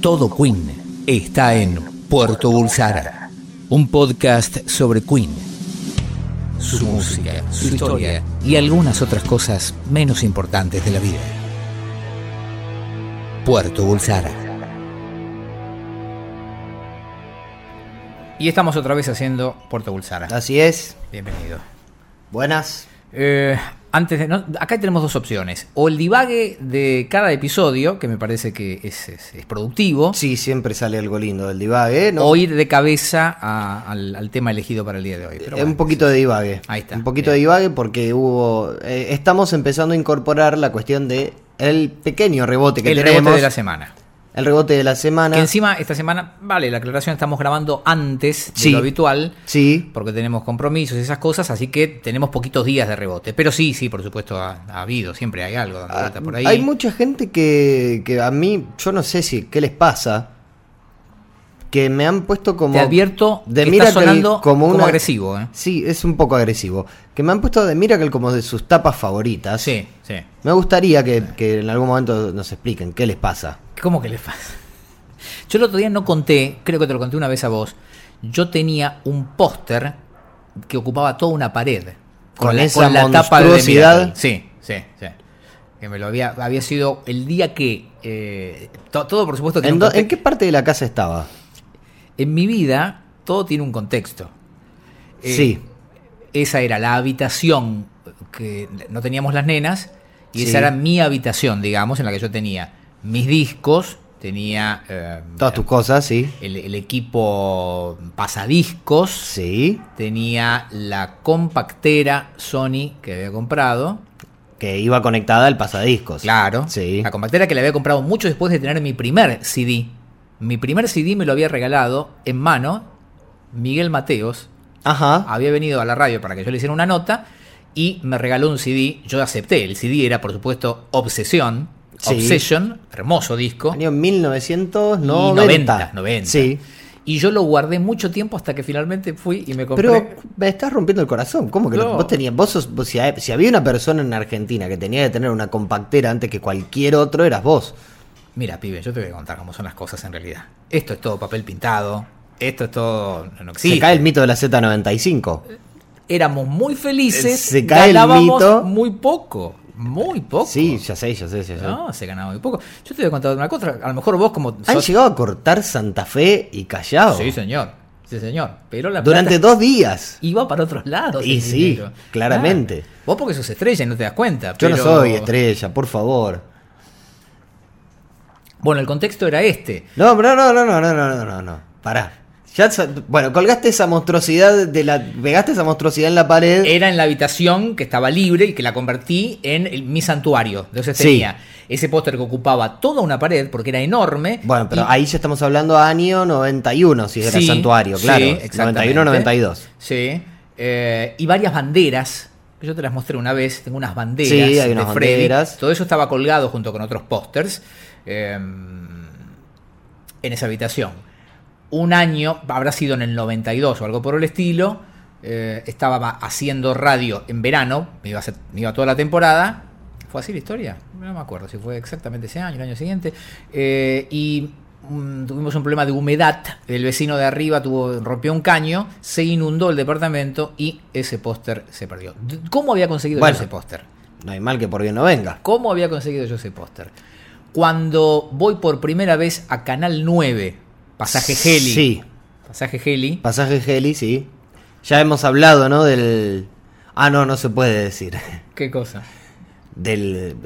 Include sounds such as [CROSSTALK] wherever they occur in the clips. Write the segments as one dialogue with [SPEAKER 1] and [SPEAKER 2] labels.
[SPEAKER 1] Todo Queen está en Puerto Bulsara, un podcast sobre Queen, su música, su historia y algunas otras cosas menos importantes de la vida. Puerto Bulsara.
[SPEAKER 2] Y estamos otra vez haciendo Puerto Bulsara.
[SPEAKER 3] Así es.
[SPEAKER 2] Bienvenido.
[SPEAKER 3] Buenas.
[SPEAKER 2] Eh, antes de- no, acá tenemos dos opciones. O el divague de cada episodio, que me parece que es, es- es productivo,
[SPEAKER 3] Sí, siempre sale algo lindo del divague, ¿eh? ¿no?
[SPEAKER 2] o ir de cabeza a- al, al tema elegido para el día de hoy. Pero
[SPEAKER 3] Eh, un
[SPEAKER 2] bueno,
[SPEAKER 3] poquito de divague.
[SPEAKER 2] Ahí está,
[SPEAKER 3] Un poquito de
[SPEAKER 2] bien.
[SPEAKER 3] divague porque hubo. eh, estamos empezando a incorporar la cuestión de el pequeño rebote que
[SPEAKER 2] el
[SPEAKER 3] tenemos.
[SPEAKER 2] rebote de la semana.
[SPEAKER 3] el rebote de la semana.
[SPEAKER 2] Que encima, esta semana, vale, la aclaración estamos grabando antes de
[SPEAKER 3] Sí.
[SPEAKER 2] lo habitual.
[SPEAKER 3] Sí.
[SPEAKER 2] Porque tenemos compromisos y esas cosas, así que tenemos poquitos días de rebote. Pero sí, sí, por supuesto, ha, ha habido, siempre hay algo dando vueltas por ahí.
[SPEAKER 3] Ah, Hay mucha gente que, que a mí, yo no sé si qué les pasa, que me han puesto como...
[SPEAKER 2] Te advierto que está
[SPEAKER 3] Miracle
[SPEAKER 2] sonando como
[SPEAKER 3] una-
[SPEAKER 2] agresivo, ¿eh?
[SPEAKER 3] Sí, es un poco agresivo. Que me han puesto de Miracle como de sus tapas favoritas.
[SPEAKER 2] Sí, sí.
[SPEAKER 3] Me gustaría que, que en algún momento nos expliquen qué les pasa.
[SPEAKER 2] ¿Cómo que le pasa? Yo el otro día no conté, creo que te lo conté una vez a vos. Yo tenía un póster que ocupaba toda una pared.
[SPEAKER 3] Con esa
[SPEAKER 2] de
[SPEAKER 3] monstruosidad.
[SPEAKER 2] Miracle. Sí, sí, sí. Que me lo había, había sido el día que. eh, to- todo, por supuesto, tiene
[SPEAKER 3] ¿En,
[SPEAKER 2] un
[SPEAKER 3] do-
[SPEAKER 2] conte-
[SPEAKER 3] en qué parte de la casa estaba?
[SPEAKER 2] en mi vida, todo tiene un contexto. Eh,
[SPEAKER 3] sí.
[SPEAKER 2] Esa era la habitación que no teníamos las nenas y
[SPEAKER 3] Sí.
[SPEAKER 2] esa era mi habitación, digamos, en la que yo tenía mis discos, tenía eh,
[SPEAKER 3] Todas tus cosas, sí.
[SPEAKER 2] el, el equipo pasadiscos,
[SPEAKER 3] Sí.
[SPEAKER 2] tenía la compactera Sony que había comprado,
[SPEAKER 3] Que iba conectada al pasadiscos.
[SPEAKER 2] claro,
[SPEAKER 3] Sí.
[SPEAKER 2] la compactera que le había comprado mucho después de tener mi primer CD. Mi primer CD me lo había regalado en mano Miguel Mateos,
[SPEAKER 3] Ajá.
[SPEAKER 2] había venido a la radio para que yo le hiciera una nota y me regaló un CD. Yo acepté. El CD era, por supuesto, Obsesión.
[SPEAKER 3] Sí.
[SPEAKER 2] Obsession, hermoso disco.
[SPEAKER 3] Año
[SPEAKER 2] y
[SPEAKER 3] 1990.
[SPEAKER 2] 90, 90.
[SPEAKER 3] Sí.
[SPEAKER 2] Y yo lo guardé mucho tiempo hasta que finalmente fui y me compré.
[SPEAKER 3] Pero me estás rompiendo el corazón. ¿Cómo que no?
[SPEAKER 2] No.
[SPEAKER 3] vos tenías, vos sos- vos- si, hay- si había una persona en Argentina que tenía que tener una compactera antes que cualquier otro, eras vos.
[SPEAKER 2] Mira, pibe, yo te voy a contar cómo son las cosas en realidad. Esto es todo papel pintado. Esto es todo. No existe.
[SPEAKER 3] Se cae el mito de la Z95.
[SPEAKER 2] Éramos muy felices.
[SPEAKER 3] Se cae el
[SPEAKER 2] ganábamos
[SPEAKER 3] mito.
[SPEAKER 2] muy poco. Muy poco.
[SPEAKER 3] Sí, ya sé, ya sé, ya sé.
[SPEAKER 2] No, se ganaba muy poco. Yo te voy a contar una cosa. A lo mejor vos, como.
[SPEAKER 3] Han
[SPEAKER 2] sos-
[SPEAKER 3] llegado a cortar Santa Fe y Callao
[SPEAKER 2] Sí, señor. Sí, señor. Pero la
[SPEAKER 3] durante
[SPEAKER 2] plata
[SPEAKER 3] dos días.
[SPEAKER 2] iba para otros lados.
[SPEAKER 3] Y
[SPEAKER 2] el
[SPEAKER 3] sí,
[SPEAKER 2] dinero.
[SPEAKER 3] claramente.
[SPEAKER 2] Claro. Vos porque sos estrella y no te das cuenta.
[SPEAKER 3] Yo
[SPEAKER 2] pero-
[SPEAKER 3] no soy estrella, por favor.
[SPEAKER 2] Bueno, el contexto era este.
[SPEAKER 3] No, no, no, no, no, no, no, no, no, no. Pará. Ya, sa- bueno, colgaste esa monstruosidad de la. Pegaste esa monstruosidad en la pared.
[SPEAKER 2] Era en la habitación que estaba libre y que la convertí en el- mi santuario. Entonces
[SPEAKER 3] Sí.
[SPEAKER 2] tenía ese póster que ocupaba toda una pared porque era enorme.
[SPEAKER 3] Bueno, pero
[SPEAKER 2] y-
[SPEAKER 3] ahí ya estamos hablando año 91, si era
[SPEAKER 2] Sí,
[SPEAKER 3] santuario,
[SPEAKER 2] sí,
[SPEAKER 3] claro.
[SPEAKER 2] exactamente.
[SPEAKER 3] 91-92.
[SPEAKER 2] Sí. eh, y varias banderas. que Yo te las mostré una vez. Tengo unas banderas
[SPEAKER 3] Sí, hay unas
[SPEAKER 2] de Freddy.
[SPEAKER 3] banderas.
[SPEAKER 2] Todo eso estaba colgado junto con otros pósters eh, en esa habitación. Un año, habrá sido en el 92 o algo por el estilo. eh, estaba haciendo radio en verano. Me iba, a hacer- me iba toda la temporada. ¿Fue así la historia? No me acuerdo si fue exactamente ese año, el año siguiente. Eh, y mm, tuvimos un problema de humedad. El vecino de arriba tuvo, rompió un caño, se inundó el departamento y ese póster se perdió. D- ¿Cómo había conseguido yo
[SPEAKER 3] Bueno.
[SPEAKER 2] ese póster?
[SPEAKER 3] No hay mal que por bien no venga.
[SPEAKER 2] ¿Cómo había conseguido yo ese póster? Cuando voy por primera vez a Canal 9, pasaje Heli.
[SPEAKER 3] Sí.
[SPEAKER 2] Pasaje Heli.
[SPEAKER 3] Pasaje Heli, sí. Ya hemos hablado, ¿no? Del. Ah, no, no se puede decir.
[SPEAKER 2] ¿Qué cosa?
[SPEAKER 3] Del.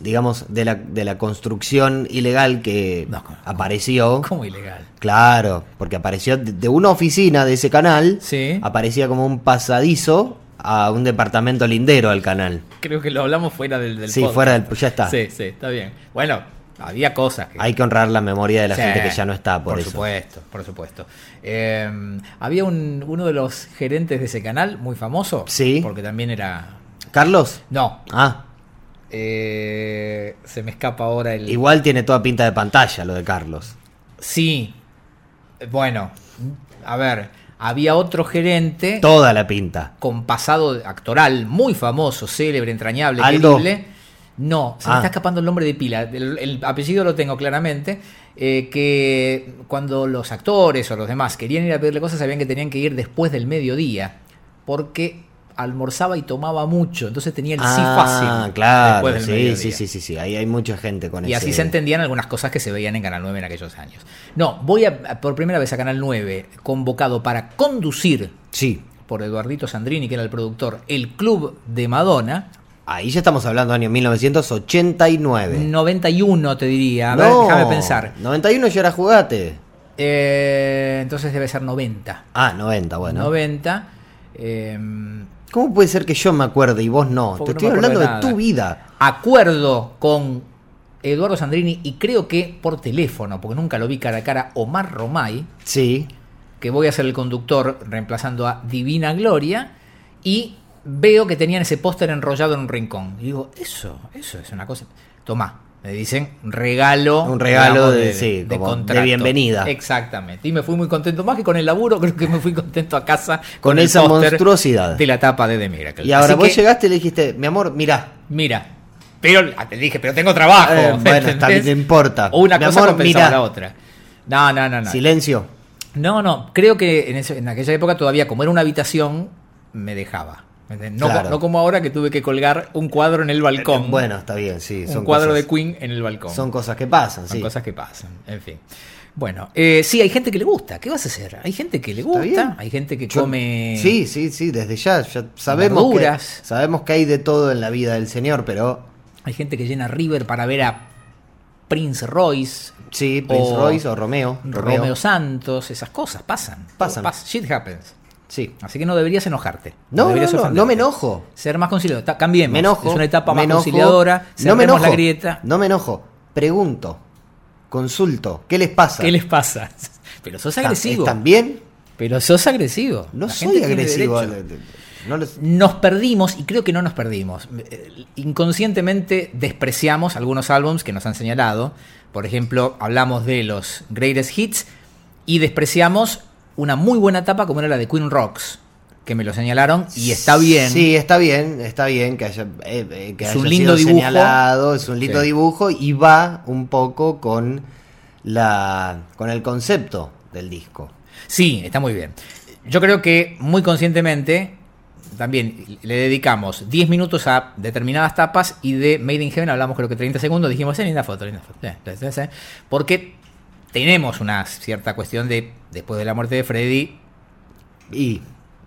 [SPEAKER 3] Digamos, de la, de la construcción ilegal que
[SPEAKER 2] No, ¿cómo?
[SPEAKER 3] apareció.
[SPEAKER 2] ¿Cómo ilegal?
[SPEAKER 3] Claro, porque apareció de- de una oficina de ese canal.
[SPEAKER 2] Sí.
[SPEAKER 3] Aparecía como un pasadizo a un departamento lindero al canal.
[SPEAKER 2] Creo que lo hablamos fuera del, del
[SPEAKER 3] Sí,
[SPEAKER 2] podcast.
[SPEAKER 3] fuera del- ya está.
[SPEAKER 2] Sí, sí, está bien. Bueno, había cosas que...
[SPEAKER 3] Hay que honrar la memoria de la
[SPEAKER 2] Sí,
[SPEAKER 3] gente que ya no está por,
[SPEAKER 2] Por
[SPEAKER 3] eso.
[SPEAKER 2] supuesto, por supuesto. Eh, había un- uno de los gerentes de ese canal, muy famoso.
[SPEAKER 3] Sí.
[SPEAKER 2] Porque también era...
[SPEAKER 3] Carlos.
[SPEAKER 2] No.
[SPEAKER 3] Ah,
[SPEAKER 2] eh, se me escapa ahora el...
[SPEAKER 3] igual tiene toda pinta de pantalla lo de Carlos.
[SPEAKER 2] Sí. Bueno, a ver, había otro gerente
[SPEAKER 3] Toda la pinta.
[SPEAKER 2] con pasado actoral muy famoso, célebre, entrañable,
[SPEAKER 3] Aldo.
[SPEAKER 2] increíble. No, se
[SPEAKER 3] Ah.
[SPEAKER 2] me está escapando el nombre de pila. El, el apellido lo tengo claramente. eh, que cuando los actores o los demás querían ir a pedirle cosas, sabían que tenían que ir después del mediodía. Porque almorzaba y tomaba mucho. Entonces tenía el sí fácil.
[SPEAKER 3] Ah, claro.
[SPEAKER 2] después del
[SPEAKER 3] Sí,
[SPEAKER 2] mediodía.
[SPEAKER 3] sí, sí, sí, sí. Ahí hay mucha gente con
[SPEAKER 2] Y
[SPEAKER 3] ese-
[SPEAKER 2] así se entendían algunas cosas que se veían en Canal 9 en aquellos años. No, voy a, por primera vez a Canal 9, convocado para conducir
[SPEAKER 3] Sí.
[SPEAKER 2] por Eduardito Sandrini, que era el productor, el Club de Madonna.
[SPEAKER 3] Ahí ya estamos hablando año 1989.
[SPEAKER 2] 91, te diría. A ver,
[SPEAKER 3] No,
[SPEAKER 2] déjame pensar.
[SPEAKER 3] 91 ya era jugate.
[SPEAKER 2] Eh, entonces debe ser 90.
[SPEAKER 3] Ah, 90, bueno.
[SPEAKER 2] 90. eh,
[SPEAKER 3] ¿Cómo puede ser que yo me acuerde y vos no?
[SPEAKER 2] Porque no
[SPEAKER 3] Te estoy
[SPEAKER 2] me acuerdo
[SPEAKER 3] hablando de,
[SPEAKER 2] de nada.
[SPEAKER 3] tu vida.
[SPEAKER 2] acuerdo con Eduardo Sandrini y creo que por teléfono, porque nunca lo vi cara a cara, Omar Romay,
[SPEAKER 3] Sí.
[SPEAKER 2] que voy a ser el conductor reemplazando a Divina Gloria, y veo que tenían ese póster enrollado en un rincón. Y digo, eso, eso es una cosa. Tomá, me dicen, regalo.
[SPEAKER 3] Un regalo
[SPEAKER 2] digamos,
[SPEAKER 3] de- sí, como de
[SPEAKER 2] contrato.
[SPEAKER 3] bienvenida.
[SPEAKER 2] Exactamente. Y me fui muy contento, más que con el laburo, [LAUGHS] creo que me fui contento a casa
[SPEAKER 3] Con
[SPEAKER 2] el
[SPEAKER 3] esa
[SPEAKER 2] póster
[SPEAKER 3] monstruosidad.
[SPEAKER 2] De la tapa de The Miracle.
[SPEAKER 3] Y
[SPEAKER 2] Así
[SPEAKER 3] ahora vos
[SPEAKER 2] que,
[SPEAKER 3] llegaste y le dijiste, mi amor, mirá.
[SPEAKER 2] Mira, pero ah, te dije, pero tengo trabajo. [LAUGHS]
[SPEAKER 3] Eh, bueno,
[SPEAKER 2] ¿entendés?
[SPEAKER 3] está bien, no importa.
[SPEAKER 2] Una
[SPEAKER 3] Mi
[SPEAKER 2] cosa
[SPEAKER 3] amor,
[SPEAKER 2] compensaba
[SPEAKER 3] mirá.
[SPEAKER 2] la otra. No, no, no, no.
[SPEAKER 3] Silencio.
[SPEAKER 2] No, no, creo que en, ese- en aquella época todavía, como era una habitación, me dejaba. ¿me entendés? No, co-
[SPEAKER 3] Claro. Eh,
[SPEAKER 2] no como ahora que tuve que colgar un cuadro en el balcón.
[SPEAKER 3] Bueno, está bien, sí.
[SPEAKER 2] un cuadro
[SPEAKER 3] cosas,
[SPEAKER 2] de Queen en el balcón.
[SPEAKER 3] Son cosas que pasan,
[SPEAKER 2] Son
[SPEAKER 3] sí.
[SPEAKER 2] cosas que pasan, en fin. Bueno, eh, sí, hay gente que le gusta. ¿Qué vas a hacer? Hay gente que le
[SPEAKER 3] bien.
[SPEAKER 2] gusta, hay gente que
[SPEAKER 3] Yo-
[SPEAKER 2] come.
[SPEAKER 3] Sí, sí, sí, desde ya. ya sabemos, que,
[SPEAKER 2] Verduras.
[SPEAKER 3] sabemos que hay de todo en la vida del señor, pero
[SPEAKER 2] Hay gente que llena River para ver a Prince Royce.
[SPEAKER 3] sí, Prince
[SPEAKER 2] O-
[SPEAKER 3] Royce o Romeo.
[SPEAKER 2] Romeo, Santos, esas cosas pasan.
[SPEAKER 3] Pasan.
[SPEAKER 2] Pas- shit happens.
[SPEAKER 3] Sí.
[SPEAKER 2] Así que no deberías enojarte.
[SPEAKER 3] No, no,
[SPEAKER 2] deberías
[SPEAKER 3] no,
[SPEAKER 2] ofenderte.
[SPEAKER 3] no me enojo.
[SPEAKER 2] Ser más conciliador. Ta- Cambiemos.
[SPEAKER 3] Me enojo.
[SPEAKER 2] Es una etapa
[SPEAKER 3] me
[SPEAKER 2] más
[SPEAKER 3] enojo,
[SPEAKER 2] conciliadora.
[SPEAKER 3] No me
[SPEAKER 2] cerremos
[SPEAKER 3] enojo.
[SPEAKER 2] la grieta.
[SPEAKER 3] No me enojo. Pregunto. Consulto. ¿Qué les pasa?
[SPEAKER 2] ¿Qué les pasa? [LAUGHS] Pero sos
[SPEAKER 3] ¿Están-
[SPEAKER 2] agresivo.
[SPEAKER 3] ¿Están bien?
[SPEAKER 2] Pero sos agresivo.
[SPEAKER 3] No
[SPEAKER 2] La gente
[SPEAKER 3] soy
[SPEAKER 2] tiene
[SPEAKER 3] agresivo.
[SPEAKER 2] derecho.
[SPEAKER 3] No los-
[SPEAKER 2] Nos perdimos, y creo que no nos perdimos. eh, Inconscientemente despreciamos algunos álbums que nos han señalado. Por ejemplo, hablamos de los Greatest Hits y despreciamos una muy buena etapa como era la de Queen Rocks, que me lo señalaron y está bien.
[SPEAKER 3] Sí, está bien, está bien que haya, eh, eh, que
[SPEAKER 2] Es
[SPEAKER 3] haya
[SPEAKER 2] un lindo
[SPEAKER 3] sido
[SPEAKER 2] dibujo.
[SPEAKER 3] señalado, es un lindo
[SPEAKER 2] Sí.
[SPEAKER 3] dibujo y va un poco con la con el concepto del disco.
[SPEAKER 2] Sí, está muy bien. Yo creo que muy conscientemente también le dedicamos 10 minutos a determinadas tapas y de Made in Heaven hablamos creo que 30 segundos, dijimos, "Eh, linda foto, linda foto. eh, eh, eh, eh", Porque tenemos una cierta cuestión de, después de la muerte de Freddy,
[SPEAKER 3] Y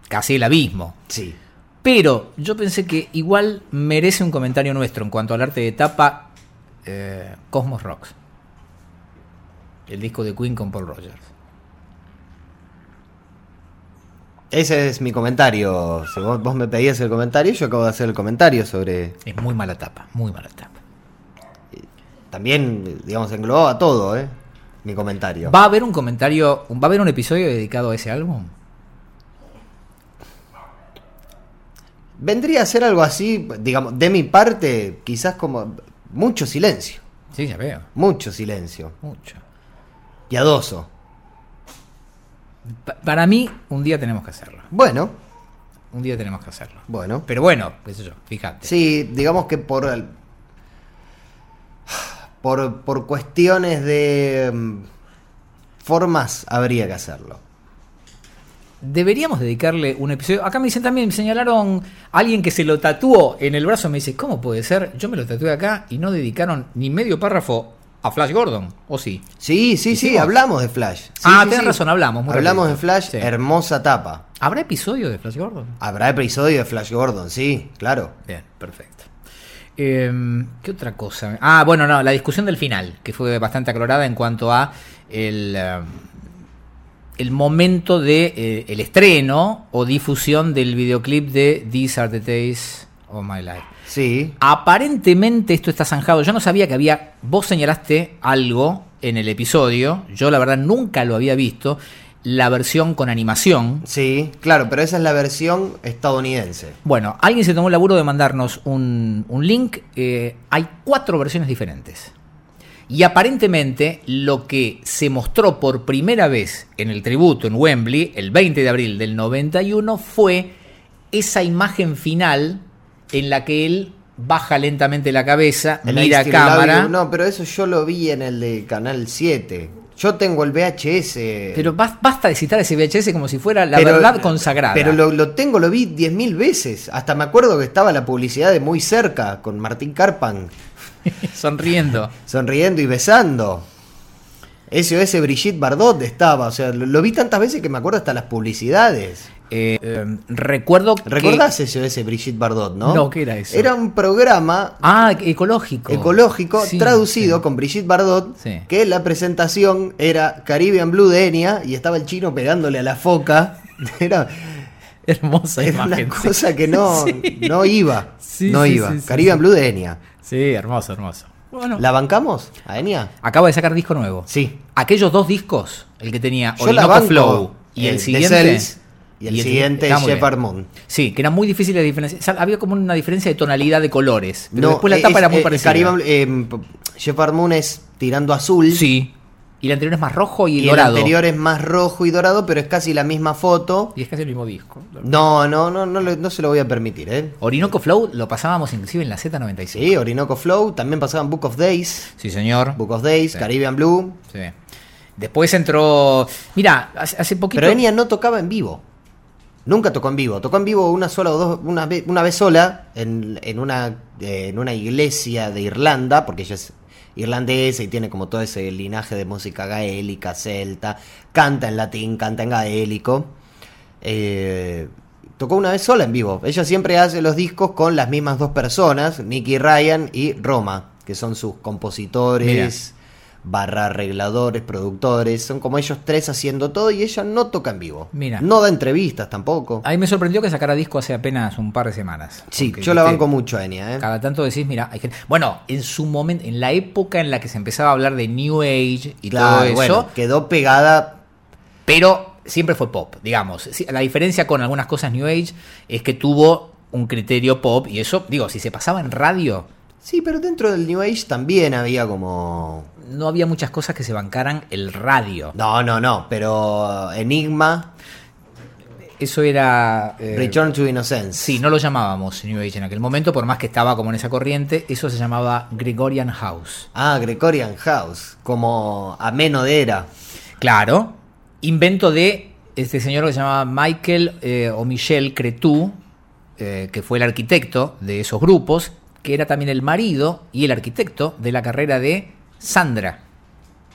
[SPEAKER 2] casi el abismo.
[SPEAKER 3] sí,
[SPEAKER 2] Pero yo pensé que igual merece un comentario nuestro en cuanto al arte de tapa eh, Cosmos Rocks. El disco de Queen con Paul Rogers.
[SPEAKER 3] ese es mi comentario. Si vos, vos me pedías el comentario, yo acabo de hacer el comentario sobre
[SPEAKER 2] Es muy mala tapa, muy mala tapa.
[SPEAKER 3] también digamos englobaba todo, ¿eh? Mi comentario.
[SPEAKER 2] ¿Va a haber un comentario, va a haber un episodio dedicado a ese álbum?
[SPEAKER 3] Vendría a ser algo así, digamos, de mi parte, quizás como mucho silencio,
[SPEAKER 2] Sí, ya veo,
[SPEAKER 3] mucho silencio,
[SPEAKER 2] mucho.
[SPEAKER 3] piadoso.
[SPEAKER 2] Pa- para mí, un día tenemos que hacerlo.
[SPEAKER 3] Bueno,
[SPEAKER 2] Un día tenemos que hacerlo.
[SPEAKER 3] bueno.
[SPEAKER 2] Pero bueno, qué sé yo, fíjate.
[SPEAKER 3] Sí, digamos que por, el- por, por cuestiones de mm, formas habría que hacerlo.
[SPEAKER 2] Deberíamos dedicarle un episodio. Acá me dicen también, me señalaron a alguien que se lo tatuó en el brazo. Me dice, ¿cómo puede ser? Yo me lo tatué acá y no dedicaron ni medio párrafo a Flash Gordon, ¿o sí?
[SPEAKER 3] Sí, sí, sí,
[SPEAKER 2] ¿Hicimos?
[SPEAKER 3] hablamos de Flash. Sí,
[SPEAKER 2] Ah,
[SPEAKER 3] sí,
[SPEAKER 2] tenés
[SPEAKER 3] sí.
[SPEAKER 2] razón, hablamos, muy
[SPEAKER 3] Hablamos de
[SPEAKER 2] rapidito.
[SPEAKER 3] Flash,
[SPEAKER 2] Sí.
[SPEAKER 3] hermosa tapa.
[SPEAKER 2] ¿Habrá episodio de Flash Gordon?
[SPEAKER 3] Habrá episodio de Flash Gordon, sí, claro.
[SPEAKER 2] Bien, perfecto. Em, ¿Qué otra cosa? Ah, bueno, no, la discusión del final, que fue bastante aclorada en cuanto a el, em, el momento de eh, el estreno o difusión del videoclip de These Are the Days of My Life.
[SPEAKER 3] Sí,
[SPEAKER 2] Aparentemente esto está zanjado. Yo no sabía que había. Vos señalaste algo en el episodio. Yo la verdad nunca lo había visto. La versión con animación.
[SPEAKER 3] sí, claro, pero esa es la versión estadounidense.
[SPEAKER 2] Bueno, alguien se tomó el laburo de mandarnos un, un link. eh, hay cuatro versiones diferentes. Y aparentemente lo que se mostró por primera vez en el tributo en Wembley el 20 de abril del 91 fue esa imagen final en la que él baja lentamente la cabeza,
[SPEAKER 3] El
[SPEAKER 2] mira a
[SPEAKER 3] Ice Steel
[SPEAKER 2] cámara.
[SPEAKER 3] Live, No, pero eso yo lo vi en el de Canal 7. Yo tengo el VHS.
[SPEAKER 2] Pero bas- basta de citar ese VHS como si fuera la
[SPEAKER 3] Pero-
[SPEAKER 2] verdad consagrada.
[SPEAKER 3] Pero lo, lo tengo, lo vi 10.000 veces. Hasta me acuerdo que estaba la publicidad de muy cerca con Martín Carpan
[SPEAKER 2] [LAUGHS] Sonriendo.
[SPEAKER 3] sonriendo y besando. SOS Brigitte Bardot estaba. O sea, lo, lo vi tantas veces que me acuerdo hasta las publicidades.
[SPEAKER 2] Eh, eh, recuerdo que-
[SPEAKER 3] ¿Recordás SOS Brigitte Bardot, no?
[SPEAKER 2] No, ¿qué era eso?
[SPEAKER 3] Era un programa
[SPEAKER 2] Ah, ecológico.
[SPEAKER 3] ecológico
[SPEAKER 2] Sí,
[SPEAKER 3] traducido
[SPEAKER 2] sí.
[SPEAKER 3] con Brigitte Bardot,
[SPEAKER 2] Sí.
[SPEAKER 3] que la presentación era Caribbean Blue de Enya y estaba el chino pegándole a la foca. [LAUGHS] Era,
[SPEAKER 2] [LAUGHS] Hermosa
[SPEAKER 3] era
[SPEAKER 2] imagen.
[SPEAKER 3] una
[SPEAKER 2] sí.
[SPEAKER 3] cosa
[SPEAKER 2] [LAUGHS]
[SPEAKER 3] que no, no iba.
[SPEAKER 2] Sí,
[SPEAKER 3] no
[SPEAKER 2] sí,
[SPEAKER 3] iba.
[SPEAKER 2] sí, sí,
[SPEAKER 3] Caribbean Blue de Enya.
[SPEAKER 2] Sí, hermoso, hermoso. Bueno,
[SPEAKER 3] ¿La bancamos a Enya?
[SPEAKER 2] acaba de sacar disco nuevo.
[SPEAKER 3] Sí.
[SPEAKER 2] Aquellos dos discos, el que tenía
[SPEAKER 3] Yo la
[SPEAKER 2] Orinoco
[SPEAKER 3] banco. eh,
[SPEAKER 2] Flow y el,
[SPEAKER 3] The
[SPEAKER 2] siguiente.
[SPEAKER 3] Cells, y el siguiente
[SPEAKER 2] está
[SPEAKER 3] es
[SPEAKER 2] muy bien.
[SPEAKER 3] Shepard Moon.
[SPEAKER 2] Sí, que era muy difícil de diferenciar. O sea, había como una diferencia de tonalidad de colores. Pero
[SPEAKER 3] No,
[SPEAKER 2] después la
[SPEAKER 3] eh,
[SPEAKER 2] tapa
[SPEAKER 3] es-
[SPEAKER 2] era muy
[SPEAKER 3] eh,
[SPEAKER 2] parecida.
[SPEAKER 3] Caribbean Blue- eh, Shepard Moon es tirando azul.
[SPEAKER 2] Sí. Y el anterior es más rojo y,
[SPEAKER 3] Y el
[SPEAKER 2] dorado.
[SPEAKER 3] anterior es más rojo y dorado, pero es casi la misma foto.
[SPEAKER 2] Y es casi el mismo disco.
[SPEAKER 3] No, no, no, no, le- no se lo voy a permitir, ¿eh?
[SPEAKER 2] Orinoco Flow lo pasábamos inclusive en la Z95.
[SPEAKER 3] Sí, Orinoco Flow, también pasaban Book of Days,
[SPEAKER 2] Sí, señor.
[SPEAKER 3] Book of Days,
[SPEAKER 2] Sí.
[SPEAKER 3] Caribbean Blue,
[SPEAKER 2] Sí. Después entró. Mira, hace, hace poquito.
[SPEAKER 3] pero Enya no tocaba en vivo. Nunca tocó en vivo, tocó en vivo una sola o dos, una vez, una vez sola en, en una, eh, en una iglesia de Irlanda, porque ella es irlandesa y tiene como todo ese linaje de música gaélica, celta, canta en latín, canta en gaélico. Eh, tocó una vez sola en vivo. Ella siempre hace los discos con las mismas dos personas, Nicky Ryan y Roma, que son sus compositores, barra arregladores, productores. Son como ellos tres haciendo todo y ella no toca en vivo.
[SPEAKER 2] Mira. Ah,
[SPEAKER 3] No da entrevistas tampoco.
[SPEAKER 2] A mí me sorprendió que sacara disco hace apenas un par de semanas.
[SPEAKER 3] sí,
[SPEAKER 2] Porque,
[SPEAKER 3] yo la
[SPEAKER 2] viste,
[SPEAKER 3] banco mucho a Enya, ¿eh?
[SPEAKER 2] Cada tanto decís, mira, hay gente. Bueno, en su momento, en la época en la que se empezaba a hablar de New Age y todo
[SPEAKER 3] Claro,
[SPEAKER 2] eso,
[SPEAKER 3] bueno, quedó pegada
[SPEAKER 2] pero siempre fue pop, digamos. Sí, La diferencia con algunas cosas New Age es que tuvo un criterio pop y eso, digo, si se pasaba en radio,
[SPEAKER 3] Sí, pero dentro del New Age también había como...
[SPEAKER 2] no había muchas cosas que se bancaran el radio.
[SPEAKER 3] No, no, no, pero Enigma,
[SPEAKER 2] Eso era. eh,
[SPEAKER 3] Return to Innocence.
[SPEAKER 2] Sí, no lo llamábamos New Age en aquel momento, por más que estaba como en esa corriente, eso se llamaba Gregorian House.
[SPEAKER 3] Ah, Gregorian House, como ameno de era.
[SPEAKER 2] Claro, invento de este señor que se llamaba Michael eh, o Michel Cretu, eh, que fue el arquitecto de esos grupos, que era también el marido y el arquitecto de la carrera de Sandra,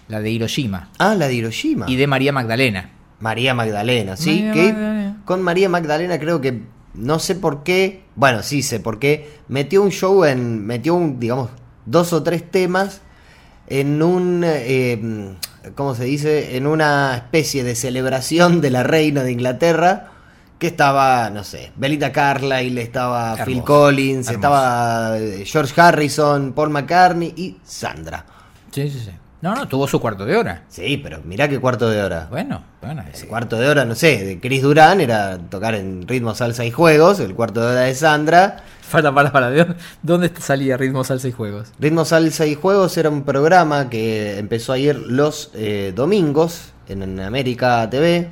[SPEAKER 2] la de Hiroshima,
[SPEAKER 3] Ah, la de Hiroshima.
[SPEAKER 2] y de María Magdalena.
[SPEAKER 3] María Magdalena, ¿sí?
[SPEAKER 2] María
[SPEAKER 3] que
[SPEAKER 2] Magdalena.
[SPEAKER 3] con María Magdalena creo que no sé por qué, bueno, sí sé por qué, metió un show en, metió un, digamos, dos o tres temas en un, eh, ¿cómo se dice? En una especie de celebración de la reina de Inglaterra. Que estaba, no sé, Belita Carlyle, estaba
[SPEAKER 2] Hermoso,
[SPEAKER 3] Phil Collins,
[SPEAKER 2] hermoso.
[SPEAKER 3] estaba eh, George Harrison, Paul McCartney y Sandra.
[SPEAKER 2] Sí, sí, sí. No, no, tuvo su cuarto de hora.
[SPEAKER 3] Sí, pero mirá qué cuarto de hora.
[SPEAKER 2] Bueno, bueno,
[SPEAKER 3] El
[SPEAKER 2] sí.
[SPEAKER 3] cuarto de hora, no sé, de Chris Durán era tocar en ritmo, salsa y juegos. El cuarto de hora de Sandra.
[SPEAKER 2] Para, para, para, ¿de dónde- ¿dónde salía Ritmo, Salsa y Juegos?
[SPEAKER 3] Ritmo, salsa y juegos era un programa que empezó a ir los eh, domingos en, en América TV.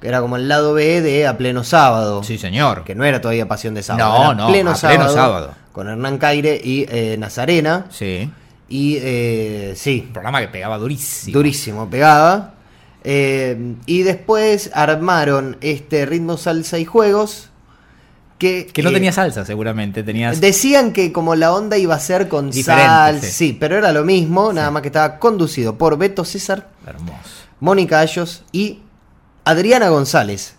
[SPEAKER 3] Que era como el lado B de A Pleno Sábado.
[SPEAKER 2] Sí, señor.
[SPEAKER 3] Que no era todavía Pasión de Sábado.
[SPEAKER 2] No,
[SPEAKER 3] era
[SPEAKER 2] no, A Pleno Sábado.
[SPEAKER 3] Con Hernán Caire y eh, Nazarena.
[SPEAKER 2] Sí.
[SPEAKER 3] Y eh, sí,
[SPEAKER 2] Un programa que pegaba durísimo.
[SPEAKER 3] Durísimo, pegaba. Eh, y después armaron este ritmo salsa y juegos que,
[SPEAKER 2] que no
[SPEAKER 3] eh,
[SPEAKER 2] tenía salsa, seguramente. Tenías.
[SPEAKER 3] Decían que como la onda iba a ser con
[SPEAKER 2] Diferente,
[SPEAKER 3] salsa,
[SPEAKER 2] sí.
[SPEAKER 3] sí. pero era lo mismo, nada más que estaba conducido por Beto César,
[SPEAKER 2] Hermoso.
[SPEAKER 3] Mónica Ayos y Adriana González.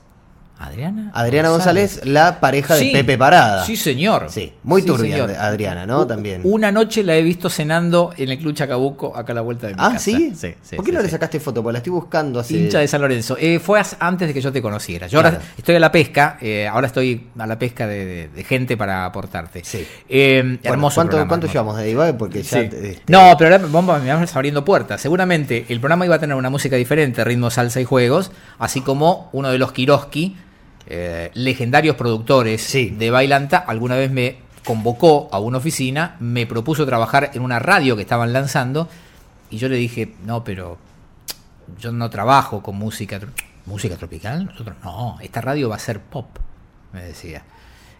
[SPEAKER 2] Adriana.
[SPEAKER 3] Adriana González, la pareja de Pepe Parada.
[SPEAKER 2] Sí, señor.
[SPEAKER 3] Sí, muy
[SPEAKER 2] Sí,
[SPEAKER 3] turbia
[SPEAKER 2] señor.
[SPEAKER 3] Adriana, ¿no?
[SPEAKER 2] U-
[SPEAKER 3] También.
[SPEAKER 2] Una noche la he visto cenando en el Club Chacabuco, acá a la vuelta de mi
[SPEAKER 3] ah,
[SPEAKER 2] casa.
[SPEAKER 3] ¿sí?
[SPEAKER 2] Sí, sí.
[SPEAKER 3] ¿Por qué
[SPEAKER 2] sí,
[SPEAKER 3] no le
[SPEAKER 2] sí.
[SPEAKER 3] sacaste foto? Porque la estoy buscando así.
[SPEAKER 2] Hincha de San Lorenzo. Eh, fue as- antes de que yo te conociera. Yo ahora
[SPEAKER 3] Claro.
[SPEAKER 2] estoy a la pesca, eh, ahora estoy a la pesca de, de- de gente para aportarte.
[SPEAKER 3] Sí.
[SPEAKER 2] Eh,
[SPEAKER 3] Bueno,
[SPEAKER 2] hermoso.
[SPEAKER 3] ¿Cuánto,
[SPEAKER 2] programa,
[SPEAKER 3] cuánto
[SPEAKER 2] hermoso.
[SPEAKER 3] llevamos de Ibai? Porque ya...
[SPEAKER 2] Sí.
[SPEAKER 3] este,
[SPEAKER 2] No, pero ahora vamos, me vamos abriendo puertas. Seguramente el programa iba a tener una música diferente, ritmo, salsa y juegos, así como uno de los Kiroski, eh, legendarios productores
[SPEAKER 3] Sí.
[SPEAKER 2] de Bailanta, alguna vez me convocó a una oficina, me propuso trabajar en una radio que estaban lanzando y yo le dije, no, pero yo no trabajo con música, tro- música tropical, nosotros no, esta radio va a ser pop, me decía.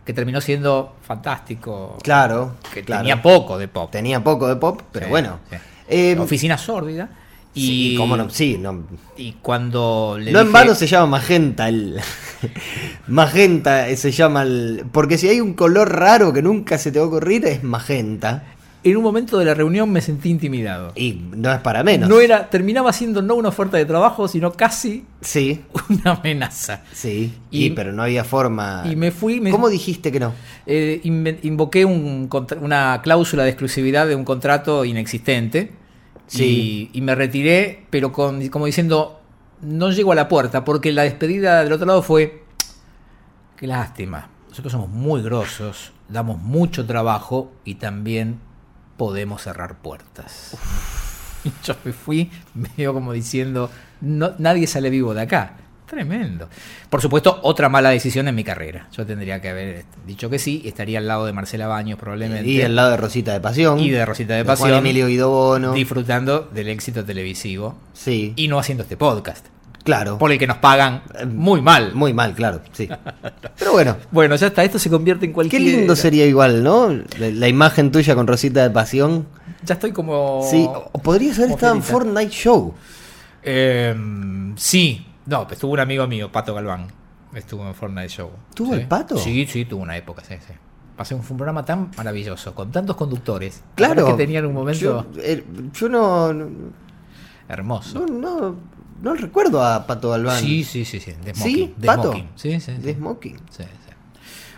[SPEAKER 2] que terminó siendo fantástico.
[SPEAKER 3] Claro,
[SPEAKER 2] Que
[SPEAKER 3] claro.
[SPEAKER 2] tenía poco de pop.
[SPEAKER 3] Tenía poco de pop, pero
[SPEAKER 2] Sí,
[SPEAKER 3] bueno.
[SPEAKER 2] sí.
[SPEAKER 3] Eh,
[SPEAKER 2] Oficina sórdida. Y,
[SPEAKER 3] sí, cómo no, sí, no,
[SPEAKER 2] y cuando le
[SPEAKER 3] no en
[SPEAKER 2] dije-
[SPEAKER 3] vano se llama magenta el [LAUGHS] magenta eh, se llama el porque si hay un color raro que nunca se te va a ocurrir es magenta
[SPEAKER 2] En un momento de la reunión me sentí intimidado.
[SPEAKER 3] y no es para menos.
[SPEAKER 2] No era, terminaba siendo no una oferta de trabajo, sino casi [LAUGHS]
[SPEAKER 3] Sí,
[SPEAKER 2] una amenaza.
[SPEAKER 3] sí,
[SPEAKER 2] Y-
[SPEAKER 3] y, pero no había forma.
[SPEAKER 2] Y me fui, me-
[SPEAKER 3] Ah. ¿Cómo dijiste que no?
[SPEAKER 2] eh, inven- invoqué un contra- una cláusula de exclusividad de un contrato inexistente
[SPEAKER 3] Sí.
[SPEAKER 2] y, y me retiré, pero con, como diciendo, no llego a la puerta, porque la despedida del otro lado fue, qué lástima, nosotros somos muy grosos, damos mucho trabajo y también podemos cerrar puertas. Y [LAUGHS] yo me fui medio como diciendo, no, nadie sale vivo de acá. Tremendo. Por supuesto, otra mala decisión en mi carrera. Yo tendría que haber dicho que sí, estaría al lado de Marcela Baños probablemente.
[SPEAKER 3] Y al lado de Rosita de Pasión.
[SPEAKER 2] Y de Rosita de
[SPEAKER 3] Juan
[SPEAKER 2] Pasión.
[SPEAKER 3] Emilio Guidobono.
[SPEAKER 2] disfrutando del éxito televisivo
[SPEAKER 3] Sí,
[SPEAKER 2] y no haciendo este podcast,
[SPEAKER 3] claro.
[SPEAKER 2] por el que nos pagan muy mal.
[SPEAKER 3] Eh, Muy mal, claro, sí. Pero bueno,
[SPEAKER 2] Bueno, ya está, esto se convierte en
[SPEAKER 3] qué
[SPEAKER 2] cualquier...
[SPEAKER 3] lindo sería igual, ¿no? La, la imagen tuya con Rosita de Pasión.
[SPEAKER 2] Ya estoy como...
[SPEAKER 3] Sí, o- podrías haber
[SPEAKER 2] como
[SPEAKER 3] estado en
[SPEAKER 2] fielita.
[SPEAKER 3] Fortnite Show.
[SPEAKER 2] Em, sí, no, pues estuvo un amigo mío, Pato Galván. Estuvo en forma de show.
[SPEAKER 3] ¿Tuvo
[SPEAKER 2] ¿Sí?
[SPEAKER 3] el Pato?
[SPEAKER 2] Sí, sí, tuvo una época, sí, sí. Pasé un, fue un programa tan maravilloso, con tantos conductores. La
[SPEAKER 3] Claro.
[SPEAKER 2] verdad Que tenían un momento
[SPEAKER 3] Yo, eh, yo no, no,
[SPEAKER 2] hermoso.
[SPEAKER 3] no, no- no recuerdo a Pato Galván.
[SPEAKER 2] Sí, sí, sí, sí. De
[SPEAKER 3] ¿Sí?
[SPEAKER 2] Smoking, de
[SPEAKER 3] ¿Pato?
[SPEAKER 2] Smoking. Sí, sí, sí.
[SPEAKER 3] De Smoking.
[SPEAKER 2] Sí, sí.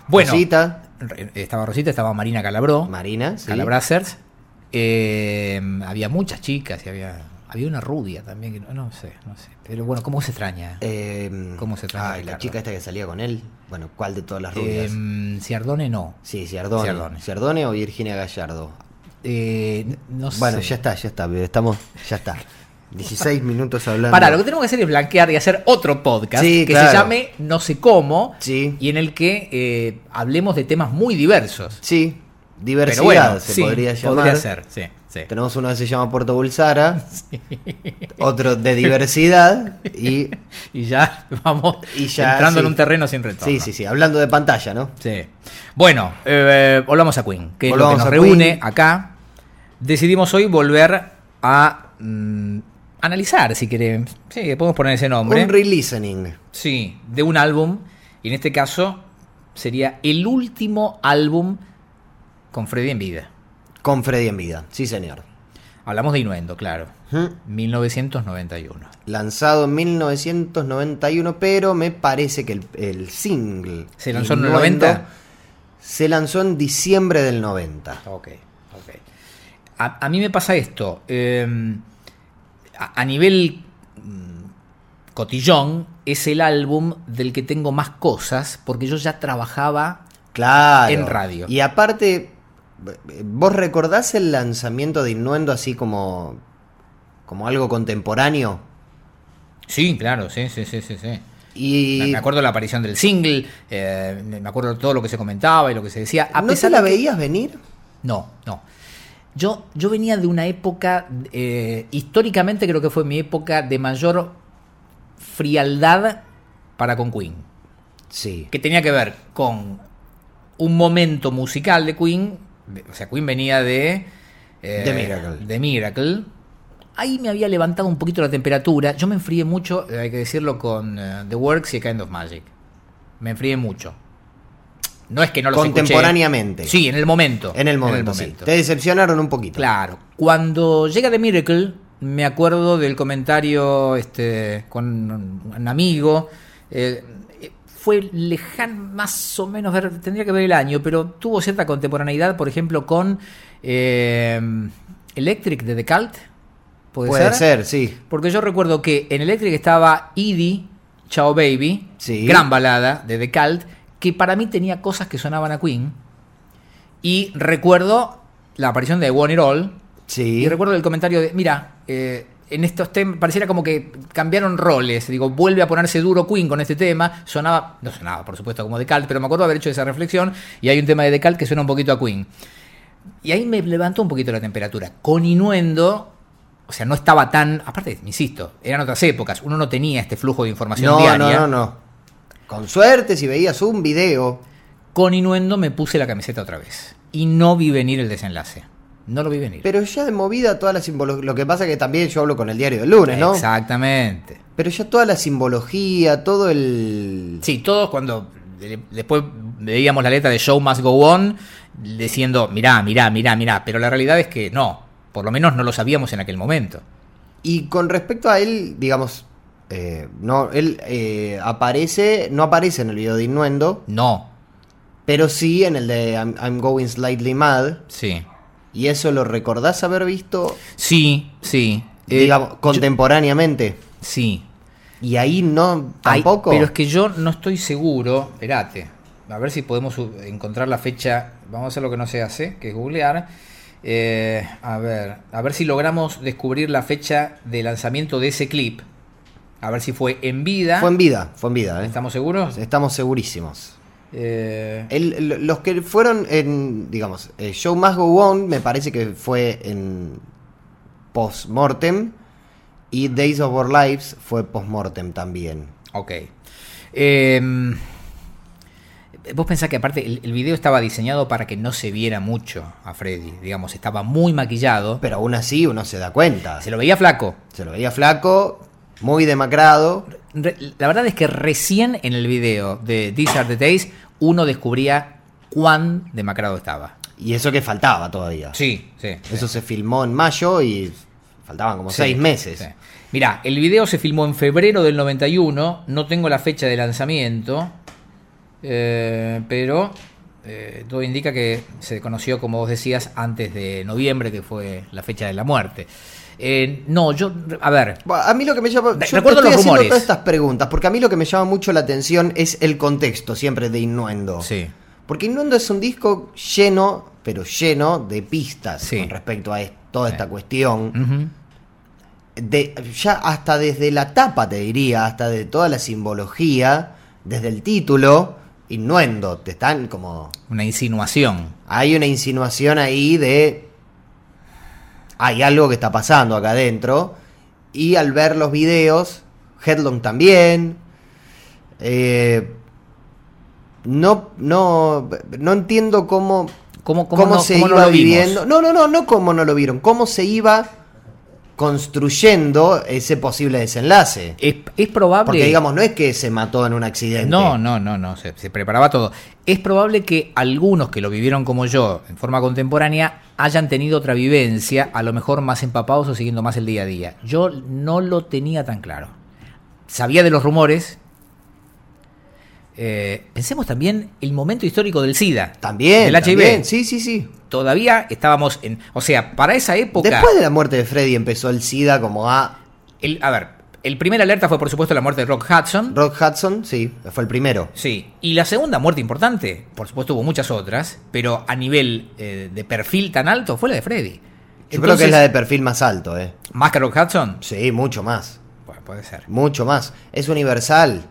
[SPEAKER 2] Bueno,
[SPEAKER 3] Rosita,
[SPEAKER 2] re- estaba Rosita, estaba Marina Calabró.
[SPEAKER 3] Marina, sí.
[SPEAKER 2] Calabrazers. Eh, había muchas chicas y había, había una rubia también. que no, no sé, no sé. Pero bueno, ¿cómo se extraña?
[SPEAKER 3] Eh,
[SPEAKER 2] ¿Cómo se trata,
[SPEAKER 3] ay, la
[SPEAKER 2] Ricardo?
[SPEAKER 3] chica esta que salía con él. Bueno, ¿cuál de todas las rubias?
[SPEAKER 2] Em, Ciardone no.
[SPEAKER 3] sí, Ciardone.
[SPEAKER 2] Ciardone.
[SPEAKER 3] Ciardone. o Virginia Gallardo.
[SPEAKER 2] Eh, n- no
[SPEAKER 3] Bueno,
[SPEAKER 2] sé.
[SPEAKER 3] ya está, ya está. Estamos, ya
[SPEAKER 2] [LAUGHS]
[SPEAKER 3] está. 16 minutos hablando.
[SPEAKER 2] Para, lo que tenemos que hacer es blanquear y hacer otro podcast
[SPEAKER 3] Sí,
[SPEAKER 2] que se
[SPEAKER 3] claro.
[SPEAKER 2] llame No sé cómo
[SPEAKER 3] Sí.
[SPEAKER 2] y en el que eh, hablemos de temas muy diversos.
[SPEAKER 3] Sí, diversidad
[SPEAKER 2] Pero bueno,
[SPEAKER 3] se
[SPEAKER 2] sí,
[SPEAKER 3] podría llamar.
[SPEAKER 2] ser, sí, sí.
[SPEAKER 3] Tenemos uno que se llama Puerto
[SPEAKER 2] [LAUGHS]
[SPEAKER 3] Bulsara, otro de diversidad
[SPEAKER 2] [LAUGHS]
[SPEAKER 3] y...
[SPEAKER 2] Y ya [LAUGHS] vamos
[SPEAKER 3] Y ya,
[SPEAKER 2] entrando en
[SPEAKER 3] sí.
[SPEAKER 2] un terreno sin retorno.
[SPEAKER 3] Sí, sí, sí, hablando de pantalla, ¿no?
[SPEAKER 2] Sí. Bueno, eh, volvamos a Queen, que es lo que
[SPEAKER 3] Volvamos
[SPEAKER 2] nos
[SPEAKER 3] a
[SPEAKER 2] reúne
[SPEAKER 3] Queen.
[SPEAKER 2] acá. Decidimos hoy volver a mm, analizar, si queremos. Sí, le podemos poner ese nombre.
[SPEAKER 3] Un re-listening.
[SPEAKER 2] Sí, de un álbum. Y en este caso sería el último álbum con Freddy en vida.
[SPEAKER 3] Con Freddy en vida, sí señor.
[SPEAKER 2] Hablamos de Inuendo, claro.
[SPEAKER 3] Ujú.
[SPEAKER 2] 1991.
[SPEAKER 3] Lanzado en 1991, pero me parece que el, el single...
[SPEAKER 2] ¿Se lanzó en el
[SPEAKER 3] Innuendo
[SPEAKER 2] 90?
[SPEAKER 3] Se lanzó en diciembre del 90.
[SPEAKER 2] Ok, ok. A, a mí me pasa esto. eh, a, a nivel mm, cotillón, es el álbum del que tengo más cosas, porque yo ya trabajaba
[SPEAKER 3] Claro.
[SPEAKER 2] En radio.
[SPEAKER 3] Y aparte, ¿vos recordás el lanzamiento de Innuendo así como, como algo contemporáneo?
[SPEAKER 2] Sí, claro, sí, sí, sí, sí, sí. Me-
[SPEAKER 3] Y
[SPEAKER 2] Me acuerdo la aparición del single, eh, me acuerdo todo lo que se comentaba y lo que se decía. A
[SPEAKER 3] ¿No te
[SPEAKER 2] pesar
[SPEAKER 3] la
[SPEAKER 2] de que-
[SPEAKER 3] veías venir?
[SPEAKER 2] No, no. Yo, yo venía de una época, eh, históricamente creo que fue mi época de mayor frialdad para con Queen.
[SPEAKER 3] Sí.
[SPEAKER 2] Que tenía que ver con un momento musical de Queen. de- O sea, Queen venía de. eh,
[SPEAKER 3] The Miracle.
[SPEAKER 2] de Miracle. Ahí me había levantado un poquito la temperatura. Yo me enfrié mucho, eh, hay que decirlo, con eh, The Works y A Kind of Magic. Me enfrié mucho. No es que no los escuché.
[SPEAKER 3] Contemporáneamente.
[SPEAKER 2] Sí, en el momento.
[SPEAKER 3] En el momento, sí. Te decepcionaron un poquito.
[SPEAKER 2] Claro. Cuando llega The Miracle, me acuerdo del comentario este, con un un amigo. eh, fue lejano, más o menos, ver- tendría que ver el año, pero tuvo cierta contemporaneidad, por ejemplo, con eh, Electric de The Cult. ¿Puede,
[SPEAKER 3] Puede ser, sí.
[SPEAKER 2] Porque yo recuerdo que en Electric estaba Edie, Chao Baby,
[SPEAKER 3] Sí.
[SPEAKER 2] gran balada de The Cult, que para mí tenía cosas que sonaban a Queen. Y recuerdo la aparición de One It All.
[SPEAKER 3] Sí.
[SPEAKER 2] Y recuerdo el comentario de, mira, eh, en estos temas pareciera como que cambiaron roles. Digo, vuelve a ponerse duro Queen con este tema. Sonaba, no sonaba, por supuesto, como The Cult, pero me acuerdo haber hecho esa reflexión. Y hay un tema de The Cult que suena un poquito a Queen. Y ahí me levantó un poquito la temperatura. Con Innuendo, o sea, no estaba tan. Aparte, insisto, eran otras épocas. Uno no tenía este flujo de información
[SPEAKER 3] No,
[SPEAKER 2] diaria.
[SPEAKER 3] no, no, no. Con suerte, si veías un video.
[SPEAKER 2] Con Inuendo me puse la camiseta otra vez. Y no vi venir el desenlace. No lo vi venir.
[SPEAKER 3] Pero ya de movida toda la simbología. Lo que pasa que también yo hablo con el diario del lunes, ¿no?
[SPEAKER 2] Exactamente.
[SPEAKER 3] Pero ya toda la simbología, todo el.
[SPEAKER 2] Sí, todos cuando de- después veíamos la letra de Show Must Go On diciendo, mirá, mirá, mirá, mirá. Pero la realidad es que no. Por lo menos no lo sabíamos en aquel momento.
[SPEAKER 3] Y con respecto a él, digamos. eh, no, él eh, aparece. No aparece en el video de Innuendo.
[SPEAKER 2] No.
[SPEAKER 3] Pero sí en el de I'm, I'm Going Slightly Mad.
[SPEAKER 2] Sí.
[SPEAKER 3] Y eso lo recordás haber visto,
[SPEAKER 2] Sí, sí. Eh,
[SPEAKER 3] digamos,
[SPEAKER 2] yo-
[SPEAKER 3] contemporáneamente.
[SPEAKER 2] sí.
[SPEAKER 3] Y ahí no,
[SPEAKER 2] Ay,
[SPEAKER 3] tampoco.
[SPEAKER 2] pero es que yo no estoy seguro. Espérate. A ver si podemos u- encontrar la fecha. Vamos a hacer lo que no se hace, que es googlear. Eh, a ver. A ver si logramos descubrir la fecha de lanzamiento de ese clip. A ver si fue en vida.
[SPEAKER 3] Fue en vida, fue en vida, ¿eh? Estamos,
[SPEAKER 2] ¿Estamos seguros?
[SPEAKER 3] segurísimos.
[SPEAKER 2] Eh,
[SPEAKER 3] El- l- los que fueron en, digamos, eh, Show Must Go On, me parece que fue en post-mortem. Y Days of Our Lives fue post-mortem también.
[SPEAKER 2] ok. Eh, Vos pensás que aparte el, el video estaba diseñado para que no se viera mucho a Freddy, digamos, estaba muy maquillado.
[SPEAKER 3] Pero aún así uno se da cuenta.
[SPEAKER 2] Se lo veía flaco.
[SPEAKER 3] Se lo veía flaco, muy demacrado.
[SPEAKER 2] Re- la verdad es que recién en el video de These Are the Days uno descubría cuán demacrado estaba.
[SPEAKER 3] Y eso que faltaba todavía.
[SPEAKER 2] Sí, sí.
[SPEAKER 3] Eso se filmó en mayo y faltaban como seis meses.
[SPEAKER 2] Mirá, el video se filmó en febrero del 91. No tengo la fecha de lanzamiento. eh, pero eh, todo indica que se conoció, como vos decías, antes de noviembre, que fue la fecha de la muerte. Eh, no, yo. A ver.
[SPEAKER 3] Bueno, A mí lo que me llama.
[SPEAKER 2] Re-
[SPEAKER 3] yo
[SPEAKER 2] recuerdo
[SPEAKER 3] te estoy
[SPEAKER 2] los
[SPEAKER 3] haciendo
[SPEAKER 2] rumores.
[SPEAKER 3] todas estas preguntas, porque a mí lo que me llama mucho la atención es el contexto siempre de Innuendo.
[SPEAKER 2] Sí.
[SPEAKER 3] Porque Innuendo es un disco lleno, pero lleno de pistas
[SPEAKER 2] Sí.
[SPEAKER 3] con respecto a es- toda esta
[SPEAKER 2] Sí.
[SPEAKER 3] cuestión.
[SPEAKER 2] Ujú.
[SPEAKER 3] De, ya hasta desde la tapa, te diría, hasta de toda la simbología, desde el título, Innuendo. Te están como.
[SPEAKER 2] Una insinuación.
[SPEAKER 3] Hay una insinuación ahí de. Hay algo que está pasando acá adentro. Y al ver los videos, Headlong también. eh, no, no, no entiendo cómo,
[SPEAKER 2] ¿Cómo,
[SPEAKER 3] cómo,
[SPEAKER 2] cómo, no,
[SPEAKER 3] se
[SPEAKER 2] cómo no
[SPEAKER 3] iba
[SPEAKER 2] lo vimos?
[SPEAKER 3] viviendo. No, no, no, no cómo no lo vieron. Cómo se iba construyendo ese posible desenlace.
[SPEAKER 2] Es, es probable.
[SPEAKER 3] Porque, digamos, no es que se mató en un accidente.
[SPEAKER 2] No, no, no, no, se, se preparaba todo. Es probable que algunos que lo vivieron como yo, en forma contemporánea, hayan tenido otra vivencia, a lo mejor más empapados o siguiendo más el día a día. Yo no lo tenía tan claro. Sabía de los rumores. Eh, pensemos también el momento histórico del SIDA.
[SPEAKER 3] También.
[SPEAKER 2] Del HIV.
[SPEAKER 3] también, Sí, sí, sí.
[SPEAKER 2] Todavía estábamos en. O sea, para esa época.
[SPEAKER 3] Después de la muerte de Freddy empezó el SIDA como a
[SPEAKER 2] el- a ver, el primer alerta fue por supuesto la muerte de Rock Hudson.
[SPEAKER 3] Rock Hudson, sí, fue el primero.
[SPEAKER 2] Sí, y la segunda muerte importante, por supuesto hubo muchas otras, pero a nivel eh, de perfil tan alto fue la de Freddy.
[SPEAKER 3] Yo creo que es la de
[SPEAKER 2] Entonces,
[SPEAKER 3] perfil más alto, ¿eh?
[SPEAKER 2] ¿Más que Rock Hudson?
[SPEAKER 3] Sí, mucho más.
[SPEAKER 2] Bueno, puede ser.
[SPEAKER 3] Mucho más. Es universal.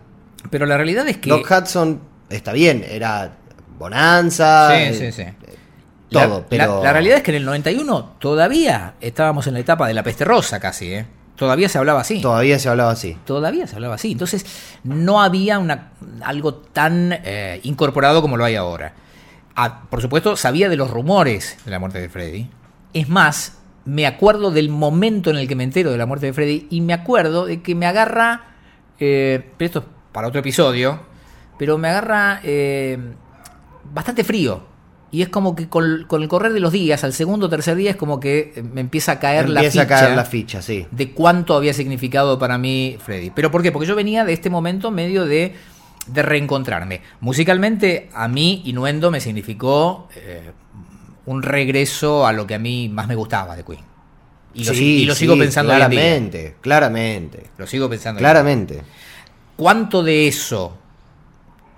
[SPEAKER 2] Pero la realidad es que...
[SPEAKER 3] Rock Hudson está bien, era bonanza.
[SPEAKER 2] sí,
[SPEAKER 3] eh,
[SPEAKER 2] sí, sí. La-
[SPEAKER 3] Todo,
[SPEAKER 2] la,
[SPEAKER 3] pero.
[SPEAKER 2] la realidad es que en el 91 todavía estábamos en la etapa de la peste rosa casi, ¿eh? Todavía se hablaba así.
[SPEAKER 3] Todavía se hablaba así.
[SPEAKER 2] todavía se hablaba así. Entonces, no había una, algo tan eh, incorporado como lo hay ahora. Ah, por supuesto, sabía de los rumores de la muerte de Freddy. Es más, me acuerdo del momento en el que me entero de la muerte de Freddy y me acuerdo de que me agarra. eh, pero esto es para otro episodio. Pero me agarra eh, bastante frío. Y es como que con, con el correr de los días, al segundo o tercer día, es como que eh, me empieza a caer la ficha
[SPEAKER 3] Empieza a caer la ficha, sí.
[SPEAKER 2] de cuánto había significado para mí Freddy. ¿Pero por qué? Porque yo venía de este momento medio de, de reencontrarme. Musicalmente, a mí Inuendo me significó eh, un regreso a lo que a mí más me gustaba de Queen. Y lo,
[SPEAKER 3] Sí,
[SPEAKER 2] si- y lo
[SPEAKER 3] sí,
[SPEAKER 2] sigo pensando hoy en día.
[SPEAKER 3] Claramente, claramente.
[SPEAKER 2] Lo sigo pensando. hoy en día.
[SPEAKER 3] Claramente.
[SPEAKER 2] ¿Cuánto de eso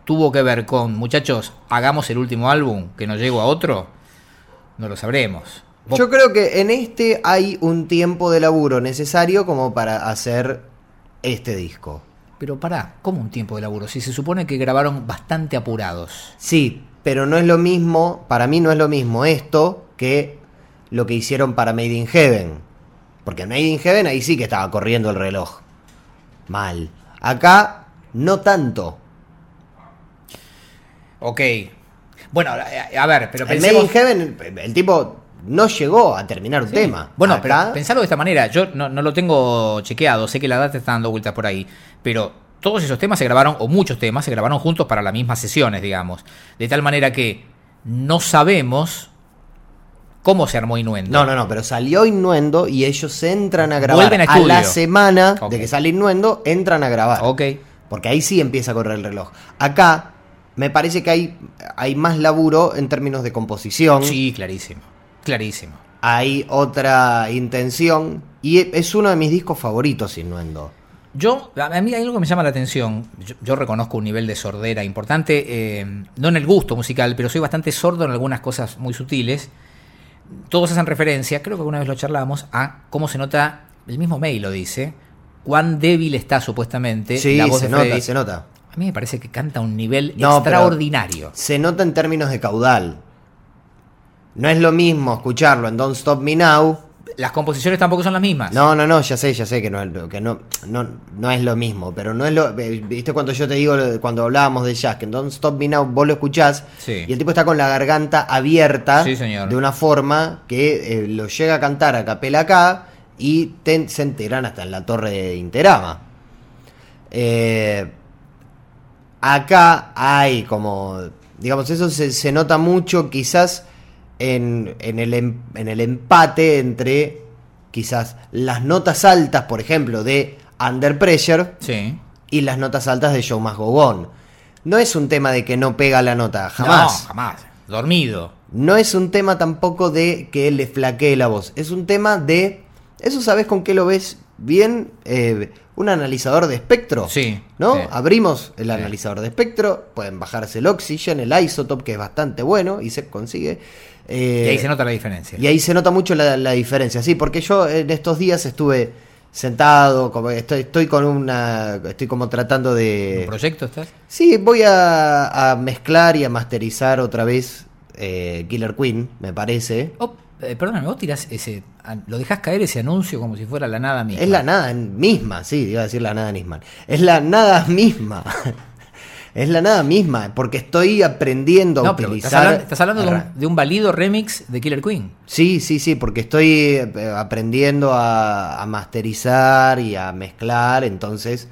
[SPEAKER 2] tuvo que ver con, muchachos, hagamos el último álbum, que no llego a otro? No lo sabremos. Vos-
[SPEAKER 3] Yo creo que en este hay un tiempo de laburo necesario como para hacer este disco.
[SPEAKER 2] Pero pará, ¿cómo un tiempo de laburo? Si se supone que grabaron bastante apurados.
[SPEAKER 3] Sí, pero no es lo mismo, para mí no es lo mismo esto que lo que hicieron para Made in Heaven. Porque en Made in Heaven ahí sí que estaba corriendo el reloj. Mal. Acá no tanto.
[SPEAKER 2] Ok, Bueno, a, a ver, pero
[SPEAKER 3] En Made
[SPEAKER 2] pensemos...
[SPEAKER 3] in Heaven, el, el tipo no llegó a terminar un tema.
[SPEAKER 2] Bueno,
[SPEAKER 3] Acá,
[SPEAKER 2] pero pensarlo de esta manera, yo no, no lo tengo chequeado, sé que la data está dando vueltas por ahí, pero todos esos temas se grabaron, o muchos temas, se grabaron juntos para las mismas sesiones, digamos. De tal manera que no sabemos cómo se armó Inuendo.
[SPEAKER 3] No, no, no, pero salió Innuendo y ellos entran a grabar.
[SPEAKER 2] Vuelven a
[SPEAKER 3] a, la
[SPEAKER 2] estudio.
[SPEAKER 3] semana
[SPEAKER 2] Ok.
[SPEAKER 3] de que sale Innuendo, entran a grabar.
[SPEAKER 2] Ok.
[SPEAKER 3] Porque ahí sí empieza a correr el reloj. Acá me parece que hay, hay más laburo en términos de composición.
[SPEAKER 2] Sí, clarísimo. Clarísimo.
[SPEAKER 3] Hay otra intención. Y e- es uno de mis discos favoritos, Innuendo.
[SPEAKER 2] Yo, a a mí hay algo que me llama la atención. Yo, yo reconozco un nivel de sordera importante, eh, no en el gusto musical, pero soy bastante sordo en algunas cosas muy sutiles. Todos hacen referencia, creo que alguna vez lo charlamos, a cómo se nota, el mismo mail lo dice, cuán débil está supuestamente
[SPEAKER 3] Sí,
[SPEAKER 2] la voz
[SPEAKER 3] se
[SPEAKER 2] de
[SPEAKER 3] nota,
[SPEAKER 2] Freddy.
[SPEAKER 3] se nota.
[SPEAKER 2] A mí me parece que canta a un nivel
[SPEAKER 3] No, pero-
[SPEAKER 2] extraordinario.
[SPEAKER 3] Se nota en términos de caudal. No es lo mismo escucharlo en Don't Stop Me Now.
[SPEAKER 2] Las composiciones tampoco son las mismas.
[SPEAKER 3] No, no, no, ya sé, ya sé que no, es lo- que no, no, no es lo mismo, pero no es lo. eh, ¿Viste cuando yo te digo, lo de- cuando hablábamos de jazz, que en Don't Stop Me Now vos lo escuchás
[SPEAKER 2] Sí.
[SPEAKER 3] y el tipo está con la garganta abierta
[SPEAKER 2] Sí, señor.
[SPEAKER 3] de una forma que eh, lo llega a cantar a capela acá y te- se enteran hasta en la torre de Interama. Eh, acá hay como. Digamos, eso se, se nota mucho quizás en, en el, em- en el empate entre quizás las notas altas, por ejemplo, de Under Pressure
[SPEAKER 2] Sí.
[SPEAKER 3] y las notas altas de Show Más Gogón. No es un tema de que no pega la nota, jamás.
[SPEAKER 2] No, jamás. Dormido.
[SPEAKER 3] No es un tema tampoco de que le flaquee la voz. Es un tema de. Eso sabes con qué lo ves bien. Eh, un analizador de espectro.
[SPEAKER 2] Sí,
[SPEAKER 3] ¿No?
[SPEAKER 2] sí.
[SPEAKER 3] Abrimos el analizador de espectro. Pueden bajarse el oxígeno, el isotop, que es bastante bueno y se consigue. Eh,
[SPEAKER 2] y ahí se nota la diferencia.
[SPEAKER 3] y ahí se nota mucho la, la diferencia, sí, porque yo en estos días estuve sentado, como estoy, estoy con una. Estoy como tratando de.
[SPEAKER 2] ¿Un proyecto estás?
[SPEAKER 3] Sí, voy a, a mezclar y a masterizar otra vez eh, Killer Queen, me parece.
[SPEAKER 2] Oh, eh, perdóname, vos tirás ese. a- Lo dejás caer ese anuncio como si fuera la nada misma.
[SPEAKER 3] Es la nada misma, sí, iba a decir la nada misma. Es la nada misma. [LAUGHS] es la nada misma, porque estoy aprendiendo a
[SPEAKER 2] No, pero
[SPEAKER 3] utilizar.
[SPEAKER 2] estás hablando, estás hablando de,
[SPEAKER 3] herra-
[SPEAKER 2] un, de un válido remix de Killer Queen.
[SPEAKER 3] Sí, sí, sí, porque estoy eh, aprendiendo a, a masterizar y a mezclar, entonces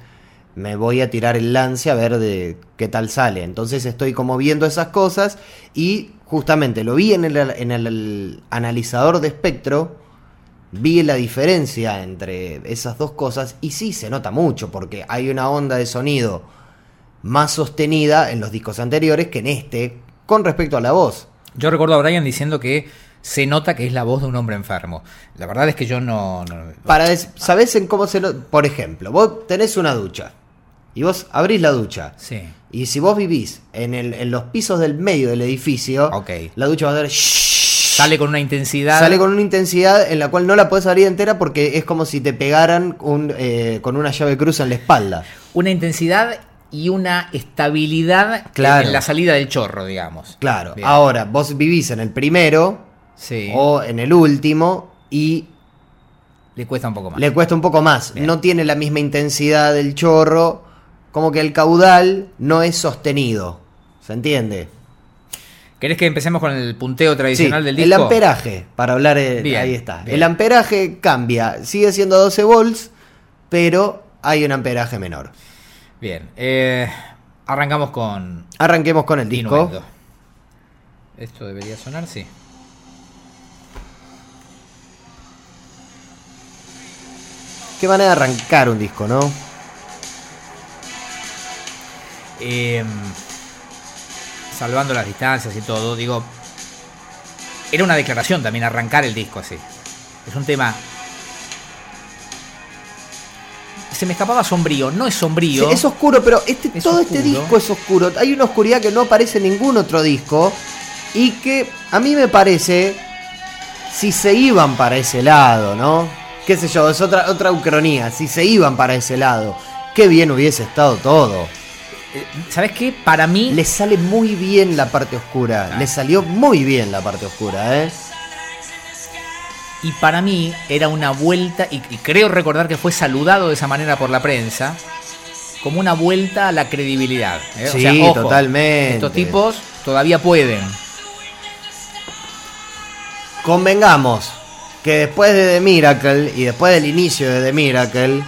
[SPEAKER 3] me voy a tirar el lance a ver de qué tal sale. Entonces estoy como viendo esas cosas y justamente lo vi en el, en el analizador de espectro, vi la diferencia entre esas dos cosas y sí se nota mucho porque hay una onda de sonido más sostenida en los discos anteriores que en este con respecto a la voz.
[SPEAKER 2] Yo recuerdo a Brian diciendo que se nota que es la voz de un hombre enfermo. La verdad es que yo no. no-
[SPEAKER 3] Para des- ¿Sabés en cómo se lo.? Por ejemplo, vos tenés una ducha. Y vos abrís la ducha.
[SPEAKER 2] sí.
[SPEAKER 3] Y si vos vivís en, el- en los pisos del medio del edificio,
[SPEAKER 2] Ok.
[SPEAKER 3] la ducha va a dar.
[SPEAKER 2] Sale con una intensidad.
[SPEAKER 3] Sale con una intensidad en la cual no la podés abrir entera porque es como si te pegaran un, eh, con una llave cruz en la espalda.
[SPEAKER 2] Una intensidad y una estabilidad
[SPEAKER 3] Claro.
[SPEAKER 2] en la salida del chorro, digamos.
[SPEAKER 3] Claro.
[SPEAKER 2] Bien.
[SPEAKER 3] Ahora, vos vivís en el primero
[SPEAKER 2] Sí.
[SPEAKER 3] o en el último y
[SPEAKER 2] le cuesta un poco más.
[SPEAKER 3] Le cuesta un poco más.
[SPEAKER 2] Bien.
[SPEAKER 3] No tiene la misma intensidad del chorro. Como que el caudal no es sostenido. ¿Se entiende?
[SPEAKER 2] ¿Querés que empecemos con el punteo tradicional
[SPEAKER 3] Sí,
[SPEAKER 2] del
[SPEAKER 3] El
[SPEAKER 2] disco?
[SPEAKER 3] amperaje, para hablar, eh,
[SPEAKER 2] Bien,
[SPEAKER 3] ahí está.
[SPEAKER 2] bien.
[SPEAKER 3] El amperaje cambia. Sigue siendo 12 volts, pero hay un amperaje menor.
[SPEAKER 2] Bien. eh, arrancamos con
[SPEAKER 3] Arranquemos con el disco.
[SPEAKER 2] Innuendo. Esto debería sonar, sí.
[SPEAKER 3] Qué manera de arrancar un disco, ¿no?
[SPEAKER 2] Eh, salvando las distancias y todo, digo. Era una declaración también arrancar el disco así. Es un tema. Se me escapaba sombrío, no es sombrío.
[SPEAKER 3] Sí, es oscuro, pero este,
[SPEAKER 2] Es
[SPEAKER 3] todo este
[SPEAKER 2] oscuro.
[SPEAKER 3] disco es oscuro. Hay una oscuridad que no aparece en ningún otro disco. Y que a mí me parece. Si se iban para ese lado, ¿no? Qué sé yo, es otra, otra ucronía. Si se iban para ese lado, qué bien hubiese estado todo.
[SPEAKER 2] ¿Sabes qué? Para mí.
[SPEAKER 3] Le sale muy bien la parte oscura. Le salió muy bien la parte oscura, ¿eh?
[SPEAKER 2] Y para mí era una vuelta, y, y creo recordar que fue saludado de esa manera por la prensa, como una vuelta a la credibilidad. ¿eh? O
[SPEAKER 3] Sí,
[SPEAKER 2] sea, ojo,
[SPEAKER 3] totalmente.
[SPEAKER 2] Estos tipos Todavía pueden.
[SPEAKER 3] Convengamos que después de The Miracle y después del inicio de The Miracle,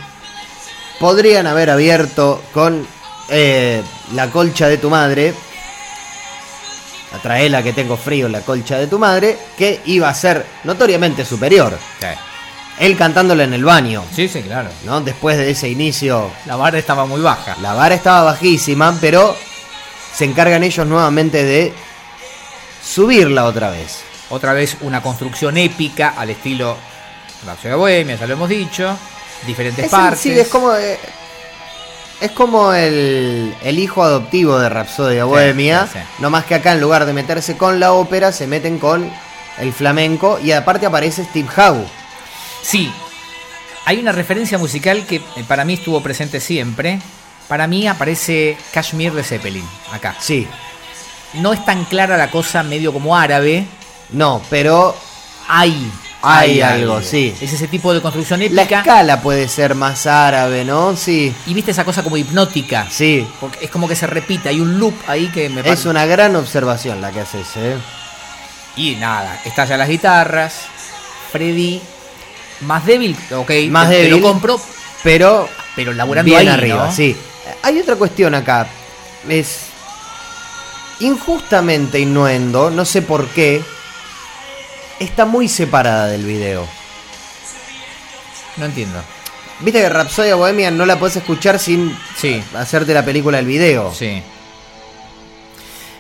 [SPEAKER 3] podrían haber abierto con eh, La colcha de tu madre. Atraela que tengo frío, la colcha de tu madre, que iba a ser notoriamente superior. Él cantándola en el baño,
[SPEAKER 2] Sí, sí, claro.
[SPEAKER 3] ¿no? Después de ese inicio
[SPEAKER 2] La barra estaba muy baja.
[SPEAKER 3] La vara estaba bajísima, pero se encargan ellos nuevamente de subirla otra vez.
[SPEAKER 2] Otra vez una construcción épica al estilo Rhapsody Bohemia, ya lo hemos dicho. Diferentes
[SPEAKER 3] Es
[SPEAKER 2] partes.
[SPEAKER 3] sencillo, es como eh, es como el, el hijo adoptivo de Rapsodia Bohemia,
[SPEAKER 2] sí, sí.
[SPEAKER 3] no más que acá en lugar de meterse con la ópera se meten con el flamenco y aparte aparece Steve Howe.
[SPEAKER 2] Sí, hay una referencia musical que eh, para mí estuvo presente siempre. Para mí aparece Kashmir de Zeppelin, acá.
[SPEAKER 3] Sí,
[SPEAKER 2] No es tan clara la cosa medio como árabe.
[SPEAKER 3] no, pero
[SPEAKER 2] Hay.
[SPEAKER 3] Hay algo, sí.
[SPEAKER 2] Es ese tipo de construcción
[SPEAKER 3] la
[SPEAKER 2] épica.
[SPEAKER 3] escala puede ser más árabe, ¿no? Sí,
[SPEAKER 2] y viste esa cosa como hipnótica.
[SPEAKER 3] sí.
[SPEAKER 2] Porque es como que se repite, hay un loop ahí que me
[SPEAKER 3] Es
[SPEAKER 2] parece.
[SPEAKER 3] una gran observación la que haces, ¿eh?
[SPEAKER 2] Y nada, estallan las guitarras. Freddy, más débil, ok.
[SPEAKER 3] Más
[SPEAKER 2] te- te
[SPEAKER 3] débil.
[SPEAKER 2] lo compro,
[SPEAKER 3] Pero
[SPEAKER 2] pero laburando
[SPEAKER 3] Bien
[SPEAKER 2] ahí,
[SPEAKER 3] arriba,
[SPEAKER 2] ¿no?
[SPEAKER 3] sí. Hay otra cuestión acá. Es injustamente innuendo, no sé por qué, está muy separada del video.
[SPEAKER 2] No entiendo.
[SPEAKER 3] Viste que Rapsodia Bohemia no la podés escuchar sin
[SPEAKER 2] Sí.
[SPEAKER 3] hacerte la película del video.
[SPEAKER 2] Sí.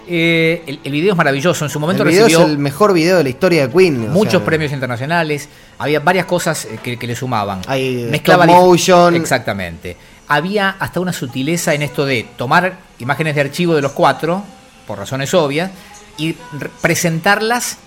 [SPEAKER 2] Eh, el, el video es maravilloso. En su momento
[SPEAKER 3] el video
[SPEAKER 2] recibió
[SPEAKER 3] es el mejor video de la historia de Queen. o
[SPEAKER 2] muchos
[SPEAKER 3] sea,
[SPEAKER 2] premios internacionales. Había varias cosas eh, que, que le sumaban.
[SPEAKER 3] Hay, eh,
[SPEAKER 2] Mezclaba
[SPEAKER 3] stop
[SPEAKER 2] dif-
[SPEAKER 3] motion.
[SPEAKER 2] Exactamente. Había hasta una sutileza en esto de tomar imágenes de archivo de los cuatro, por razones obvias, y re- presentarlas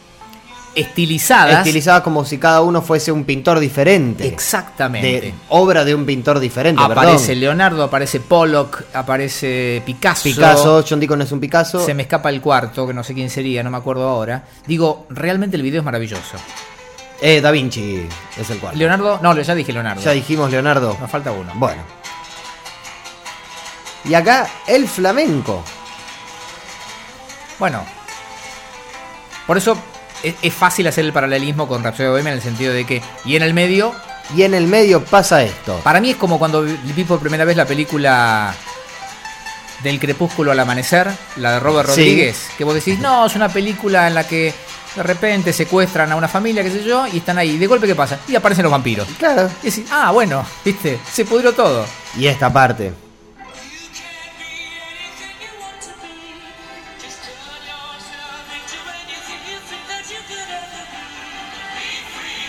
[SPEAKER 2] estilizadas.
[SPEAKER 3] Estilizada como si cada uno fuese un pintor diferente.
[SPEAKER 2] Exactamente.
[SPEAKER 3] De obra de un pintor diferente.
[SPEAKER 2] aparece
[SPEAKER 3] perdón.
[SPEAKER 2] Leonardo, aparece Pollock, aparece Picasso.
[SPEAKER 3] Picasso, John Deacon es un Picasso.
[SPEAKER 2] Se me escapa el cuarto, que no sé quién sería, no me acuerdo ahora. Digo, realmente el video es maravilloso.
[SPEAKER 3] Eh, da Vinci es el cual.
[SPEAKER 2] Leonardo, no, ya dije Leonardo.
[SPEAKER 3] Ya dijimos Leonardo.
[SPEAKER 2] Nos falta uno.
[SPEAKER 3] Bueno. Y acá el flamenco.
[SPEAKER 2] Bueno. Por eso es, es fácil hacer el paralelismo con Rhapsody Bohemia en el sentido de que, y en el medio,
[SPEAKER 3] Y en el medio pasa esto.
[SPEAKER 2] para mí es como cuando vi vi por primera vez la película del crepúsculo al amanecer, la de Robert
[SPEAKER 3] Sí.
[SPEAKER 2] Rodríguez, que vos decís, no, es una película en la que de repente secuestran a una familia, qué sé yo, y están ahí. De golpe, ¿qué pasa? Y aparecen los vampiros.
[SPEAKER 3] Claro.
[SPEAKER 2] Y decís, ah, bueno, viste, se pudrió todo.
[SPEAKER 3] Y esta parte.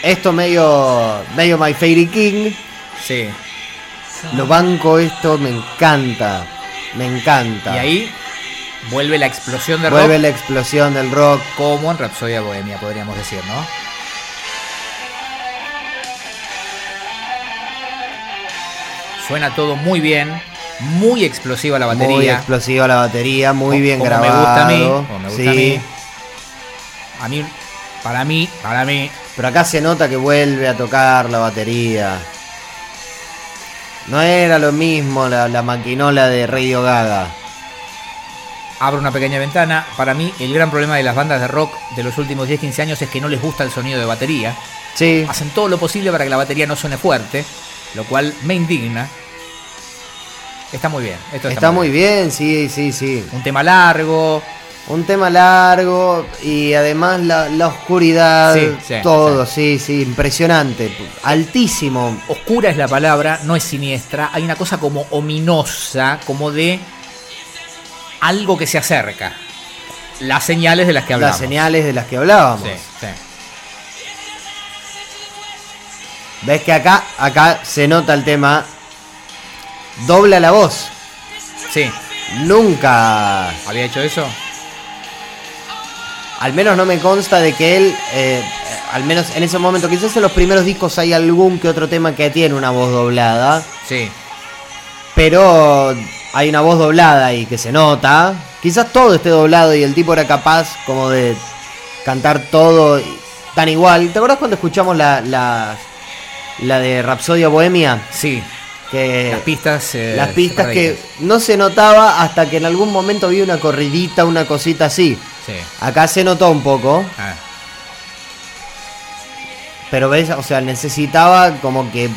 [SPEAKER 3] Esto medio. medio My Fairy King.
[SPEAKER 2] Sí.
[SPEAKER 3] Lo banco esto, me encanta. Me encanta.
[SPEAKER 2] Y ahí vuelve la explosión de
[SPEAKER 3] vuelve
[SPEAKER 2] rock
[SPEAKER 3] la explosión del rock.
[SPEAKER 2] como en Rapsodia Bohemia, podríamos decir, ¿no? Suena todo muy bien, muy explosiva la
[SPEAKER 3] Muy
[SPEAKER 2] batería.
[SPEAKER 3] explosiva la batería, muy
[SPEAKER 2] co-
[SPEAKER 3] bien
[SPEAKER 2] como
[SPEAKER 3] grabado.
[SPEAKER 2] Me gusta a mí, como me gusta a
[SPEAKER 3] sí.
[SPEAKER 2] mí. A mí, para mí, para mí,
[SPEAKER 3] Pero acá se nota que vuelve a tocar la batería. No era lo mismo la, la maquinola de Radio Gaga.
[SPEAKER 2] abro una pequeña ventana. Para mí, el gran problema de las bandas de rock de los últimos 10-15 años es que no les gusta el sonido de batería.
[SPEAKER 3] Sí.
[SPEAKER 2] Hacen todo lo posible para que la batería no suene fuerte, lo cual me indigna. Está muy bien. Esto
[SPEAKER 3] Está, muy bien, sí, sí, sí.
[SPEAKER 2] Un tema largo.
[SPEAKER 3] Un tema largo y además la, la oscuridad,
[SPEAKER 2] Sí, sí,
[SPEAKER 3] todo, sí. sí, impresionante, altísimo.
[SPEAKER 2] Oscura es la palabra, no es siniestra. Hay una cosa como ominosa, como de algo que se acerca. Las señales de las que hablamos.
[SPEAKER 3] Las señales de las que hablábamos.
[SPEAKER 2] Sí, sí.
[SPEAKER 3] Ves que acá, acá se nota el tema. Dobla la voz.
[SPEAKER 2] Sí.
[SPEAKER 3] Nunca
[SPEAKER 2] ¿Había hecho eso?
[SPEAKER 3] Al menos no me consta de que él, eh, al menos en ese momento, quizás en los primeros discos hay algún que otro tema que tiene una voz doblada,
[SPEAKER 2] Sí.
[SPEAKER 3] pero hay una voz doblada y que se nota. Quizás todo esté doblado y el tipo era capaz como de cantar todo y- tan igual. ¿Te acuerdas cuando escuchamos la, la, la de Rapsodia Bohemia?
[SPEAKER 2] Sí.
[SPEAKER 3] que
[SPEAKER 2] Las pistas, eh,
[SPEAKER 3] las pistas que
[SPEAKER 2] separaditas.
[SPEAKER 3] no se notaba hasta que en algún momento vi una corridita, una cosita así.
[SPEAKER 2] Sí.
[SPEAKER 3] Acá se notó un poco,
[SPEAKER 2] Ah,
[SPEAKER 3] pero ves, o sea, necesitaba como que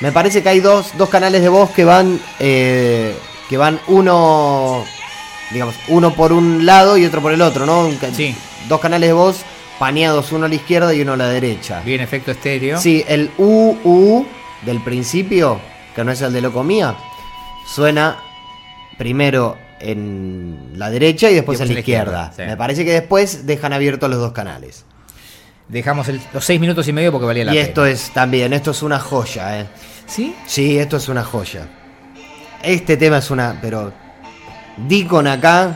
[SPEAKER 3] me parece que hay dos, dos canales de voz que van eh, que van uno digamos, uno por un lado y otro por el otro, ¿no? Un ca-
[SPEAKER 2] Sí.
[SPEAKER 3] Dos canales de voz paneados, uno a la izquierda y uno a la derecha.
[SPEAKER 2] bien efecto estéreo.
[SPEAKER 3] Sí, el UU del principio, que no es el de Locomía, suena primero en la derecha y después en la izquierda.
[SPEAKER 2] sí.
[SPEAKER 3] Me parece que después dejan abiertos los dos canales.
[SPEAKER 2] Dejamos el- los seis minutos y medio porque valía la
[SPEAKER 3] y
[SPEAKER 2] pena.
[SPEAKER 3] esto es también, esto es una joya, ¿eh?
[SPEAKER 2] ¿Sí?
[SPEAKER 3] Sí, esto es una joya. Este tema es una, pero Deacon acá